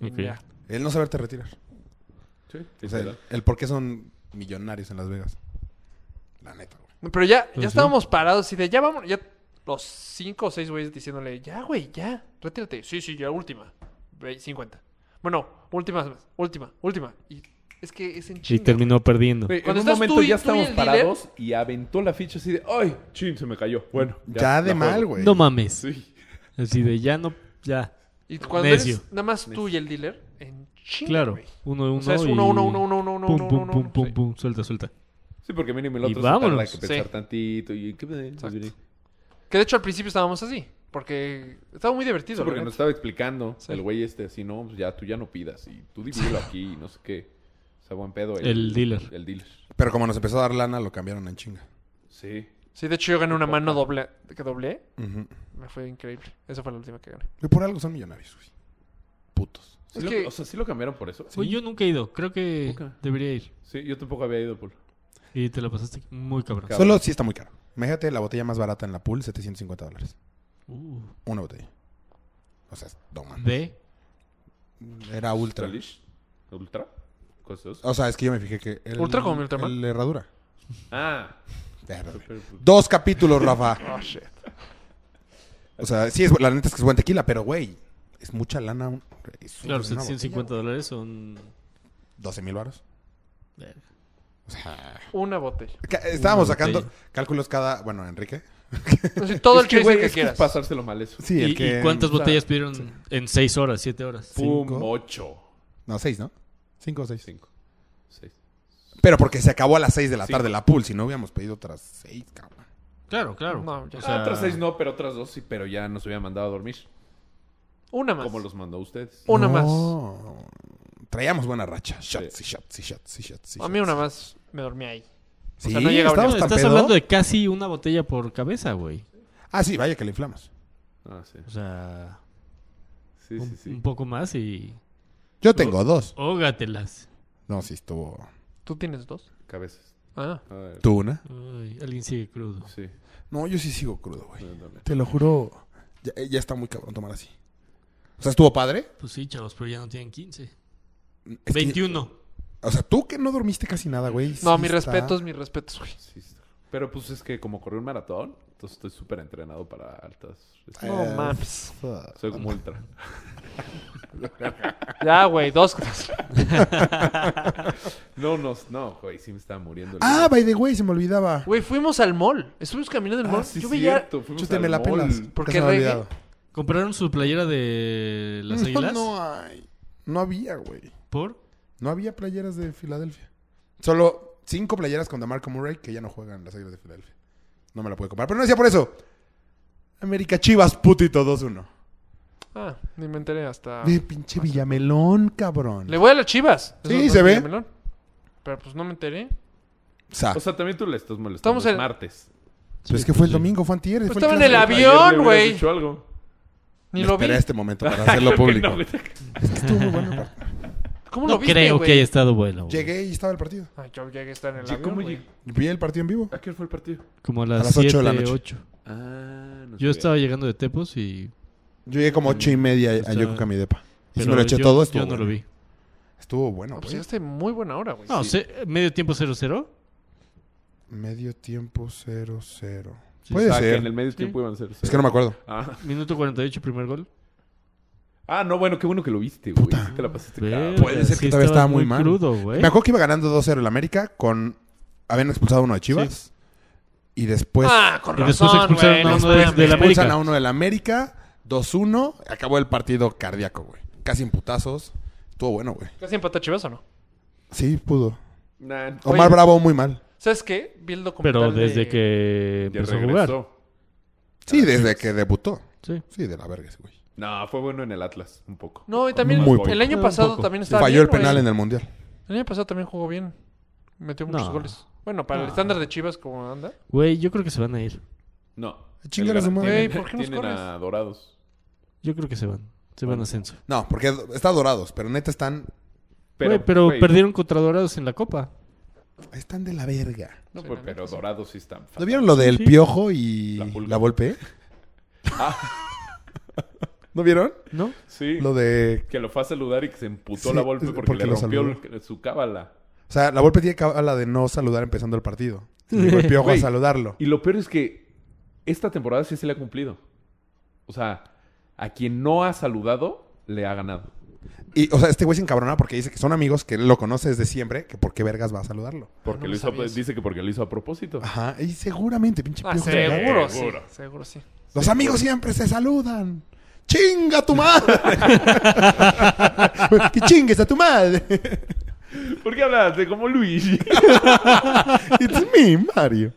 [SPEAKER 6] Y
[SPEAKER 5] Ok.
[SPEAKER 6] ya.
[SPEAKER 4] El no saberte retirar.
[SPEAKER 7] Sí,
[SPEAKER 4] O sea, el, el por qué son millonarios en Las Vegas. La neta, güey.
[SPEAKER 6] No, Pero ya,
[SPEAKER 5] Pues
[SPEAKER 6] ya
[SPEAKER 5] sí.
[SPEAKER 6] estábamos parados y de ya vamos, ya los cinco o seis güeyes diciéndole, ya güey, ya, retírate. Sí, sí, ya última. Ve- 50. Bueno, última, última, última. Y es que es en
[SPEAKER 5] Y
[SPEAKER 6] chinga.
[SPEAKER 5] terminó perdiendo.
[SPEAKER 7] En
[SPEAKER 6] Cuando
[SPEAKER 7] un
[SPEAKER 6] estás
[SPEAKER 7] momento
[SPEAKER 6] tú y-
[SPEAKER 7] ya
[SPEAKER 6] tú y el
[SPEAKER 7] estábamos
[SPEAKER 6] dealer-
[SPEAKER 7] parados y aventó la ficha así de, ¡ay! ¡Chin! Se me cayó. Bueno.
[SPEAKER 4] Ya,
[SPEAKER 7] la
[SPEAKER 4] de
[SPEAKER 7] juego".
[SPEAKER 4] mal, güey.
[SPEAKER 5] No mames.
[SPEAKER 7] Sí.
[SPEAKER 5] Así de ya no. Ya.
[SPEAKER 6] Y cuando
[SPEAKER 5] Necio.
[SPEAKER 6] eres nada más tú y el dealer, en chinga.
[SPEAKER 5] Claro.
[SPEAKER 6] güey.
[SPEAKER 5] Uno, uno.
[SPEAKER 6] O sea, es
[SPEAKER 5] y-
[SPEAKER 6] uno, uno, uno, uno, uno, uno,
[SPEAKER 5] Pum,
[SPEAKER 6] uno,
[SPEAKER 5] pum,
[SPEAKER 6] uno,
[SPEAKER 5] pum,
[SPEAKER 6] uno,
[SPEAKER 5] pum,
[SPEAKER 6] sí.
[SPEAKER 5] pum. Suelta, suelta.
[SPEAKER 7] Sí, porque mínimo el
[SPEAKER 5] Y
[SPEAKER 7] otro
[SPEAKER 5] vámonos.
[SPEAKER 7] se tarda que pensar
[SPEAKER 6] Sí.
[SPEAKER 7] tantito y... ¿qué?
[SPEAKER 6] Exacto.
[SPEAKER 7] Sí,
[SPEAKER 6] Que de hecho al principio estábamos así. Porque estaba muy divertido.
[SPEAKER 7] porque
[SPEAKER 6] la
[SPEAKER 7] nos
[SPEAKER 6] neta.
[SPEAKER 7] estaba explicando
[SPEAKER 6] Sí.
[SPEAKER 7] el güey este así, no, pues ya tú ya no pidas y tú divídelo aquí y no sé qué. O sea, buen pedo.
[SPEAKER 5] El dealer.
[SPEAKER 7] El dealer.
[SPEAKER 4] Pero como nos empezó a dar lana, lo cambiaron en chinga.
[SPEAKER 7] Sí.
[SPEAKER 6] Sí, de hecho yo gané una mano doble, que doblé.
[SPEAKER 4] Ujú.
[SPEAKER 6] Me fue increíble. Esa fue la última que gané.
[SPEAKER 4] Y Por algo son millonarios, güey. Putos.
[SPEAKER 7] ¿Sí
[SPEAKER 6] Es
[SPEAKER 7] lo-
[SPEAKER 6] que-
[SPEAKER 7] O sea, ¿sí lo cambiaron por eso?
[SPEAKER 5] Güey, yo nunca he ido. Creo que
[SPEAKER 7] Nunca.
[SPEAKER 5] debería ir.
[SPEAKER 7] Sí, yo tampoco había ido por...
[SPEAKER 5] Y te la pasaste muy cabrón.
[SPEAKER 7] Cabrón.
[SPEAKER 4] Solo sí está muy caro. Imagínate la botella más barata en la pool, 750 dólares.
[SPEAKER 5] Uh,
[SPEAKER 4] Una botella. O sea, no mames.
[SPEAKER 5] de
[SPEAKER 4] Era ultra.
[SPEAKER 7] ¿Tralish? ¿Ultra? ¿Cosas?
[SPEAKER 6] Ah.
[SPEAKER 4] O sea, es que yo me fijé que. El,
[SPEAKER 6] ¿Ultra como mi Ultraman?
[SPEAKER 4] El de herradura.
[SPEAKER 7] Ah. pues,
[SPEAKER 4] Verga, güey.
[SPEAKER 7] Super-
[SPEAKER 4] Dos capítulos, Rafa.
[SPEAKER 6] Oh, shit.
[SPEAKER 4] O sea, sí, es, la neta es que es buen tequila, pero güey, es mucha lana. un- es una
[SPEAKER 5] Claro,
[SPEAKER 4] botella,
[SPEAKER 5] 750
[SPEAKER 4] güey.
[SPEAKER 5] dólares son...
[SPEAKER 4] 12 mil baros.
[SPEAKER 5] Verga.
[SPEAKER 4] O sea,
[SPEAKER 6] Una botella.
[SPEAKER 4] ca- estábamos
[SPEAKER 5] Una
[SPEAKER 4] sacando
[SPEAKER 5] botella.
[SPEAKER 4] cálculos cada. Bueno, Enrique.
[SPEAKER 6] Así, todo
[SPEAKER 7] Es
[SPEAKER 6] el
[SPEAKER 7] que,
[SPEAKER 6] chiste
[SPEAKER 7] güey,
[SPEAKER 6] que
[SPEAKER 7] es que es
[SPEAKER 6] quieras.
[SPEAKER 7] pasárselo mal eso.
[SPEAKER 4] Sí, el
[SPEAKER 5] ¿Y,
[SPEAKER 4] que.
[SPEAKER 5] y cuántas
[SPEAKER 6] sea,
[SPEAKER 5] botellas pidieron en 6 horas, 7 horas?
[SPEAKER 7] Pum,
[SPEAKER 4] Cinco.
[SPEAKER 7] ocho.
[SPEAKER 4] No, seis, ¿no? Cinco o seis.
[SPEAKER 7] Cinco. Seis.
[SPEAKER 4] Pero porque se acabó a las seis de la
[SPEAKER 7] Cinco.
[SPEAKER 4] tarde la pool, si no hubiéramos pedido otras seis, cabrón.
[SPEAKER 5] Claro, claro.
[SPEAKER 6] No, ya
[SPEAKER 5] O
[SPEAKER 6] sé.
[SPEAKER 5] sea,
[SPEAKER 7] Ah, otras seis no, pero otras dos sí, pero ya nos había mandado a dormir.
[SPEAKER 6] Una más. Oh.
[SPEAKER 7] Como los mandó ustedes.
[SPEAKER 6] Una más.
[SPEAKER 4] No. Traíamos buena racha. Shots y shots y shots y shots. y
[SPEAKER 6] A mí
[SPEAKER 4] shots.
[SPEAKER 6] una más. Me dormí ahí.
[SPEAKER 4] Sí,
[SPEAKER 6] sea, no llegaba
[SPEAKER 4] estábamos
[SPEAKER 5] No,
[SPEAKER 4] tan
[SPEAKER 5] estás
[SPEAKER 4] pedo.
[SPEAKER 5] hablando de casi una botella por cabeza, güey.
[SPEAKER 4] Ah, sí, vaya que le inflamos.
[SPEAKER 7] Ah, sí.
[SPEAKER 5] O sea,
[SPEAKER 7] Sí,
[SPEAKER 5] un,
[SPEAKER 7] sí, sí.
[SPEAKER 6] Mm.
[SPEAKER 5] un poco más y...
[SPEAKER 4] Yo tengo dos.
[SPEAKER 5] Ógatelas.
[SPEAKER 4] No, sí estuvo.
[SPEAKER 6] ¿Tú tienes dos?
[SPEAKER 7] Cabezas.
[SPEAKER 6] Ah.
[SPEAKER 7] A ver,
[SPEAKER 4] ¿Tú una?
[SPEAKER 5] Ay, alguien sigue crudo.
[SPEAKER 7] Sí.
[SPEAKER 4] No, yo sí sigo crudo, güey.
[SPEAKER 7] Yo también.
[SPEAKER 4] Te lo juro. Ya, eh, ya está muy cabrón tomar así. O sea, ¿estuvo padre?
[SPEAKER 5] Pues sí, chavos, pero ya no tienen 15.
[SPEAKER 4] Es que-
[SPEAKER 5] 21.
[SPEAKER 4] o sea, tú que no dormiste casi nada, güey.
[SPEAKER 6] No,
[SPEAKER 4] sí
[SPEAKER 6] mis
[SPEAKER 4] está-
[SPEAKER 6] respetos, mis respetos, güey.
[SPEAKER 7] Sí, está. Pero pues es que como corrí un maratón, entonces estoy súper entrenado para altas.
[SPEAKER 6] No
[SPEAKER 4] Eh,
[SPEAKER 6] mames.
[SPEAKER 4] fuck.
[SPEAKER 7] Soy como ultra.
[SPEAKER 6] Ya, güey, dos.
[SPEAKER 7] No, no, no, güey, sí me estaba muriendo. el
[SPEAKER 4] Ah,
[SPEAKER 7] hígado.
[SPEAKER 4] by the way, se me olvidaba.
[SPEAKER 6] Güey, fuimos al mall. Estuvimos caminando en el
[SPEAKER 7] Ah,
[SPEAKER 6] mall.
[SPEAKER 7] sí,
[SPEAKER 6] Yo veía.
[SPEAKER 7] cierto, fuimos
[SPEAKER 4] Chúteme
[SPEAKER 7] al
[SPEAKER 4] la
[SPEAKER 7] mall.
[SPEAKER 4] pelas.
[SPEAKER 6] ¿Por
[SPEAKER 4] Ya
[SPEAKER 6] qué
[SPEAKER 4] se me había
[SPEAKER 6] reggae?
[SPEAKER 4] olvidado.
[SPEAKER 5] ¿Compraron su playera de las
[SPEAKER 4] no,
[SPEAKER 5] águilas?
[SPEAKER 4] No, hay. no había, güey.
[SPEAKER 5] ¿Por?
[SPEAKER 4] No había playeras de Filadelfia. Solo cinco playeras con Damarco Murray que ya no juegan las Águilas de Filadelfia. No me la pude comprar. Pero no decía por eso. América Chivas, putito 2-1.
[SPEAKER 6] Ah, ni me enteré hasta.
[SPEAKER 4] Ve, pinche Villamelón, cabrón.
[SPEAKER 6] Le voy a las chivas.
[SPEAKER 4] Sí,
[SPEAKER 6] Eso no
[SPEAKER 4] se
[SPEAKER 6] es
[SPEAKER 4] ve.
[SPEAKER 6] Villamelón. Pero pues no me enteré.
[SPEAKER 4] Sa.
[SPEAKER 7] O
[SPEAKER 4] Pero
[SPEAKER 7] sea, también tú le estás molestando. Estamos
[SPEAKER 6] Estamos
[SPEAKER 7] el
[SPEAKER 6] en-
[SPEAKER 7] martes.
[SPEAKER 4] pues es que fue el domingo, fue antier.
[SPEAKER 6] Pues
[SPEAKER 4] fue
[SPEAKER 6] estaba en
[SPEAKER 4] clásico.
[SPEAKER 6] el
[SPEAKER 7] Ayer
[SPEAKER 6] avión,
[SPEAKER 7] le hubieras
[SPEAKER 6] güey.
[SPEAKER 7] dicho algo.
[SPEAKER 6] Ni
[SPEAKER 4] Me
[SPEAKER 6] lo vi.
[SPEAKER 4] esperé a este momento para hacerlo
[SPEAKER 7] Creo que
[SPEAKER 4] público.
[SPEAKER 7] no, güey.
[SPEAKER 4] Es que estuvo muy bueno el partido.
[SPEAKER 6] ¿Cómo
[SPEAKER 5] No
[SPEAKER 6] lo viste,
[SPEAKER 5] creo
[SPEAKER 6] güey?
[SPEAKER 5] que haya estado bueno. güey.
[SPEAKER 4] Llegué y estaba el partido.
[SPEAKER 6] Ah, yo llegué a estar en el
[SPEAKER 7] Sí,
[SPEAKER 6] avión,
[SPEAKER 7] ¿Cómo
[SPEAKER 6] güey.
[SPEAKER 7] lleg-
[SPEAKER 4] Vi el partido en vivo.
[SPEAKER 7] ¿A qué hora fue el partido?
[SPEAKER 5] Como a
[SPEAKER 4] A
[SPEAKER 5] las
[SPEAKER 4] las ocho de la
[SPEAKER 5] 7,
[SPEAKER 4] noche.
[SPEAKER 5] 8.
[SPEAKER 7] Ah, no
[SPEAKER 5] Yo
[SPEAKER 7] sabía.
[SPEAKER 5] estaba llegando de Tepos y...
[SPEAKER 4] Yo llegué como ocho y media
[SPEAKER 5] O
[SPEAKER 4] a
[SPEAKER 5] sea,
[SPEAKER 4] Yucuca, mi depa. Y si
[SPEAKER 5] pero
[SPEAKER 4] me lo eché
[SPEAKER 5] yo-
[SPEAKER 4] todo, estuvo
[SPEAKER 5] Yo no lo
[SPEAKER 4] bueno.
[SPEAKER 5] vi.
[SPEAKER 4] Estuvo
[SPEAKER 6] No,
[SPEAKER 4] bueno,
[SPEAKER 6] pues
[SPEAKER 4] güey.
[SPEAKER 6] llegaste muy buena hora, güey.
[SPEAKER 5] No,
[SPEAKER 6] Sí.
[SPEAKER 5] se- medio tiempo 0-0.
[SPEAKER 4] Medio tiempo 0-0.
[SPEAKER 5] Sí,
[SPEAKER 4] Puede
[SPEAKER 7] Ah, que
[SPEAKER 4] ser.
[SPEAKER 7] en el medio tiempo iban a ser.
[SPEAKER 4] Es que no me acuerdo.
[SPEAKER 7] Ah.
[SPEAKER 5] Minuto 48, primer gol.
[SPEAKER 7] Ah, no, bueno, qué bueno que lo viste, güey. Sí te la pasaste cabrón.
[SPEAKER 4] ser que
[SPEAKER 5] Verga, sí
[SPEAKER 4] todavía
[SPEAKER 5] estabas
[SPEAKER 4] estaba muy mal.
[SPEAKER 5] crudo, güey.
[SPEAKER 4] Me acuerdo que iba ganando 2-0 el América con... Habían expulsado a uno de Chivas. Y después
[SPEAKER 6] Ah, con
[SPEAKER 5] pues, Y después
[SPEAKER 6] razón,
[SPEAKER 5] expulsaron
[SPEAKER 6] güey,
[SPEAKER 5] a uno
[SPEAKER 6] no
[SPEAKER 5] de-
[SPEAKER 6] mames.
[SPEAKER 5] del América.
[SPEAKER 4] expulsan a uno del América. 2-1. Acabó el partido cardíaco, güey. Casi en putazos. Estuvo bueno, güey.
[SPEAKER 6] ¿Casi empató Chivas o no?
[SPEAKER 4] Sí, pudo.
[SPEAKER 7] Nah,
[SPEAKER 4] Omar
[SPEAKER 6] Oye.
[SPEAKER 4] Bravo muy mal.
[SPEAKER 6] ¿Sabes qué? Vi el
[SPEAKER 5] Pero
[SPEAKER 6] documental
[SPEAKER 5] desde
[SPEAKER 6] de-
[SPEAKER 5] que
[SPEAKER 7] ya
[SPEAKER 5] empezó a jugar.
[SPEAKER 7] regresó.
[SPEAKER 4] Ah, Sí, desde que debutó.
[SPEAKER 5] Sí.
[SPEAKER 4] Sí, de la verga ese güey.
[SPEAKER 7] No, fue bueno en el Atlas, un poco.
[SPEAKER 6] No, y también
[SPEAKER 4] Muy
[SPEAKER 6] el
[SPEAKER 4] poco.
[SPEAKER 6] año
[SPEAKER 5] Un
[SPEAKER 6] pasado
[SPEAKER 5] poco.
[SPEAKER 6] también estaba
[SPEAKER 4] Falló
[SPEAKER 6] bien,
[SPEAKER 4] el penal
[SPEAKER 6] güey.
[SPEAKER 4] en el Mundial.
[SPEAKER 6] El año pasado también jugó bien. Metió muchos
[SPEAKER 5] No.
[SPEAKER 6] goles. Bueno, para el
[SPEAKER 5] No.
[SPEAKER 6] estándar de Chivas como anda.
[SPEAKER 5] Güey, yo creo que se van a ir.
[SPEAKER 7] No.
[SPEAKER 6] Ah,
[SPEAKER 4] Chinga
[SPEAKER 7] El
[SPEAKER 4] la
[SPEAKER 7] gra-
[SPEAKER 4] su madre.
[SPEAKER 7] tienen-
[SPEAKER 6] Güey, ¿por qué nos
[SPEAKER 7] Tienen
[SPEAKER 6] corres?
[SPEAKER 7] a Dorados.
[SPEAKER 5] Yo creo que se van. Se van a ascenso.
[SPEAKER 4] No, porque está dorados, pero neta están.
[SPEAKER 5] Pero,
[SPEAKER 7] Pero,
[SPEAKER 5] pero
[SPEAKER 7] güey,
[SPEAKER 5] perdieron contra Dorados en la Copa.
[SPEAKER 4] Están de la verga.
[SPEAKER 7] No, pues, pero Dorados sí están.
[SPEAKER 4] ¿No vieron lo del
[SPEAKER 5] Sí.
[SPEAKER 4] piojo y
[SPEAKER 7] La pulga.
[SPEAKER 4] la Ah. golpe? ¿No vieron?
[SPEAKER 5] ¿No?
[SPEAKER 7] Sí.
[SPEAKER 4] Lo de.
[SPEAKER 7] Que lo fue a saludar y que se emputó
[SPEAKER 4] Sí,
[SPEAKER 7] la golpe porque,
[SPEAKER 4] porque
[SPEAKER 7] le
[SPEAKER 4] lo
[SPEAKER 7] rompió
[SPEAKER 4] saludó.
[SPEAKER 7] el- su cábala.
[SPEAKER 4] O sea, la golpe tiene la de no saludar empezando el partido. Y llegó el piojo a
[SPEAKER 7] Güey.
[SPEAKER 4] saludarlo.
[SPEAKER 7] Y lo peor es que esta temporada sí se le ha cumplido. O sea, a quien no ha saludado, le ha ganado.
[SPEAKER 6] Ah,
[SPEAKER 4] Y, o sea, este güey se encabrona porque dice que son amigos que él lo conoce desde siempre, que por qué vergas va a saludarlo.
[SPEAKER 7] Porque
[SPEAKER 6] no
[SPEAKER 7] lo
[SPEAKER 6] lo
[SPEAKER 7] hizo, a-
[SPEAKER 6] sabía eso.
[SPEAKER 7] dice que porque lo hizo a propósito.
[SPEAKER 4] Ajá. Y seguramente, pinche
[SPEAKER 6] Ah,
[SPEAKER 4] piojo. ¿eh?
[SPEAKER 6] seguro,
[SPEAKER 7] Seguro.
[SPEAKER 6] sí. Seguro sí.
[SPEAKER 4] Los amigos siempre se saludan. ¡Chinga tu madre! ¡Que chingues a tu madre!
[SPEAKER 7] ¿Por qué hablaste como Luigi?
[SPEAKER 4] It's me, Mario.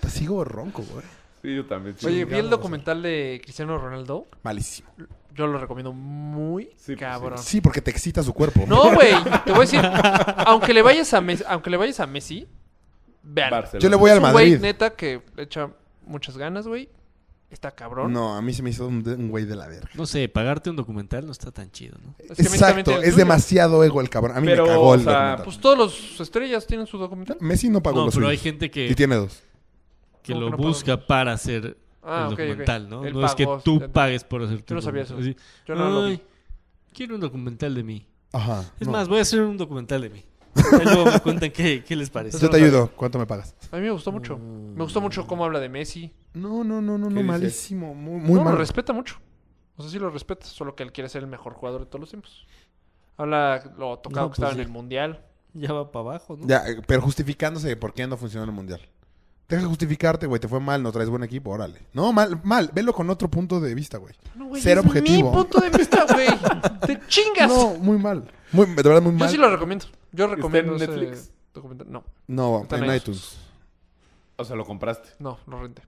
[SPEAKER 4] Te sigo ronco, güey.
[SPEAKER 7] sí, yo también. sí.
[SPEAKER 6] Oye, vi el
[SPEAKER 4] Chingados,
[SPEAKER 6] documental de Cristiano Ronaldo.
[SPEAKER 4] Malísimo.
[SPEAKER 6] Yo lo recomiendo muy
[SPEAKER 7] Sí, pues,
[SPEAKER 6] cabrón.
[SPEAKER 4] Sí, porque te excita su cuerpo.
[SPEAKER 6] No, güey, te voy a decir, aunque le vayas a Messi, aunque le vayas a Messi, Vean.
[SPEAKER 7] Barcelona.
[SPEAKER 4] Yo le voy al
[SPEAKER 6] Güey,
[SPEAKER 4] Madrid.
[SPEAKER 6] neta, que le echa muchas ganas, güey. Está cabrón.
[SPEAKER 4] No, a mí se me hizo un, de- un güey de la verga.
[SPEAKER 5] No sé, pagarte un documental no está tan chido, ¿no?
[SPEAKER 6] Es que
[SPEAKER 4] Exacto,
[SPEAKER 6] médicamente el
[SPEAKER 4] es
[SPEAKER 6] suyo-
[SPEAKER 4] demasiado ego el cabrón. A mí
[SPEAKER 7] Pero,
[SPEAKER 4] me cagó el
[SPEAKER 7] o sea,
[SPEAKER 4] documental.
[SPEAKER 6] Pues todos los estrellas tienen su documental.
[SPEAKER 4] Messi no pagó
[SPEAKER 5] No,
[SPEAKER 4] los
[SPEAKER 5] pero hay
[SPEAKER 4] suyos.
[SPEAKER 5] gente
[SPEAKER 4] Y
[SPEAKER 5] que,
[SPEAKER 4] tiene dos.
[SPEAKER 5] que
[SPEAKER 6] ¿Cómo
[SPEAKER 5] lo
[SPEAKER 6] que no
[SPEAKER 5] busca para hacer
[SPEAKER 6] Ah,
[SPEAKER 5] el
[SPEAKER 6] ok, ok.
[SPEAKER 5] documental, ¿no?
[SPEAKER 6] Él
[SPEAKER 5] no es que
[SPEAKER 6] pagó,
[SPEAKER 5] tú
[SPEAKER 6] ya-
[SPEAKER 5] pagues por hacer tu
[SPEAKER 6] Yo no sabía eso.
[SPEAKER 5] documental. Así,
[SPEAKER 6] Yo no lo vi.
[SPEAKER 5] "Ay, Quiero un documental de mí.
[SPEAKER 4] Ajá.
[SPEAKER 5] Es
[SPEAKER 4] no.
[SPEAKER 5] más, voy a hacer un documental de mí. Ahí luego me cuentan qué, qué les parece.
[SPEAKER 4] yo te ayudo. ¿Cuánto me pagas?
[SPEAKER 6] A mí me gustó mucho.
[SPEAKER 4] Mm.
[SPEAKER 6] Me gustó mucho cómo habla de Messi.
[SPEAKER 4] No, no, no, no,
[SPEAKER 7] ¿Qué
[SPEAKER 4] no
[SPEAKER 7] dice?
[SPEAKER 4] malísimo. Muy, muy
[SPEAKER 6] no,
[SPEAKER 4] mal.
[SPEAKER 6] lo respeta mucho. O sea, sí lo respeta, solo que él quiere ser el mejor jugador de todos los tiempos. Habla lo tocado
[SPEAKER 5] No,
[SPEAKER 6] que
[SPEAKER 5] pues
[SPEAKER 6] estaba
[SPEAKER 5] sí.
[SPEAKER 6] en el Mundial.
[SPEAKER 5] Ya va para abajo, ¿no?
[SPEAKER 4] Ya, eh, pero justificándose de por qué no funcionó el mundial. Deja de justificarte, güey. Te fue mal, no traes buen equipo, órale. No, mal, mal. Velo con otro punto de vista, güey.
[SPEAKER 6] No, güey,
[SPEAKER 4] Ser
[SPEAKER 6] es
[SPEAKER 4] objetivo.
[SPEAKER 6] Mi punto de vista, güey. Te chingas.
[SPEAKER 4] No, muy mal. Muy, de verdad, muy
[SPEAKER 6] Yo
[SPEAKER 4] mal.
[SPEAKER 6] sí lo recomiendo. Yo recomiendo.
[SPEAKER 7] en
[SPEAKER 6] ese
[SPEAKER 7] Netflix?
[SPEAKER 6] documental. No,
[SPEAKER 4] No,
[SPEAKER 6] Está en
[SPEAKER 4] en
[SPEAKER 6] iTunes.
[SPEAKER 4] iTunes.
[SPEAKER 7] O sea, lo compraste.
[SPEAKER 6] no, no rente.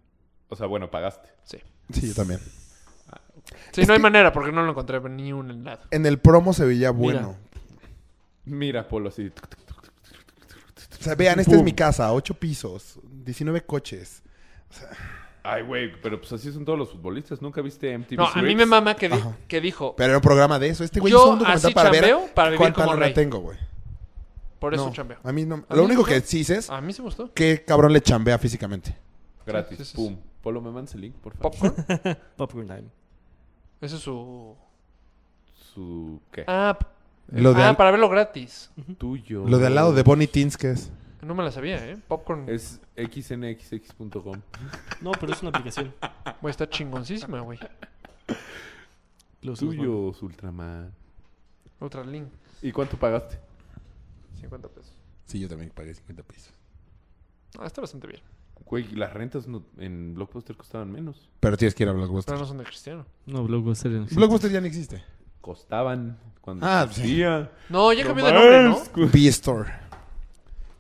[SPEAKER 7] O sea, bueno, pagaste.
[SPEAKER 6] Sí.
[SPEAKER 4] Sí, yo también.
[SPEAKER 6] Sí, no hay manera porque no lo encontré en ni un lado.
[SPEAKER 4] En el promo se veía bueno.
[SPEAKER 7] Mira, Polo, así.
[SPEAKER 4] O sea, vean, esta es
[SPEAKER 7] Pum.
[SPEAKER 4] mi casa. Ocho pisos, 19 coches.
[SPEAKER 7] Ay, güey, pero pues así son todos los futbolistas. ¿Nunca viste MTV
[SPEAKER 6] No, a mí
[SPEAKER 7] Cribs?
[SPEAKER 6] me mama que, di-
[SPEAKER 4] Ajá.
[SPEAKER 6] que dijo,
[SPEAKER 4] Pero era un programa de eso. Este güey
[SPEAKER 6] Yo
[SPEAKER 4] hizo un documental
[SPEAKER 6] así
[SPEAKER 4] para ver
[SPEAKER 6] chambeo para vivir
[SPEAKER 4] cuánta
[SPEAKER 6] como
[SPEAKER 4] lana
[SPEAKER 6] rey.
[SPEAKER 4] tengo, güey.
[SPEAKER 6] por eso
[SPEAKER 4] No,
[SPEAKER 6] chambeo.
[SPEAKER 4] A mí no.
[SPEAKER 6] A
[SPEAKER 4] lo
[SPEAKER 6] mí
[SPEAKER 4] único
[SPEAKER 6] no. Ah.
[SPEAKER 4] que sí es
[SPEAKER 6] A mí se me gustó.
[SPEAKER 4] qué cabrón le chambea físicamente.
[SPEAKER 7] Gratis.
[SPEAKER 6] Sí, sí, sí.
[SPEAKER 7] Pum. Polo, me mandas el link, por favor.
[SPEAKER 6] Popcorn.
[SPEAKER 5] Popcorn Time.
[SPEAKER 6] Ese es su...
[SPEAKER 7] Su. ¿Qué?
[SPEAKER 6] Ah,
[SPEAKER 4] Lo de,
[SPEAKER 6] ah,
[SPEAKER 4] al,
[SPEAKER 6] para verlo gratis.
[SPEAKER 7] Tuyo.
[SPEAKER 4] lo de al lado de Bonnie Teens, que es?
[SPEAKER 6] No me la sabía, ¿eh? Popcorn.
[SPEAKER 7] Es xnxx.com.
[SPEAKER 6] Pues,
[SPEAKER 5] No, pero es una aplicación.
[SPEAKER 6] Güey, está chingoncísima, güey.
[SPEAKER 5] Los Ultraman.
[SPEAKER 7] Tuyos, Ultraman.
[SPEAKER 6] Otra link.
[SPEAKER 7] ¿Y cuánto pagaste?
[SPEAKER 6] 50 pesos.
[SPEAKER 4] Sí, yo también pagué 50 pesos.
[SPEAKER 6] Ah, está bastante bien.
[SPEAKER 7] Güey, las rentas no- en Blockbuster costaban menos.
[SPEAKER 4] Pero tienes que ir a
[SPEAKER 6] Pero
[SPEAKER 4] Blockbuster.
[SPEAKER 6] no son de cristiano.
[SPEAKER 5] No, Blockbuster. en-
[SPEAKER 4] Blockbuster ya no existe.
[SPEAKER 7] Costaban cuando
[SPEAKER 4] Ah,
[SPEAKER 7] existía.
[SPEAKER 6] No, ya cambió de nombre, ¿no?
[SPEAKER 4] B-Store.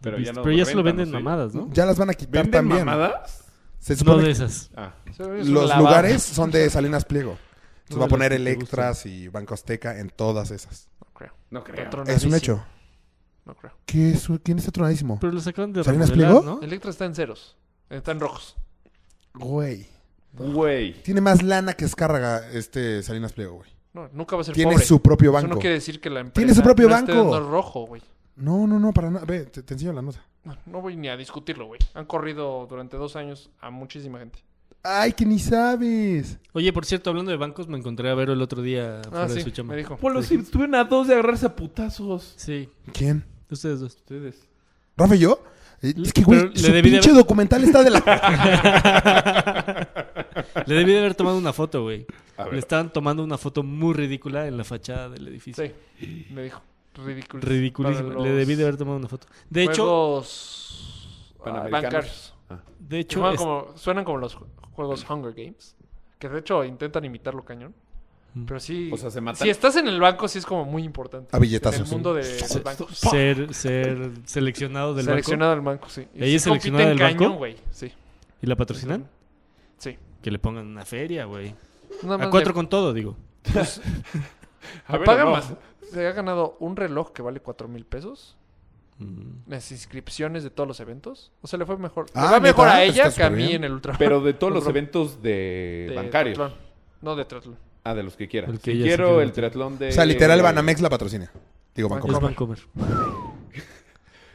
[SPEAKER 7] Pero ya no
[SPEAKER 5] Pero ya se lo
[SPEAKER 7] rentan,
[SPEAKER 5] venden
[SPEAKER 7] ¿no? Sí.
[SPEAKER 5] mamadas, ¿no?
[SPEAKER 4] Ya las van a quitar
[SPEAKER 7] ¿Venden
[SPEAKER 4] también.
[SPEAKER 7] mamadas?
[SPEAKER 4] Se
[SPEAKER 5] No
[SPEAKER 4] supone
[SPEAKER 5] de
[SPEAKER 4] que
[SPEAKER 5] esas.
[SPEAKER 7] Ah,
[SPEAKER 6] Es un
[SPEAKER 4] los
[SPEAKER 6] lavado.
[SPEAKER 4] lugares son de Salinas Pliego. Entonces
[SPEAKER 5] No
[SPEAKER 4] va a
[SPEAKER 5] de
[SPEAKER 4] poner
[SPEAKER 5] los que te
[SPEAKER 4] Electras y Banco Azteca en todas esas.
[SPEAKER 6] No creo.
[SPEAKER 7] no creo.
[SPEAKER 6] Está
[SPEAKER 4] Es un
[SPEAKER 6] tronadísimo.
[SPEAKER 4] hecho.
[SPEAKER 6] No creo.
[SPEAKER 4] ¿Qué es, ¿Quién está tronadísimo?
[SPEAKER 5] Pero lo sacaron de
[SPEAKER 4] ¿Salinas
[SPEAKER 5] remodelar,
[SPEAKER 4] Pliego?
[SPEAKER 5] ¿no?
[SPEAKER 6] Electra está en ceros. Está en rojos.
[SPEAKER 4] Güey.
[SPEAKER 7] Güey.
[SPEAKER 4] Tiene más lana que Escárraga este Salinas Pliego, güey.
[SPEAKER 6] No, nunca va a ser
[SPEAKER 4] Tiene
[SPEAKER 6] pobre.
[SPEAKER 4] su propio
[SPEAKER 6] Eso
[SPEAKER 4] banco.
[SPEAKER 6] no quiere decir que la empresa
[SPEAKER 4] Tiene su propio
[SPEAKER 6] no esté
[SPEAKER 4] banco.
[SPEAKER 6] dando rojo, güey.
[SPEAKER 4] No, no, no, para nada. Ve, te, te enseño la nota.
[SPEAKER 6] No, no voy ni a discutirlo, güey. Han corrido durante dos años a muchísima gente.
[SPEAKER 4] Ay, que ni sabes.
[SPEAKER 5] Oye, por cierto, hablando de bancos, me encontré a Vero el otro día fuera
[SPEAKER 6] Ah,
[SPEAKER 5] de
[SPEAKER 6] sí,
[SPEAKER 5] su chamba.
[SPEAKER 6] me dijo.
[SPEAKER 7] Polo, si estuvieron a dos de agarrarse a putazos.
[SPEAKER 5] Sí,
[SPEAKER 4] ¿Quién?
[SPEAKER 5] ustedes dos.
[SPEAKER 7] Ustedes.
[SPEAKER 4] ¿Rafa y yo? Eh, Es que,
[SPEAKER 5] Pero
[SPEAKER 4] güey,
[SPEAKER 5] le
[SPEAKER 4] su
[SPEAKER 5] debí de
[SPEAKER 4] pinche
[SPEAKER 5] haber-
[SPEAKER 4] documental está de la...
[SPEAKER 5] Le debí de haber tomado una foto, güey.
[SPEAKER 7] A ver.
[SPEAKER 5] Le estaban tomando una foto muy ridícula en la fachada del edificio.
[SPEAKER 6] Sí, me dijo. Ridículo.
[SPEAKER 5] Ridiculísima. Le debí de haber tomado una foto. De
[SPEAKER 6] Pues
[SPEAKER 5] hecho,
[SPEAKER 6] Juegos ah,
[SPEAKER 7] Panamericanos.
[SPEAKER 6] bancarios.
[SPEAKER 5] de
[SPEAKER 6] Que
[SPEAKER 5] hecho, este,
[SPEAKER 6] juegan
[SPEAKER 5] es-
[SPEAKER 6] como- suenan como los ju- juegos Hunger Games. Que de hecho intentan imitarlo cañón.
[SPEAKER 5] Mm.
[SPEAKER 6] Pero sí.
[SPEAKER 7] O sea, se matan.
[SPEAKER 6] si estás en el banco, sí es como muy importante.
[SPEAKER 4] A billetazos.
[SPEAKER 6] En el mundo de los bancos.
[SPEAKER 5] ser, ser seleccionado del
[SPEAKER 6] Seleccionado del banco, sí. Y
[SPEAKER 5] ¿Ella es
[SPEAKER 6] sí compiten
[SPEAKER 5] seleccionada del banco?
[SPEAKER 6] cañón, güey. Sí.
[SPEAKER 5] banco. ¿Y la patrocinan?
[SPEAKER 6] Sí.
[SPEAKER 5] Que le pongan una feria, güey.
[SPEAKER 6] Nada más
[SPEAKER 5] A
[SPEAKER 6] le-
[SPEAKER 5] cuatro con todo, digo.
[SPEAKER 7] A ver,
[SPEAKER 6] paga
[SPEAKER 7] no.
[SPEAKER 6] más. Se ha ganado un reloj que vale cuatro mil pesos.
[SPEAKER 5] Mm.
[SPEAKER 6] Las inscripciones de todos los eventos. O sea, le fue mejor.
[SPEAKER 4] Ah,
[SPEAKER 6] le va mejor
[SPEAKER 4] ¿neta?
[SPEAKER 6] a ella
[SPEAKER 4] Está
[SPEAKER 6] que a mí
[SPEAKER 4] superbién.
[SPEAKER 6] en el Ultra.
[SPEAKER 7] Pero de todos
[SPEAKER 6] No,
[SPEAKER 7] los
[SPEAKER 6] bro.
[SPEAKER 7] eventos de,
[SPEAKER 6] de
[SPEAKER 7] bancarios.
[SPEAKER 6] triatlón. No, de triatlón.
[SPEAKER 7] Ah, de los que quieran.
[SPEAKER 5] El que
[SPEAKER 7] si
[SPEAKER 5] ya se
[SPEAKER 7] quiero
[SPEAKER 5] quiere
[SPEAKER 7] el
[SPEAKER 5] meter.
[SPEAKER 7] triatlón de.
[SPEAKER 4] O sea, literal, Banamex la patrocina. Digo, Banco.
[SPEAKER 5] Es
[SPEAKER 6] Bancomer.
[SPEAKER 5] Bancomer.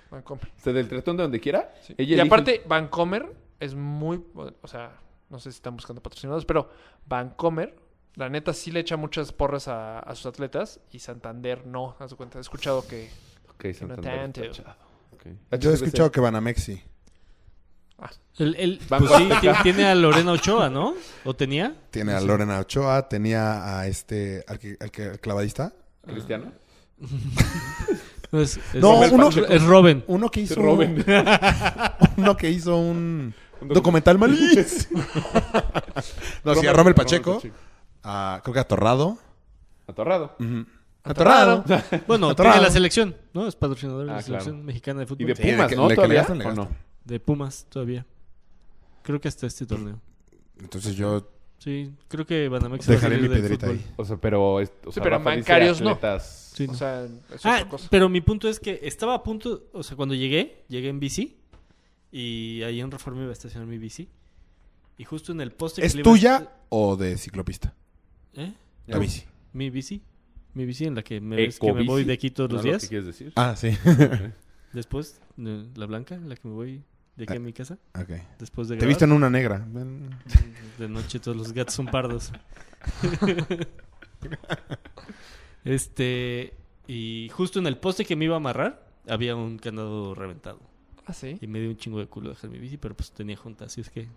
[SPEAKER 6] Bancomer.
[SPEAKER 7] O sea, del triatlón de donde quiera.
[SPEAKER 6] Sí.
[SPEAKER 7] Ella
[SPEAKER 6] y
[SPEAKER 7] elige
[SPEAKER 6] aparte, Bancomer es muy. O sea, no sé si están buscando patrocinados, pero Bancomer, la neta, sí le echa muchas porras a, a sus atletas y Santander no. Haz de cuenta, he escuchado que.
[SPEAKER 7] el- Ok, Santander
[SPEAKER 6] No
[SPEAKER 7] está
[SPEAKER 6] tanto.
[SPEAKER 7] chado. Ok.
[SPEAKER 4] Yo he escuchado que Banamex sí.
[SPEAKER 5] El, el- pues
[SPEAKER 7] Banco
[SPEAKER 5] sí, ti- tiene a Lorena Ochoa, ¿no? ¿O tenía?
[SPEAKER 4] Tiene a Lorena Ochoa, tenía a este, al, que- al que- al clavadista.
[SPEAKER 7] ¿Cristiano?
[SPEAKER 5] No, es, es-
[SPEAKER 4] No,
[SPEAKER 5] es-
[SPEAKER 4] uno-
[SPEAKER 5] es Robin.
[SPEAKER 4] Uno que hizo...
[SPEAKER 7] Robin.
[SPEAKER 4] Uno que hizo un
[SPEAKER 7] Un
[SPEAKER 4] documental malísimo. no, sí, a Rommel Pacheco.
[SPEAKER 7] Robert Pacheco.
[SPEAKER 4] a- creo que a Torrado.
[SPEAKER 7] Atorrado.
[SPEAKER 4] Ujú. A
[SPEAKER 6] Atorrado.
[SPEAKER 4] Torrado.
[SPEAKER 5] Bueno,
[SPEAKER 4] Atorrado.
[SPEAKER 5] tiene la selección, ¿no? Es patrocinador de
[SPEAKER 7] Ah,
[SPEAKER 5] la
[SPEAKER 7] claro.
[SPEAKER 5] selección mexicana de fútbol.
[SPEAKER 7] Y de
[SPEAKER 4] Sí,
[SPEAKER 7] Pumas,
[SPEAKER 4] le-
[SPEAKER 7] ¿no?
[SPEAKER 4] le- que le
[SPEAKER 7] ¿Todavía?
[SPEAKER 4] gastan, le
[SPEAKER 7] ¿O no?
[SPEAKER 4] gastan.
[SPEAKER 5] De Pumas todavía. Creo que hasta este torneo.
[SPEAKER 4] Entonces yo
[SPEAKER 5] Sí, creo que Banamex se va a
[SPEAKER 4] dejaré mi
[SPEAKER 5] salir del
[SPEAKER 4] pedrita
[SPEAKER 5] fútbol.
[SPEAKER 4] ahí.
[SPEAKER 7] O sea, pero. es- O sea,
[SPEAKER 6] pero
[SPEAKER 7] Rafa dice
[SPEAKER 6] bancarios no.
[SPEAKER 7] atletas.
[SPEAKER 5] Sí,
[SPEAKER 6] O
[SPEAKER 5] no.
[SPEAKER 6] sea, es
[SPEAKER 5] Ah,
[SPEAKER 6] otra cosa.
[SPEAKER 5] pero mi punto es que estaba a punto, o sea, cuando llegué, llegué en bici Y ahí en Reforma iba a estacionar mi bici. Y justo en el poste... que
[SPEAKER 4] ¿Es
[SPEAKER 5] le iba a-
[SPEAKER 4] tuya o de ciclopista?
[SPEAKER 5] ¿Eh?
[SPEAKER 4] La bici.
[SPEAKER 5] ¿Mi bici? Mi bici en la que me, ves que me voy de aquí todos
[SPEAKER 7] ¿No es
[SPEAKER 5] los
[SPEAKER 7] lo
[SPEAKER 5] días.
[SPEAKER 7] que quieres decir?
[SPEAKER 4] Ah, sí.
[SPEAKER 5] Después, eh, la blanca, en la que me voy de aquí a mi casa.
[SPEAKER 4] ok.
[SPEAKER 5] Después de
[SPEAKER 4] Te
[SPEAKER 5] grabar.
[SPEAKER 4] viste en una negra.
[SPEAKER 5] De noche todos los gatos son pardos. este. Y justo en el poste que me iba a amarrar, había un candado reventado.
[SPEAKER 6] Ah, sí.
[SPEAKER 5] Y me dio un chingo de culo dejar mi bici, pero pues tenía junta, así es que.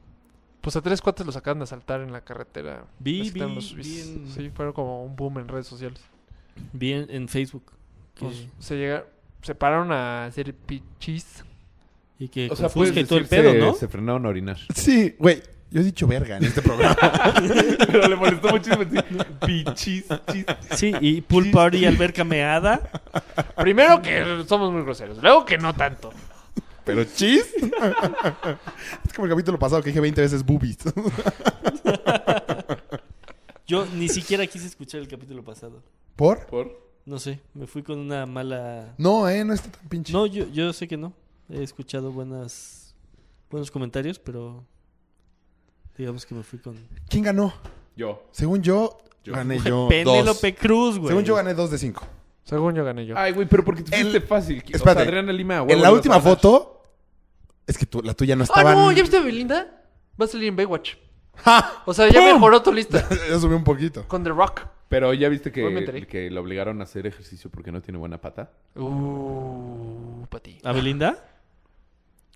[SPEAKER 6] Pues a tres cuates los acaban de asaltar en la carretera.
[SPEAKER 5] Vi,
[SPEAKER 6] Les quitaron
[SPEAKER 5] vi,
[SPEAKER 6] los bicis.
[SPEAKER 5] vi en-
[SPEAKER 6] Sí, fueron como un boom en redes sociales.
[SPEAKER 5] Vi en, en Facebook. que-
[SPEAKER 6] Pues se llegaron, se pararon a hacer pichis.
[SPEAKER 5] y que
[SPEAKER 7] O sea,
[SPEAKER 5] fue
[SPEAKER 7] puedes
[SPEAKER 5] todo el
[SPEAKER 7] decir,
[SPEAKER 5] pedo,
[SPEAKER 7] se-
[SPEAKER 5] ¿no?
[SPEAKER 7] Se frenaron a orinar.
[SPEAKER 4] Sí, güey. Yo he dicho verga en este programa.
[SPEAKER 7] Pero le molestó muchísimo. Pichis, chis.
[SPEAKER 5] Sí, y pool party, alberca meada.
[SPEAKER 6] Primero que somos muy groseros, luego que no tanto.
[SPEAKER 4] Pero chis. es como el capítulo pasado que dije 20 veces boobies.
[SPEAKER 5] Yo ni siquiera quise escuchar el capítulo pasado.
[SPEAKER 4] ¿Por?
[SPEAKER 7] Por.
[SPEAKER 5] No sé, me fui con una mala.
[SPEAKER 4] No, eh, no está tan pinche.
[SPEAKER 5] No, yo, yo sé que no. He escuchado buenas buenos comentarios, pero digamos que me fui con
[SPEAKER 4] ¿Quién ganó?
[SPEAKER 7] Yo.
[SPEAKER 4] Según yo,
[SPEAKER 7] Yo.
[SPEAKER 4] gané yo. dos.
[SPEAKER 5] Penélope Cruz, güey.
[SPEAKER 4] Según yo, gané dos de cinco.
[SPEAKER 6] Según yo gané yo.
[SPEAKER 7] Ay, güey, pero porque te
[SPEAKER 4] El-
[SPEAKER 7] fuiste fácil. O sea,
[SPEAKER 4] Espérate.
[SPEAKER 7] Adriana Lima, güey.
[SPEAKER 4] En la última foto, es que tú- la tuya no
[SPEAKER 6] ¡Ah,
[SPEAKER 4] estaba.
[SPEAKER 6] no! ¿Ya viste a Belinda? Va a salir en Baywatch.
[SPEAKER 4] ¡Ja!
[SPEAKER 6] O sea, ya
[SPEAKER 4] ¡Pum!
[SPEAKER 6] mejoró tu lista.
[SPEAKER 4] Ya subí un poquito.
[SPEAKER 6] Con The Rock.
[SPEAKER 7] Pero ya viste que,
[SPEAKER 6] Hoy me enteré.
[SPEAKER 7] que la obligaron a hacer ejercicio porque no tiene buena pata.
[SPEAKER 6] Uh, pati.
[SPEAKER 5] ¿A Belinda?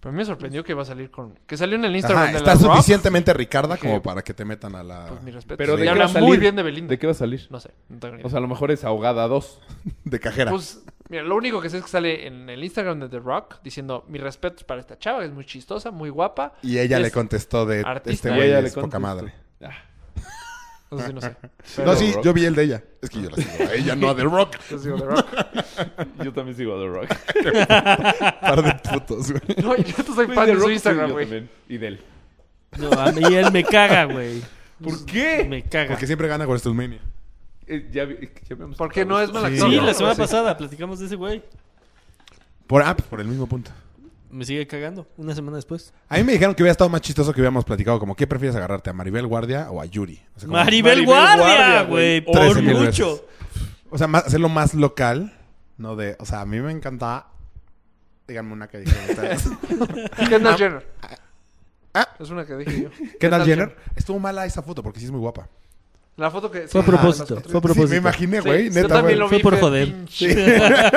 [SPEAKER 6] Pero a mí me sorprendió que va a salir con. Que salió en el Instagram
[SPEAKER 4] Ajá,
[SPEAKER 6] de
[SPEAKER 4] está
[SPEAKER 6] la Rock.
[SPEAKER 4] suficientemente ricarda
[SPEAKER 6] Dije,
[SPEAKER 4] como para que te metan a la.
[SPEAKER 6] Pues mi respeto.
[SPEAKER 7] Pero
[SPEAKER 4] ¿de
[SPEAKER 6] y
[SPEAKER 4] qué
[SPEAKER 6] habla
[SPEAKER 7] va a
[SPEAKER 6] muy
[SPEAKER 7] salir?
[SPEAKER 6] bien de Belinda.
[SPEAKER 7] ¿De qué va a salir?
[SPEAKER 6] No sé, no tengo ni idea.
[SPEAKER 7] O sea, a lo mejor es ahogada 2.
[SPEAKER 4] de cajera.
[SPEAKER 6] Pues, mira, lo único que sé es que sale en el Instagram de The Rock diciendo mis respetos para esta chava, que es muy chistosa, muy guapa.
[SPEAKER 4] y ella
[SPEAKER 6] es
[SPEAKER 4] le contestó de
[SPEAKER 6] artista.
[SPEAKER 4] este
[SPEAKER 6] Y
[SPEAKER 4] güey
[SPEAKER 7] ella
[SPEAKER 4] es
[SPEAKER 7] le
[SPEAKER 4] poca
[SPEAKER 7] contestó.
[SPEAKER 4] madre.
[SPEAKER 7] Ah.
[SPEAKER 6] No sé si no sé.
[SPEAKER 4] No,
[SPEAKER 6] Pero-
[SPEAKER 4] sí,
[SPEAKER 7] Rock.
[SPEAKER 4] yo vi el de ella. Es que yo la sigo a ella, no a The Rock.
[SPEAKER 6] Yo sigo The Rock.
[SPEAKER 7] Yo también sigo a The Rock.
[SPEAKER 4] Par de putos, güey.
[SPEAKER 6] No, yo no soy
[SPEAKER 7] Güey,
[SPEAKER 6] fan
[SPEAKER 7] Pues The
[SPEAKER 6] de
[SPEAKER 7] Rock
[SPEAKER 6] su
[SPEAKER 7] sí,
[SPEAKER 6] Instagram,
[SPEAKER 7] yo
[SPEAKER 6] güey.
[SPEAKER 7] también. Y de él.
[SPEAKER 5] No, a mí él me caga, güey.
[SPEAKER 7] ¿Por qué?
[SPEAKER 5] Me caga.
[SPEAKER 4] Porque siempre gana WrestleMania.
[SPEAKER 7] Eh, ya, vi- ya habíamos
[SPEAKER 6] Porque
[SPEAKER 7] tocado
[SPEAKER 6] no es
[SPEAKER 7] esto.
[SPEAKER 6] mal
[SPEAKER 4] Sí.
[SPEAKER 6] actor.
[SPEAKER 5] Sí,
[SPEAKER 6] ¿no?
[SPEAKER 5] la semana
[SPEAKER 6] Sí.
[SPEAKER 5] pasada platicamos de ese güey.
[SPEAKER 4] Por, ah, pues por el mismo punto.
[SPEAKER 5] Me sigue cagando una semana después.
[SPEAKER 4] A mí me dijeron que hubiera estado más chistoso que hubiéramos platicado como ¿qué prefieres agarrarte a Maribel Guardia o a Yuri? O sea, como-
[SPEAKER 5] Maribel,
[SPEAKER 7] Maribel
[SPEAKER 5] Guardia,
[SPEAKER 7] Guardia, güey.
[SPEAKER 5] güey. Por
[SPEAKER 4] 13,000
[SPEAKER 5] mucho.
[SPEAKER 4] o sea, más- hacerlo más local, no de, o sea, a mí me encantaba díganme una que dijeron ustedes.
[SPEAKER 6] Kendall Jenner.
[SPEAKER 4] ah.
[SPEAKER 6] Es una que dije yo.
[SPEAKER 4] Kendall Jenner estuvo mala esa foto porque sí es muy guapa.
[SPEAKER 6] La foto que.
[SPEAKER 5] Fue a
[SPEAKER 6] sí,
[SPEAKER 5] propósito,
[SPEAKER 6] las fotos.
[SPEAKER 5] fue a propósito.
[SPEAKER 4] Sí, me imaginé,
[SPEAKER 6] Sí,
[SPEAKER 4] güey,
[SPEAKER 6] yo
[SPEAKER 4] neta,
[SPEAKER 6] también
[SPEAKER 4] güey.
[SPEAKER 6] lo
[SPEAKER 5] Fue
[SPEAKER 6] vi,
[SPEAKER 5] por
[SPEAKER 6] fue
[SPEAKER 5] joder.
[SPEAKER 6] pinche-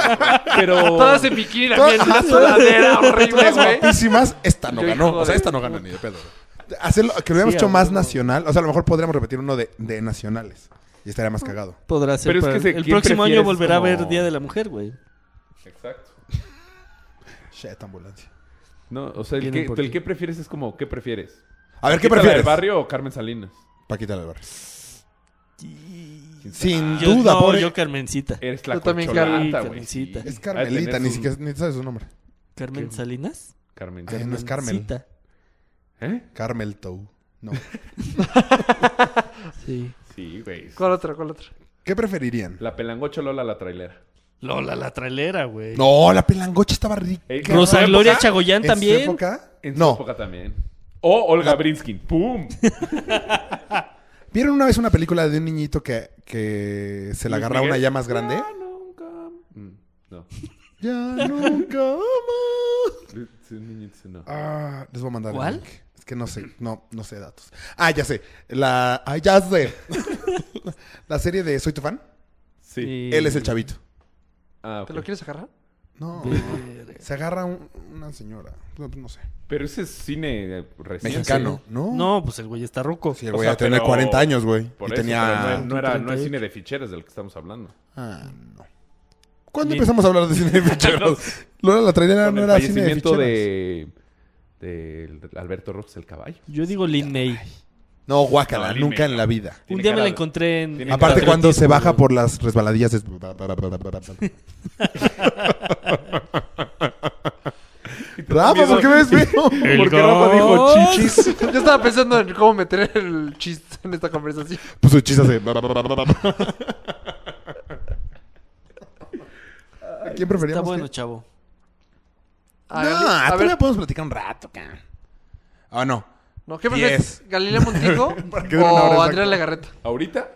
[SPEAKER 7] Pero.
[SPEAKER 6] Todas en bikini, la
[SPEAKER 4] Todas-
[SPEAKER 6] piel, la sudadera horrible,
[SPEAKER 4] Todas
[SPEAKER 6] güey.
[SPEAKER 4] guapísimas, esta no
[SPEAKER 6] Yo,
[SPEAKER 4] ganó,
[SPEAKER 6] hijo
[SPEAKER 4] o sea,
[SPEAKER 6] de-
[SPEAKER 4] esta no gana ni de pedo. güey. Hacerlo, que lo hubiéramos
[SPEAKER 5] Sí,
[SPEAKER 4] hecho
[SPEAKER 5] a
[SPEAKER 4] más
[SPEAKER 5] huevo.
[SPEAKER 4] nacional, o sea, a lo mejor podríamos repetir uno de, de nacionales y estaría
[SPEAKER 6] Mm.
[SPEAKER 4] más cagado.
[SPEAKER 5] Podrá ser.
[SPEAKER 7] Pero es
[SPEAKER 5] para-
[SPEAKER 7] que ese,
[SPEAKER 5] el
[SPEAKER 7] ¿quién
[SPEAKER 5] próximo año
[SPEAKER 7] prefieres
[SPEAKER 5] volverá a ver
[SPEAKER 7] como-
[SPEAKER 5] Día de la Mujer, güey.
[SPEAKER 7] Exacto.
[SPEAKER 4] Shit, ambulancia.
[SPEAKER 7] No, o sea, el
[SPEAKER 5] Vienen
[SPEAKER 7] que,
[SPEAKER 5] por
[SPEAKER 7] el
[SPEAKER 5] ti.
[SPEAKER 7] que prefieres es como, ¿qué prefieres?
[SPEAKER 4] A ver, ¿qué
[SPEAKER 7] ¿Paquita la
[SPEAKER 4] prefieres?
[SPEAKER 7] del barrio o Carmen Salinas?
[SPEAKER 4] Paquita del barrio. Sin
[SPEAKER 5] Yo-
[SPEAKER 4] duda,
[SPEAKER 5] no,
[SPEAKER 4] pobre.
[SPEAKER 5] yo Carmencita.
[SPEAKER 7] Eres la
[SPEAKER 6] Yo también,
[SPEAKER 5] Carmen.
[SPEAKER 7] corcholata, güey.
[SPEAKER 5] Carmencita.
[SPEAKER 7] Sí.
[SPEAKER 4] Es Carmelita,
[SPEAKER 7] Ha de tener
[SPEAKER 4] ni
[SPEAKER 7] su-
[SPEAKER 4] siquiera ni sabes su nombre.
[SPEAKER 5] Carmen Salinas.
[SPEAKER 7] Carmen.
[SPEAKER 4] Ay, no es Carmen.
[SPEAKER 5] Carmencita.
[SPEAKER 7] ¿Eh?
[SPEAKER 4] Carmel Tou. No.
[SPEAKER 5] Sí.
[SPEAKER 7] Sí, güey.
[SPEAKER 6] ¿Cuál otra? ¿Cuál otra?
[SPEAKER 4] ¿Qué preferirían?
[SPEAKER 7] La pelangocha Lola la trailera.
[SPEAKER 5] Lola la trailera, güey.
[SPEAKER 4] No, la pelangocha estaba rica.
[SPEAKER 7] Ey, ¿en
[SPEAKER 5] Rosa
[SPEAKER 7] su
[SPEAKER 5] Gloria
[SPEAKER 7] época?
[SPEAKER 5] Chagoyán
[SPEAKER 4] ¿En su
[SPEAKER 5] también.
[SPEAKER 4] época?
[SPEAKER 7] En su
[SPEAKER 4] No.
[SPEAKER 7] época también. O Olga Brinskin. ¡Pum!
[SPEAKER 4] ¿Vieron una vez una película de un niñito que, que se le
[SPEAKER 7] Luis
[SPEAKER 4] agarraba una
[SPEAKER 7] Miguel.
[SPEAKER 4] ya más grande?
[SPEAKER 7] Nunca. Mm, No.
[SPEAKER 4] Ya nunca más.
[SPEAKER 7] Sí, niñitos, no.
[SPEAKER 4] Ah, les voy a mandar el
[SPEAKER 5] ¿Cuál?
[SPEAKER 4] link. Es que no sé, no, no sé datos. Ah, ya sé. La. Ah, ya sé. la serie de Soy tu fan.
[SPEAKER 7] Sí.
[SPEAKER 4] Él es el chavito.
[SPEAKER 7] Ah, ok.
[SPEAKER 6] ¿Te lo quieres agarrar?
[SPEAKER 4] No. Se agarra un- una señora. No, no sé.
[SPEAKER 7] Pero ese es cine eh, reciente.
[SPEAKER 4] Mexicano, ¿no?
[SPEAKER 5] No, pues el güey está roco.
[SPEAKER 4] Sí, el
[SPEAKER 7] O
[SPEAKER 4] güey
[SPEAKER 7] sea,
[SPEAKER 4] a tener
[SPEAKER 7] pero-
[SPEAKER 4] 40 años, güey.
[SPEAKER 7] Por
[SPEAKER 4] y
[SPEAKER 7] eso,
[SPEAKER 4] tenía.
[SPEAKER 7] pero no, no era, no es
[SPEAKER 5] 38.
[SPEAKER 7] cine de ficheras del que estamos hablando.
[SPEAKER 4] Ah, no. ¿Cuándo
[SPEAKER 5] Ni-
[SPEAKER 4] empezamos a hablar de cine de ficheros? Lola la trailera Ah,
[SPEAKER 7] Con
[SPEAKER 4] no
[SPEAKER 7] el
[SPEAKER 4] era cine de
[SPEAKER 7] fallecimiento
[SPEAKER 4] ficheros.
[SPEAKER 7] de, de Alberto Rojas el caballo.
[SPEAKER 5] Yo digo Lin May.
[SPEAKER 4] No, guácala,
[SPEAKER 7] No, dime,
[SPEAKER 4] nunca en
[SPEAKER 7] no.
[SPEAKER 4] la vida.
[SPEAKER 5] Un
[SPEAKER 7] Tiene
[SPEAKER 5] día me
[SPEAKER 7] cara
[SPEAKER 5] la
[SPEAKER 7] de-
[SPEAKER 5] encontré en.
[SPEAKER 7] tiene
[SPEAKER 5] en
[SPEAKER 4] Aparte,
[SPEAKER 7] cara
[SPEAKER 4] cuando se
[SPEAKER 5] atletismo,
[SPEAKER 4] baja
[SPEAKER 5] güey.
[SPEAKER 4] por las resbaladillas es... Rafa, ¿por qué me veo?
[SPEAKER 7] Porque Rafa dijo chichis.
[SPEAKER 6] Yo estaba pensando en cómo meter el chiste en esta conversación.
[SPEAKER 4] Pues su chiste hace... ¿A quién
[SPEAKER 5] Está
[SPEAKER 4] preferíamos?
[SPEAKER 5] bueno,
[SPEAKER 4] que-
[SPEAKER 5] chavo.
[SPEAKER 6] Gali-
[SPEAKER 4] no,
[SPEAKER 6] a
[SPEAKER 4] todavía
[SPEAKER 6] ver,
[SPEAKER 4] podemos platicar un rato, cabrón. Ah, no.
[SPEAKER 6] no, ¿qué prefieres?
[SPEAKER 4] Diez.
[SPEAKER 6] ¿Galilea Montijo
[SPEAKER 4] Para que dure una hora
[SPEAKER 6] o
[SPEAKER 4] exacta.
[SPEAKER 6] Andrea Legarreta?
[SPEAKER 7] Ahorita,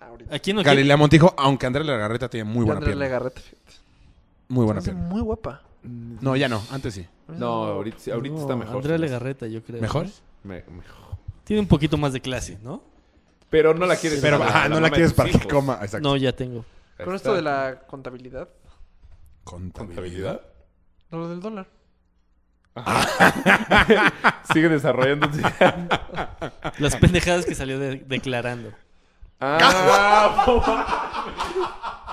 [SPEAKER 6] Ahorita.
[SPEAKER 5] ¿A quién no quiere?
[SPEAKER 4] Galilea Montijo, aunque Andrea Legarreta tiene Ah, muy buena
[SPEAKER 6] Andrea
[SPEAKER 4] pierna.
[SPEAKER 6] Legarreta. fíjate.
[SPEAKER 4] Muy buena
[SPEAKER 6] Es
[SPEAKER 4] pierna.
[SPEAKER 6] muy guapa.
[SPEAKER 4] No, ya no, antes sí.
[SPEAKER 7] no, ahorita, sí, ahorita
[SPEAKER 5] No,
[SPEAKER 7] está mejor.
[SPEAKER 5] Andrea
[SPEAKER 7] se me hace.
[SPEAKER 5] Legarreta, yo creo.
[SPEAKER 4] ¿Mejor?
[SPEAKER 7] Me- mejor.
[SPEAKER 5] Tiene un poquito más de clase, ¿no?
[SPEAKER 7] Pero ah, no la quieres
[SPEAKER 4] Pero,
[SPEAKER 7] para
[SPEAKER 4] ajá, no
[SPEAKER 7] mama
[SPEAKER 4] la
[SPEAKER 7] de
[SPEAKER 4] quieres
[SPEAKER 7] tus
[SPEAKER 4] para que
[SPEAKER 7] hijos.
[SPEAKER 4] coma. Exacto.
[SPEAKER 5] No, ya tengo.
[SPEAKER 7] Ahí
[SPEAKER 6] Con
[SPEAKER 7] está.
[SPEAKER 6] esto de la contabilidad,
[SPEAKER 4] Contabilidad.
[SPEAKER 7] ¿Contabilidad?
[SPEAKER 6] no, lo del dólar.
[SPEAKER 7] Sigue desarrollándose.
[SPEAKER 6] Pues,
[SPEAKER 5] Las pendejadas que salió de- declarando.
[SPEAKER 7] ah,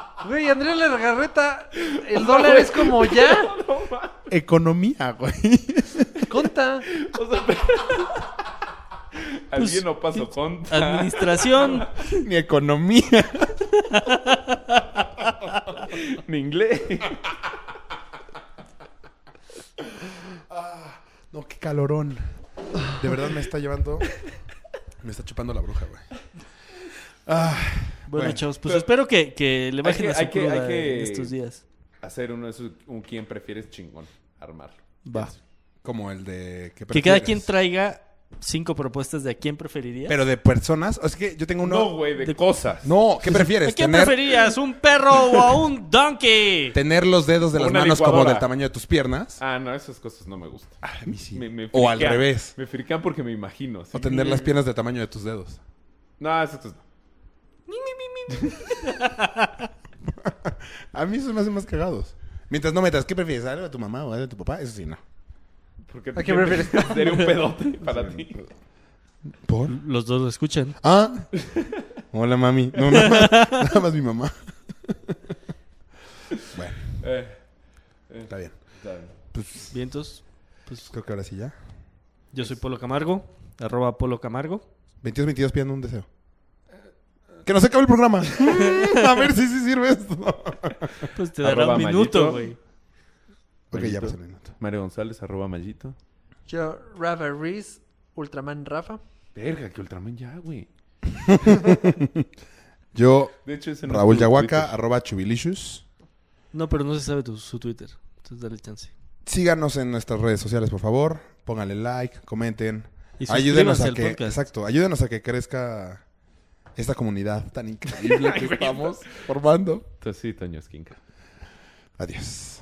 [SPEAKER 6] Güey, Andrea Legarreta, el dólar es como ya.
[SPEAKER 4] Economía, güey.
[SPEAKER 6] Conta.
[SPEAKER 7] o sea, pero- Alguien no pasó con.
[SPEAKER 6] Ah.
[SPEAKER 5] Administración.
[SPEAKER 4] Ni economía.
[SPEAKER 7] Ni inglés.
[SPEAKER 4] Ah, No, qué calorón. De verdad me está llevando. Me está chupando la bruja, güey. Ah,
[SPEAKER 5] Bueno,
[SPEAKER 4] Bueno.
[SPEAKER 5] chavos, pues espero que, que le bajen
[SPEAKER 7] que-
[SPEAKER 5] a su
[SPEAKER 7] hay que-
[SPEAKER 5] cruda
[SPEAKER 7] hay que-
[SPEAKER 5] en estos días.
[SPEAKER 7] Hacer uno de esos. Un quién prefieres chingón. Armarlo.
[SPEAKER 5] Va.
[SPEAKER 4] como el de. ¿qué
[SPEAKER 5] Que cada
[SPEAKER 4] prefieres?
[SPEAKER 5] quien traiga cinco propuestas de a quién preferiría.
[SPEAKER 4] Pero de personas. O sea, que yo tengo uno.
[SPEAKER 7] No, güey, de,
[SPEAKER 5] de-
[SPEAKER 7] cosas.
[SPEAKER 4] No, ¿qué prefieres?
[SPEAKER 5] ¿A quién
[SPEAKER 4] ¿Tener,
[SPEAKER 5] preferirías? ¿Un perro o a un donkey?
[SPEAKER 4] tener los dedos de las
[SPEAKER 7] Una
[SPEAKER 4] manos como
[SPEAKER 7] licuadora.
[SPEAKER 4] del tamaño de tus piernas.
[SPEAKER 7] Ah, no, esas cosas no me gustan.
[SPEAKER 4] Ah, a mí sí.
[SPEAKER 7] Me- me
[SPEAKER 4] o al
[SPEAKER 7] friquean.
[SPEAKER 4] revés.
[SPEAKER 7] Me frican porque me imagino. ¿sí?
[SPEAKER 4] O tener las piernas del tamaño de tus dedos.
[SPEAKER 7] No, esas cosas no.
[SPEAKER 4] A mí eso me hace más cagados. Mientras no metas, ¿qué prefieres? ¿Algo a tu mamá o algo a tu papá? Eso sí, no.
[SPEAKER 7] Porque
[SPEAKER 6] ¿A quién prefieres?
[SPEAKER 7] Sería un pedote para ti.
[SPEAKER 4] ¿Por?
[SPEAKER 5] Los dos lo escuchan.
[SPEAKER 4] ¿Mm? Ah. Hola, mami. No, nada más, nada más mi mamá. bueno,
[SPEAKER 7] Eh,
[SPEAKER 4] está bien.
[SPEAKER 7] está bien.
[SPEAKER 4] Pues
[SPEAKER 5] Vientos. Pues
[SPEAKER 4] creo que ahora sí ya.
[SPEAKER 5] yo soy Polo Camargo. Arroba Polo Camargo.
[SPEAKER 4] 22-22 pidiendo un deseo. Que no se acabe el programa. Mm, a ver si sí sirve esto.
[SPEAKER 5] Pues te dará
[SPEAKER 7] Arroba
[SPEAKER 5] un
[SPEAKER 7] Mayito.
[SPEAKER 5] minuto, güey.
[SPEAKER 4] ok,
[SPEAKER 7] Maldito.
[SPEAKER 4] ya pasó el minuto.
[SPEAKER 7] Mario González, arroba mallito.
[SPEAKER 6] Yo, Rafa Reese, Ultraman Rafa.
[SPEAKER 7] Verga, que Ultraman ya, güey.
[SPEAKER 4] Yo,
[SPEAKER 7] De hecho, ese no
[SPEAKER 4] Raúl
[SPEAKER 7] es tu
[SPEAKER 4] Yahuaca,
[SPEAKER 7] Twitter.
[SPEAKER 4] arroba chubilicious.
[SPEAKER 5] No, pero no se sabe tu- su Twitter. Entonces dale chance.
[SPEAKER 4] Síganos en nuestras redes sociales, por favor. Pónganle like, comenten.
[SPEAKER 5] Y
[SPEAKER 4] Ayúdenos
[SPEAKER 5] suscríbanse
[SPEAKER 4] a
[SPEAKER 5] al
[SPEAKER 4] que,
[SPEAKER 5] podcast.
[SPEAKER 4] exacto, ayúdenos a que crezca esta comunidad tan increíble que estamos formando.
[SPEAKER 7] Entonces, sí, Toño Esquinca.
[SPEAKER 4] Adiós.